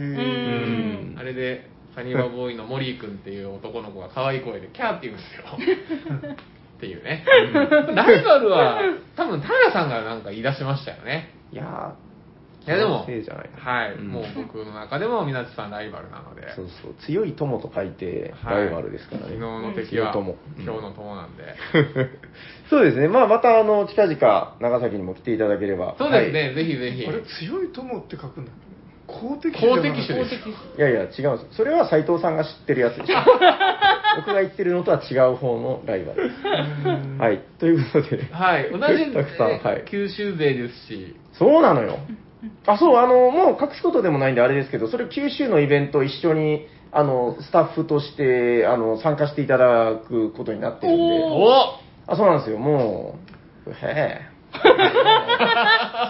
Speaker 4: ん
Speaker 1: な。あれで、サニバボーイのモリー君っていう男の子が可愛い声で、キャーって言うんですよ。っていうね。ライバルは、多分、タラさんがなんか言い出しましたよね。
Speaker 3: いやー
Speaker 1: いや、でも、
Speaker 3: 気のせいじゃない
Speaker 1: はい、
Speaker 3: うん
Speaker 1: もう僕の中でも、みなちさんライバルなので。
Speaker 3: そうそう強い友と書いて
Speaker 1: はい
Speaker 3: ライバルですから
Speaker 1: 昨
Speaker 3: ね、
Speaker 1: 日の敵は、
Speaker 3: 強い友
Speaker 1: 今日の友なんで。
Speaker 3: そうですね、まあ、またあの近々、長崎にも来ていただければ、
Speaker 1: そうですね、
Speaker 3: はい
Speaker 1: ぜひぜひ。
Speaker 2: あれ強い友って書くんだ公的
Speaker 1: 公的種です。
Speaker 3: いやいや、違うんです、それは斎藤さんが知ってるやつで しょ、僕が言ってるのとは違う方のライバル。はいい、ということで、
Speaker 1: はい、同じ、
Speaker 3: たくさんはい
Speaker 1: 九州勢ですし、
Speaker 3: そうなのよ、あそうあの、もう隠すことでもないんで、あれですけど、それ、九州のイベント、一緒にあのスタッフとしてあの参加していただくことになってるんで。
Speaker 4: おー
Speaker 1: お
Speaker 3: あ、そうなんですよ、もう、へ え。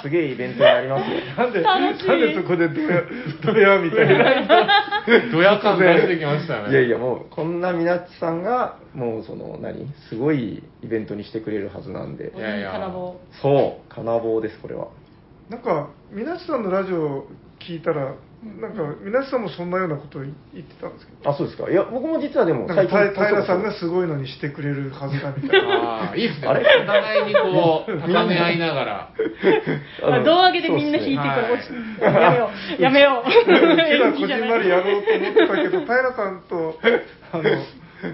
Speaker 3: すげえイベントになりますよ。
Speaker 2: なんでなん
Speaker 4: 楽しい
Speaker 2: でそこでドヤドヤみたいな
Speaker 1: ドヤ感出してきましたね。
Speaker 3: いやいや、もう、こんなみなっちさんが、もう、その、何すごいイベントにしてくれるはずなんで
Speaker 1: い。やいや
Speaker 4: 金棒
Speaker 3: そう、金棒です、これは。
Speaker 2: なんかみなちさんのラジオ聞いたらなんかみなちさんもそんなようなこと言言ってたんですけ
Speaker 3: あ、そうですか。いや、僕も実はでも、
Speaker 2: どなんかた
Speaker 3: そうそう
Speaker 2: 平さんがすごいのにしてくれるはずだみたいな
Speaker 1: ああ、いいですね。
Speaker 3: あれ
Speaker 1: お互いにこう、高め合いながら。
Speaker 3: あの
Speaker 4: 胴上げでみんな
Speaker 3: そうっす
Speaker 4: 引いて
Speaker 3: ね
Speaker 4: か
Speaker 1: はい
Speaker 4: ら落ちてやめようやめよう
Speaker 2: うちらこ
Speaker 4: 演技
Speaker 2: じ
Speaker 4: じゃ
Speaker 2: ん
Speaker 4: な
Speaker 2: ま
Speaker 4: い
Speaker 2: りやろうと思ってたけど平さんとあの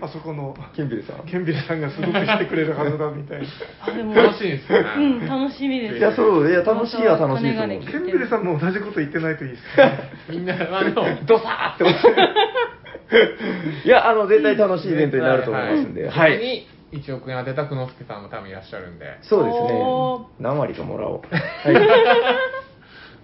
Speaker 2: あそこの
Speaker 3: ケンビルさん。
Speaker 2: ケンビルさんがすごくしてくれるはずだみたいな
Speaker 4: あでも
Speaker 1: 楽しいですね。
Speaker 4: うん楽しみです
Speaker 3: いや、そう、いや、楽しいは楽しいと
Speaker 4: 金が
Speaker 3: 思
Speaker 4: ね
Speaker 3: う。
Speaker 2: ケンビルさんも同じこと言ってないといいですね
Speaker 1: みんな、まあでも、
Speaker 3: ドサーって落 ちていや、あの、絶対楽しいイベントになると思いますんで。
Speaker 1: は。
Speaker 3: はいい。
Speaker 1: に1億円当てた久之助さんも多分いらっしゃるんで。
Speaker 3: そうですね
Speaker 4: おー。
Speaker 3: 何割かもらおう。はい。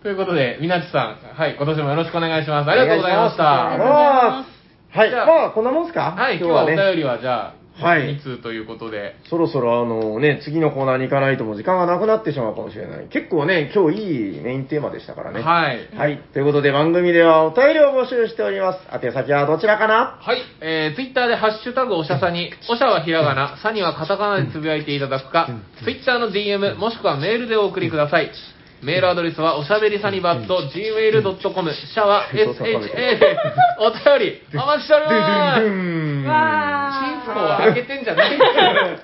Speaker 1: ということで、みなちさん、はい、今年もよろしくお願いします。ありがとうございました。
Speaker 4: ありがとうございま
Speaker 3: はい。
Speaker 1: じゃあ
Speaker 3: まあ、こんなもんすか
Speaker 1: はい、今日
Speaker 3: 今日
Speaker 1: は
Speaker 3: は
Speaker 1: お便
Speaker 3: ね。
Speaker 1: りはじゃあ、
Speaker 3: はい
Speaker 1: 2通ということで。
Speaker 3: そろそろあのね、次のコーナーに行かないともう時間がなくなってしまうかもしれない。結構ね、今日いいメインテーマでしたからね。
Speaker 1: はい。
Speaker 3: はい。ということで番組ではお便りを募集しております。宛先はどちらかな
Speaker 1: はい、えー、ツイッターでハッシュタグおしゃさに、おしゃはひらがな、さにはカタカナでつぶやいていただくか、ツイッターの DM、もしくはメールでお送りください。メールアドレスはおしゃべりサニバット gmail.com、シャワー SHA でお便りお待ちしております。チン
Speaker 3: ん
Speaker 1: コを開
Speaker 4: わ
Speaker 1: けてんじゃないよ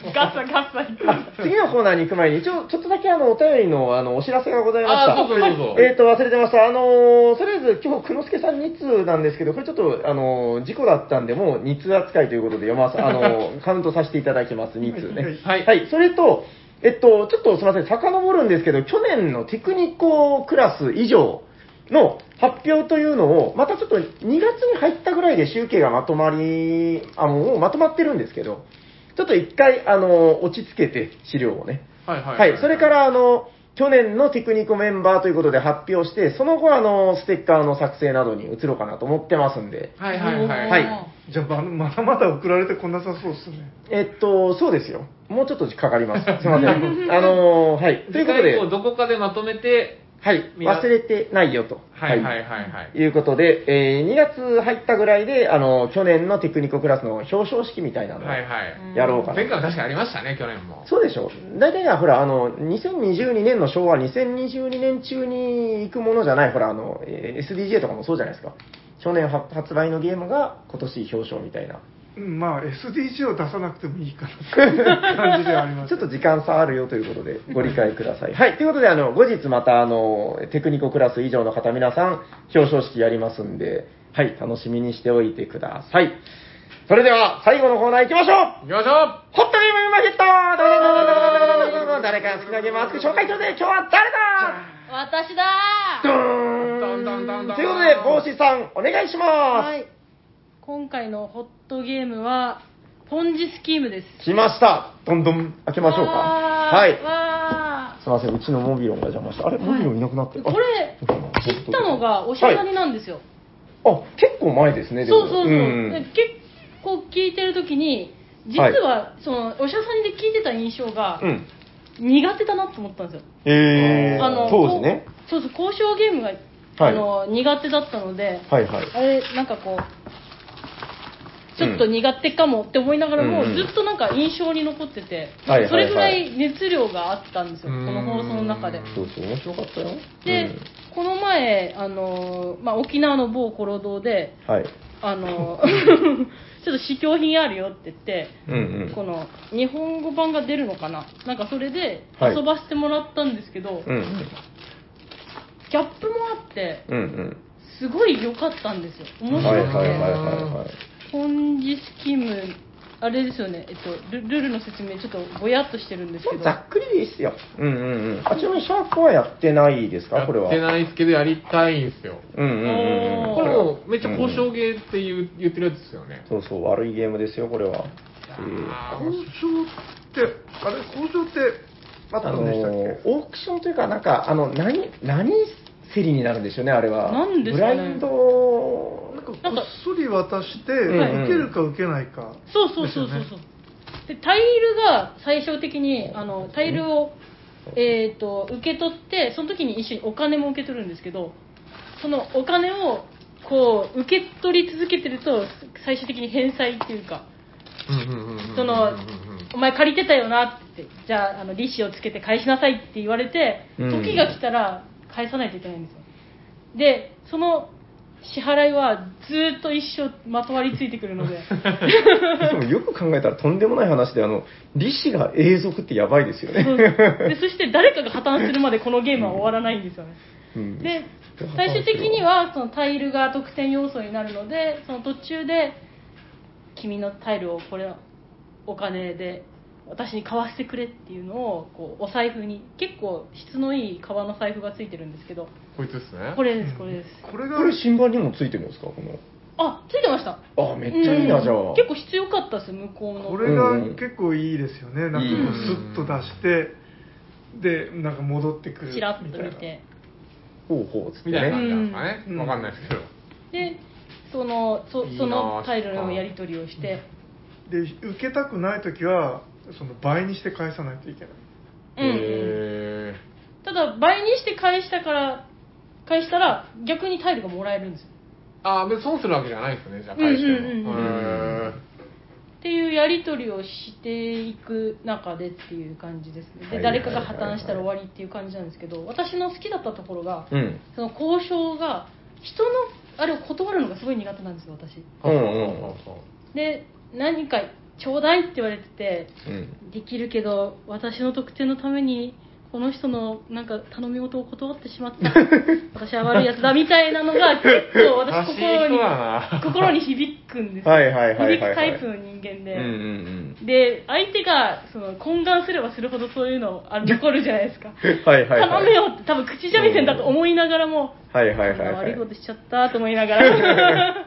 Speaker 4: ーガサガサ
Speaker 3: 次のコーナーに行く前に、一応、ちょっとだけあの、お便りの、あの、お知らせがございました。
Speaker 1: あーそうそうそうそう
Speaker 3: えっ、と、忘れてました。あのーとりあえず、今日、くのすけさん2通なんですけど、これちょっと、あのー事故だったんで、もう2通扱いということで、読ませ、あのーカウントさせていただきます、2 通ね。
Speaker 1: はい
Speaker 3: それと、えっと、ちょっとすみません、遡るんですけど、去年のテクニコクラス以上の発表というのを、またちょっと2月に入ったぐらいで集計がまとまり、あ、もうまとまってるんですけど、ちょっと一回、あの、落ち着けて、資料をね。
Speaker 1: はいは
Speaker 3: はいい、それか、ら、あの、去年のテクニコメンバーということで発表して、その後、あの、ステッカーの作成などに移ろうかなと思ってますんで、
Speaker 1: はいはいはい。
Speaker 3: はい
Speaker 2: じゃあままだまだ送られてこなさそうですね
Speaker 3: えっと、そうですよ。もうちょっとかかります。すいませ ん。あの、はい。ということ
Speaker 1: 次
Speaker 3: で
Speaker 1: 回以、降どこかでまとめて、
Speaker 3: はい、
Speaker 1: みんな
Speaker 3: 忘れてないよと。
Speaker 1: はいはいはいはい。
Speaker 3: いうことで、えー2月入ったぐらいで、あの、去年のテクニコクラスの表彰式みたいなのを
Speaker 1: はいはい。
Speaker 3: やろうかな。
Speaker 1: 前回は確かにありましたね、去年も。
Speaker 3: そうでしょ大体が、ほら、あの、2022年の昭和、2022年中に行くものじゃない、ほら、あの、えー SDJ とかもそうじゃないですか。去年は発売のゲームが今年表彰みたいな。
Speaker 2: うんまあ SDG を出さなくてもいいかなっていう感じではあります
Speaker 3: ちょっと時間差あるよということで、ご理解ください。はい。ということで、あの、後日また、あの、テクニコクラス以上の方、皆さん、表彰式やりますんで、はい、楽しみにしておいてください。それでは、最後のコーナー行きましょ
Speaker 1: 行
Speaker 3: う
Speaker 1: きましょ
Speaker 3: ホットゲームマーケット誰か好きなゲームを熱く紹介するぜ今日は誰だ
Speaker 4: 私だ
Speaker 3: ド
Speaker 4: ー
Speaker 1: んどんどん
Speaker 3: ー
Speaker 1: どん
Speaker 3: ンということで、帽子さん、お願いしま
Speaker 4: はい今回のホットゲームはポンジスキームです
Speaker 3: す来ましたどんどん開けましょうか。
Speaker 4: わー
Speaker 3: はい。
Speaker 4: わ
Speaker 3: すいません、うちのモビロンが邪魔した。あれ、
Speaker 4: ー
Speaker 3: モビロンいなくなってる。あ
Speaker 4: これ知ったのがおしゃがになんですよ、
Speaker 3: あ、結構前ですね、で
Speaker 4: そ
Speaker 3: も
Speaker 4: うそうそう、
Speaker 3: ん
Speaker 4: で結構聞いてる時に実はそのおしゃさんで聞いてた印象が
Speaker 3: うん。
Speaker 4: 苦手だなと思ったんですよ、
Speaker 3: え
Speaker 4: あの
Speaker 3: ー、当時ね。
Speaker 4: こうそうそう交渉ゲームが、あの苦手だったので、
Speaker 3: はいはい。
Speaker 4: あれなんかこうちょっと苦手かもって思いながらも、
Speaker 3: うんうん
Speaker 4: ずっとなんか印象に残ってて、
Speaker 3: はいはいはい
Speaker 4: それぐらい熱量があったんですよ、
Speaker 1: うん
Speaker 4: この放送の中で。
Speaker 3: そうそう、面白かったよ。
Speaker 4: で、
Speaker 3: うん
Speaker 4: この前、あのーまあ、沖縄の某コロ堂で
Speaker 3: はい。
Speaker 4: あのちょっと試供品あるよって言って
Speaker 3: うんうん。
Speaker 4: この日本語版が出るのかななんかそれで
Speaker 3: はい
Speaker 4: 遊ばせてもらったんですけど、
Speaker 3: うんうん。
Speaker 4: ギャップもあって
Speaker 3: うんうん。
Speaker 4: すごい良かったんですよ面
Speaker 3: はい
Speaker 4: 白
Speaker 3: はい
Speaker 4: くて、
Speaker 3: はいはいはい。
Speaker 4: ポンジスキムあれですよね、えっと、ルルールの説明ちょっとぼやっとしてるんですけど、
Speaker 3: ざっくりでいいっすよ。うんうんうん。あちなみにシャークはやってないです
Speaker 1: や
Speaker 3: か
Speaker 1: っ
Speaker 3: これは。
Speaker 1: てないですけど、やりたいんですよ。
Speaker 3: うんうんうんうん。
Speaker 4: おー
Speaker 1: これもうめっちゃ交渉ゲーって言う言ってるやつですよね。
Speaker 3: そうそう、悪いゲームですよ、これは。
Speaker 1: あ
Speaker 2: 交渉ってあれ交渉ってあった
Speaker 3: あ
Speaker 2: ん
Speaker 3: の
Speaker 2: でしたっ
Speaker 3: ー
Speaker 2: け
Speaker 3: オークションというか、なんか、あの、何、何競りになるんでしょうね、あれは。
Speaker 4: なんですかね
Speaker 3: ブラインド
Speaker 2: なんかこっそり渡して、受けるか受けないか、
Speaker 4: そうそうそうそうそうでタイルが最終的にあのタイルを、えー、と受け取ってその時に一緒にお金も受け取るんですけどそのお金をこう受け取り続けてると最終的に返済っていうかその「お前借りてたよな」って言ってじゃああの利子をつけて返しなさい」って言われて
Speaker 3: うん
Speaker 4: 時が来たら返さないといけないんですよでその支払いはずーっと一生まとわりついてく るので
Speaker 3: でもよく考えたらとんでもない話で、あの、利子が永続ってやばいですよね。
Speaker 4: でそして誰かが破綻するまでこのゲームは終わらないんですよね、
Speaker 3: うん
Speaker 4: で最終的にはそのタイルが得点要素になるのでその途中で君のタイルをこれお金で私に買わせてくれっていうのをこうお財布に結構質のいい革の財布がついてるんですけど
Speaker 1: こいつですね。
Speaker 4: これですこれです
Speaker 2: これが
Speaker 3: これ新版にもついてるんですかこ
Speaker 4: あついてました
Speaker 3: の。あ、めっちゃいいな、
Speaker 4: うん
Speaker 3: じゃあ。
Speaker 4: 結構質良かったです向こうの
Speaker 2: これが結構いいですよね、なんかこうスッと出して、でなんか戻ってくる
Speaker 4: チラッと見
Speaker 2: みたい
Speaker 4: て
Speaker 3: ほうほう、つって
Speaker 1: みたいな感じな
Speaker 3: ね。
Speaker 1: んですかね。
Speaker 2: うん
Speaker 1: わかんないですけど。
Speaker 4: でそのそ
Speaker 1: いいな
Speaker 4: そのタイルのやり取りをして
Speaker 2: なで受けたくない時はその倍にして返さないといけない
Speaker 4: うんうん
Speaker 1: へ
Speaker 4: ただ倍にして返したから返したら逆にタイルがもらえるんですよ
Speaker 1: ーあー、別に損するわけじゃないですね、じゃあ返しても。
Speaker 4: うんうんうん
Speaker 3: うん
Speaker 1: へ
Speaker 4: っていうやり取りをしていく中でっていう感じですね
Speaker 3: は
Speaker 4: で
Speaker 3: い
Speaker 4: 誰かが破綻したら終わりっていう感じなんですけど私の好きだったところが
Speaker 3: うん。
Speaker 4: その交渉が人のあれを断るのがすごい苦手なんですよ私
Speaker 3: うんうん
Speaker 4: で何か「ちょうだい」って言われてて
Speaker 3: うん。
Speaker 4: できるけど私の特典のためにこの人のなんか頼み事を断ってし まった私は悪いやつだみたいなのが結構私
Speaker 1: 優しい
Speaker 4: 心
Speaker 1: 人
Speaker 4: に
Speaker 1: だな
Speaker 4: 心に響くんですよ
Speaker 3: はいはいはいはい
Speaker 4: 響
Speaker 3: はい
Speaker 4: くタイプの人間
Speaker 3: うんう
Speaker 4: で、
Speaker 3: んうん。
Speaker 4: で相手がその懇願すればするほどそういうのあ残るじゃないですか
Speaker 3: はいはいはい。
Speaker 4: 頼むよって多分口三味線だと思いながらも、
Speaker 3: はいはいはい
Speaker 4: あ
Speaker 3: はい。
Speaker 4: 悪いことしちゃったと思いながら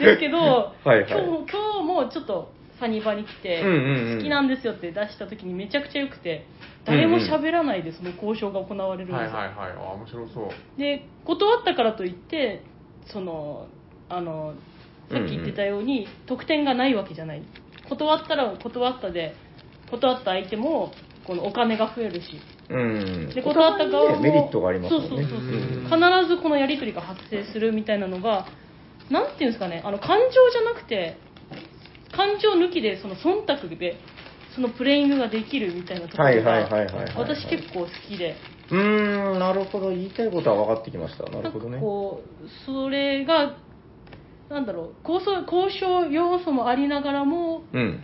Speaker 4: ですけど
Speaker 3: はいはい
Speaker 4: 今日も今日もちょっとサニバに来て、
Speaker 3: うんうんうん
Speaker 4: 好きなんですよって出した時にめちゃくちゃ良くて誰も喋らないでその交渉が行われるんですよ、
Speaker 1: はいはいはい。あー、面白そう。
Speaker 4: で断ったからといってそのあのさっき言ってたように、得点がないわけじゃない断ったら断ったで断った相手もこのお金が増えるし
Speaker 3: うん。
Speaker 4: で断った
Speaker 3: お
Speaker 4: 側も
Speaker 3: 互いにねメリットがありますもんね。
Speaker 4: そうそうそうそう
Speaker 1: うん
Speaker 4: 必ずこのやり取りが発生するみたいなのがなんていうんですかねあの感情じゃなくて感情抜きでその忖度でそのプレイングができるみたいなとこ
Speaker 3: はい
Speaker 4: ろ
Speaker 3: はいはいはいはいは
Speaker 4: が
Speaker 3: い
Speaker 4: 私結構好きで。
Speaker 3: うーん、なるほど。言いたいことは分かってきました。な
Speaker 4: な
Speaker 3: る
Speaker 4: ん
Speaker 3: ほ
Speaker 4: か
Speaker 3: どね。
Speaker 4: こうそれがなんだろう交渉交渉要素もありながらも、
Speaker 3: うん。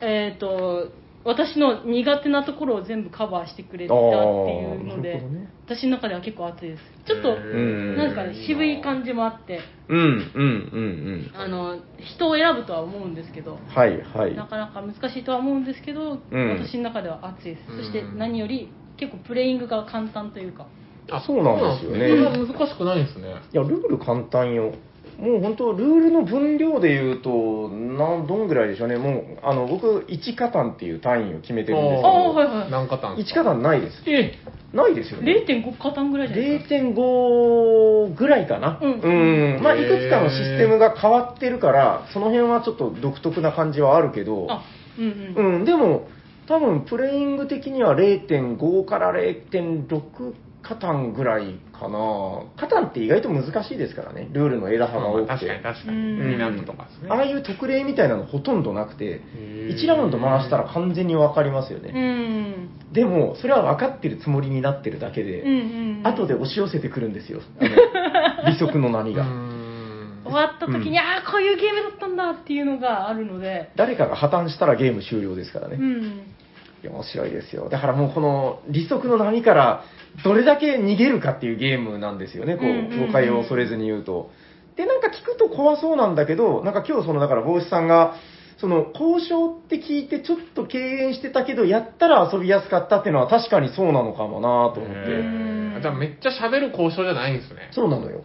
Speaker 4: えー、と私の苦手なところを全部カバーしてくれた
Speaker 3: あ
Speaker 4: っ
Speaker 3: ー
Speaker 4: ていうの
Speaker 3: な
Speaker 4: で、
Speaker 3: るほどね
Speaker 4: 私の中では結構熱いですちょっ
Speaker 1: へ
Speaker 4: と、
Speaker 1: ー
Speaker 4: なんですかね渋い感じもあって
Speaker 3: うんうんうん
Speaker 4: あの人を選ぶとは思うんですけど
Speaker 3: うん。はいはい。
Speaker 4: なかなか難しいとは思うんですけど、
Speaker 3: うん
Speaker 4: 私の中では熱いです、
Speaker 1: うん
Speaker 4: そして何より結構プレイングが簡単というか
Speaker 1: あ
Speaker 3: そうなんですよね
Speaker 1: そうなんですねこれは難しくないんですね。
Speaker 3: いや、ルール簡単よ。もう本当、ルールの分量で言うと、なんどんぐらいでしょうね。もう、あの、僕、1カタンっていう単位を決めてるんですけ
Speaker 4: ああはい
Speaker 3: ど、
Speaker 4: はい
Speaker 1: 何カタンです
Speaker 3: 1
Speaker 1: か
Speaker 3: カタンないです。
Speaker 4: え
Speaker 3: ないですよね。
Speaker 4: 0.5加担ぐらいじゃないですか
Speaker 3: 0.5ぐらいかな。
Speaker 4: うん
Speaker 3: んまあ、
Speaker 1: へー
Speaker 3: いくつかのシステムが変わってるから、その辺はちょっと独特な感じはあるけど、
Speaker 4: あうんうん、
Speaker 3: うん、でも、多分プレイング的には0.5から0.6カタンぐらいかな。カタンって意外と難しいですからね、ルールの枝葉が多くて。
Speaker 1: 確かに確かに。
Speaker 4: うん
Speaker 1: ミナントとかですね。
Speaker 3: ああいう特例みたいなのほとんどなくて、
Speaker 1: へー
Speaker 3: 1ラウンド回したら完全に分かりますよ
Speaker 4: う
Speaker 3: ね。
Speaker 4: ん
Speaker 3: でも、それは分かってるつもりになってるだけ
Speaker 4: う
Speaker 3: で、
Speaker 4: んうん、
Speaker 3: 後で押し寄せてくるんですよ、あの利息の波
Speaker 1: うー
Speaker 3: が。
Speaker 1: ん
Speaker 4: 終わった時に、
Speaker 3: うん
Speaker 4: ああこういうゲームだったんだっていうのがあるので
Speaker 3: 誰かが破綻したらゲーム終了ですからね。
Speaker 4: うん
Speaker 3: いや面白いですよ。だからもうこの利息の波からどれだけ逃げるかっていうゲームなんですよね、こ
Speaker 4: うんうんうん
Speaker 3: う、誤解を恐れずに言うと。で、なんか聞くと怖そうなんだけど、なんか今日その、だから帽子さんが、その、交渉って聞いてちょっと敬遠してたけど、やったら遊びやすかったっていうのは確かにそうなのかもなと思って。
Speaker 1: へーじゃあめっちゃ喋る交渉じゃないんですね。
Speaker 3: そうなのよ。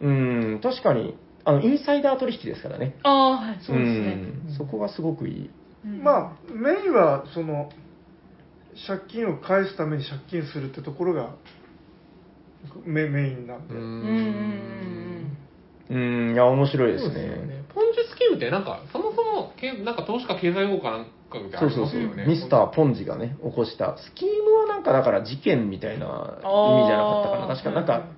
Speaker 3: うん、確かに、あの、インサイダー取引ですからね。
Speaker 4: ああはいそうですね、
Speaker 3: うんそこがすごくいい。
Speaker 4: うん
Speaker 2: まあメインはその借金を返すために借金するってところがメメインなんで、
Speaker 1: うー
Speaker 4: うん
Speaker 1: ん
Speaker 4: うんうん
Speaker 3: うん、いや、面白いです
Speaker 1: そうですよ
Speaker 3: ね。
Speaker 1: ね。ポンジュスキームってなんか、そもそもけ、なんか投資家経済法かなんかみたいな
Speaker 3: そ
Speaker 1: のあ
Speaker 3: う
Speaker 1: り
Speaker 3: そう
Speaker 1: ます
Speaker 3: そ
Speaker 1: よ
Speaker 3: う、
Speaker 1: ね。
Speaker 3: ミスター・ポンジがね、起こした、スキームはなんかだから事件みたいな意味じゃなかったかな、確か、なんか、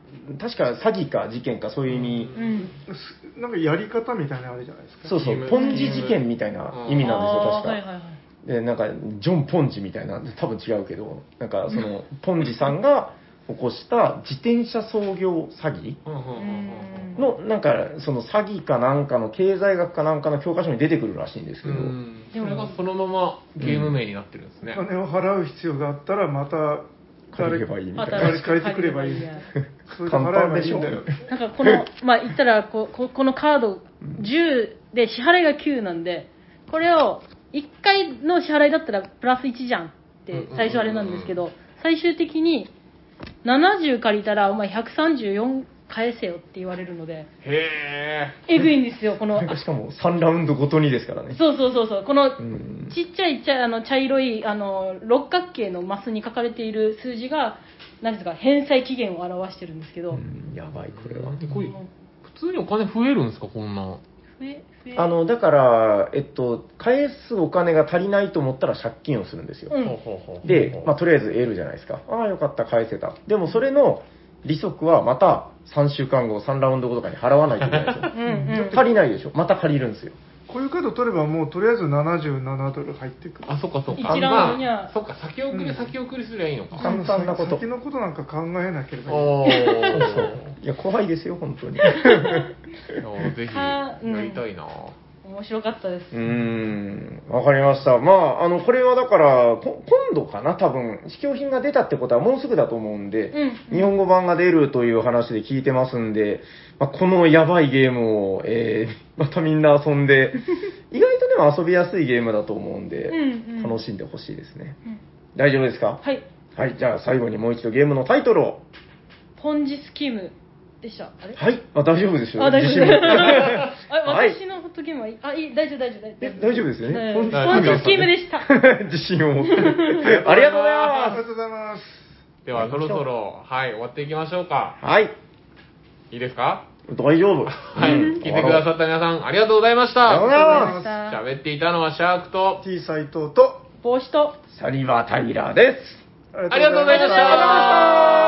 Speaker 3: 確か詐欺か事件か、そういう意味、
Speaker 4: うんうん
Speaker 2: すなんかやり方みたいなのあるじゃないですか
Speaker 3: そう
Speaker 1: ス
Speaker 3: そ
Speaker 1: キーム
Speaker 3: う、ポンジ事件みたいな意味なんです
Speaker 4: あー
Speaker 3: よ、確
Speaker 4: はいは
Speaker 3: か。
Speaker 4: いはい
Speaker 3: で、なんか、ジョン・ポンジみたいな、多分違うけど、なんか、その、ポンジさんが起こした自転車操業詐欺
Speaker 1: うんうんうんうん
Speaker 3: の、なんか、その詐欺かなんかの経済学かなんかの教科書に出てくるらしいんですけ
Speaker 1: う
Speaker 3: ど、
Speaker 1: ん。それがそのままゲーム名になってるんですね。
Speaker 2: お金を払う必要があったらまた
Speaker 3: 借りればいいみたいな。
Speaker 2: 誰か借りてくればいい
Speaker 4: や
Speaker 2: それで払えばいいんだよ
Speaker 3: 簡単でし
Speaker 4: なんかこの、まあ言ったらここ、このカード10で支払いが9なんで、これを1回の支払いだったらプラス1じゃんって最初あれなんですけど、最終的に70借りたらお前134返せよって言われるので、
Speaker 1: へ
Speaker 4: えぐいんです よ、この、
Speaker 3: しかも3ラウンドごとにですからね。
Speaker 4: そうそうそうそう、この
Speaker 3: うん
Speaker 4: ちっちゃいちゃあの茶色いあの六角形のマスに書かれている数字が、なんですか、返済期限を表してるんですけど、
Speaker 3: うんやばい、これは
Speaker 1: え。。でこれ普通にお金増えるんですか、こんな。
Speaker 4: 増え、増え、
Speaker 3: あの、だから、えっと、返すお金が足りないと思ったら借金をするんですよ。
Speaker 4: うん
Speaker 1: ほうほうほうほう
Speaker 3: で、まあ、とりあえず得るじゃないですか。ああ、よかった、返せた。でも、それの利息はまた3週間後、3ラウンド後とかに払わないといけない
Speaker 4: うんうん
Speaker 3: で、すよ。足りないでしょ。また借りるんですよ。
Speaker 2: こういうカード取ればもうとりあえず77ドル入ってくる
Speaker 1: あ、そっかそっか。
Speaker 4: 一覧のには
Speaker 1: まあそっか、先送
Speaker 2: う
Speaker 1: り
Speaker 2: ん
Speaker 1: 先送りすりゃいいのか。
Speaker 3: 簡単なこと
Speaker 2: 先のことなんか考えなければいい
Speaker 1: お
Speaker 3: そういや、怖いですよ、本 当に。
Speaker 1: ー。ぜひ、や
Speaker 4: かうん
Speaker 1: りたいなぁ。
Speaker 4: 面白かったです
Speaker 3: うー。ん、わかりました。まあ、あの、これはだから、こ今度かな、多分、試供品が出たってことはもうすぐだと思うんで、
Speaker 4: うん
Speaker 3: 日本語版が出るという話で聞いてますんで、まあ、このやばいゲームを、えー またみんな遊ん で、意外とでも遊びやすいゲームだと思うんで、
Speaker 4: うんうん
Speaker 3: 楽しんでほしいですね。
Speaker 4: うん
Speaker 3: 大丈夫ですか
Speaker 4: はい、
Speaker 3: はい、じゃあ最後にもう一度ゲームのタイトルを。
Speaker 4: ポンジスキームでした。あれ
Speaker 3: はい、あ大丈夫ですよ。
Speaker 4: あ、大丈夫
Speaker 3: 自信
Speaker 4: です。
Speaker 3: 持って
Speaker 4: あ
Speaker 3: はい
Speaker 4: 私のホットゲームはいい、あ、いい、大丈夫、大丈夫、大
Speaker 3: え大丈夫ですよね
Speaker 4: はい
Speaker 3: ポンジ
Speaker 4: ポンジスキームでした。
Speaker 3: 自信を持って。あ りがとうござい
Speaker 2: ありが。
Speaker 3: ます
Speaker 2: とうございます
Speaker 1: では、そろそろ、はい、終わっていきましょうか。
Speaker 3: はい。
Speaker 1: いいですか
Speaker 3: 大丈夫。
Speaker 1: はい。聞いてくださ
Speaker 3: っ
Speaker 1: った皆さん、ありがとうございまし
Speaker 3: ありがとうござい
Speaker 1: た。
Speaker 3: ま
Speaker 1: 喋っていたのはシャークと、
Speaker 2: T 斎藤と
Speaker 4: 帽子と、
Speaker 3: す。サニバタイラーです。
Speaker 2: あり
Speaker 1: ありがとうございました
Speaker 4: ありがとうございました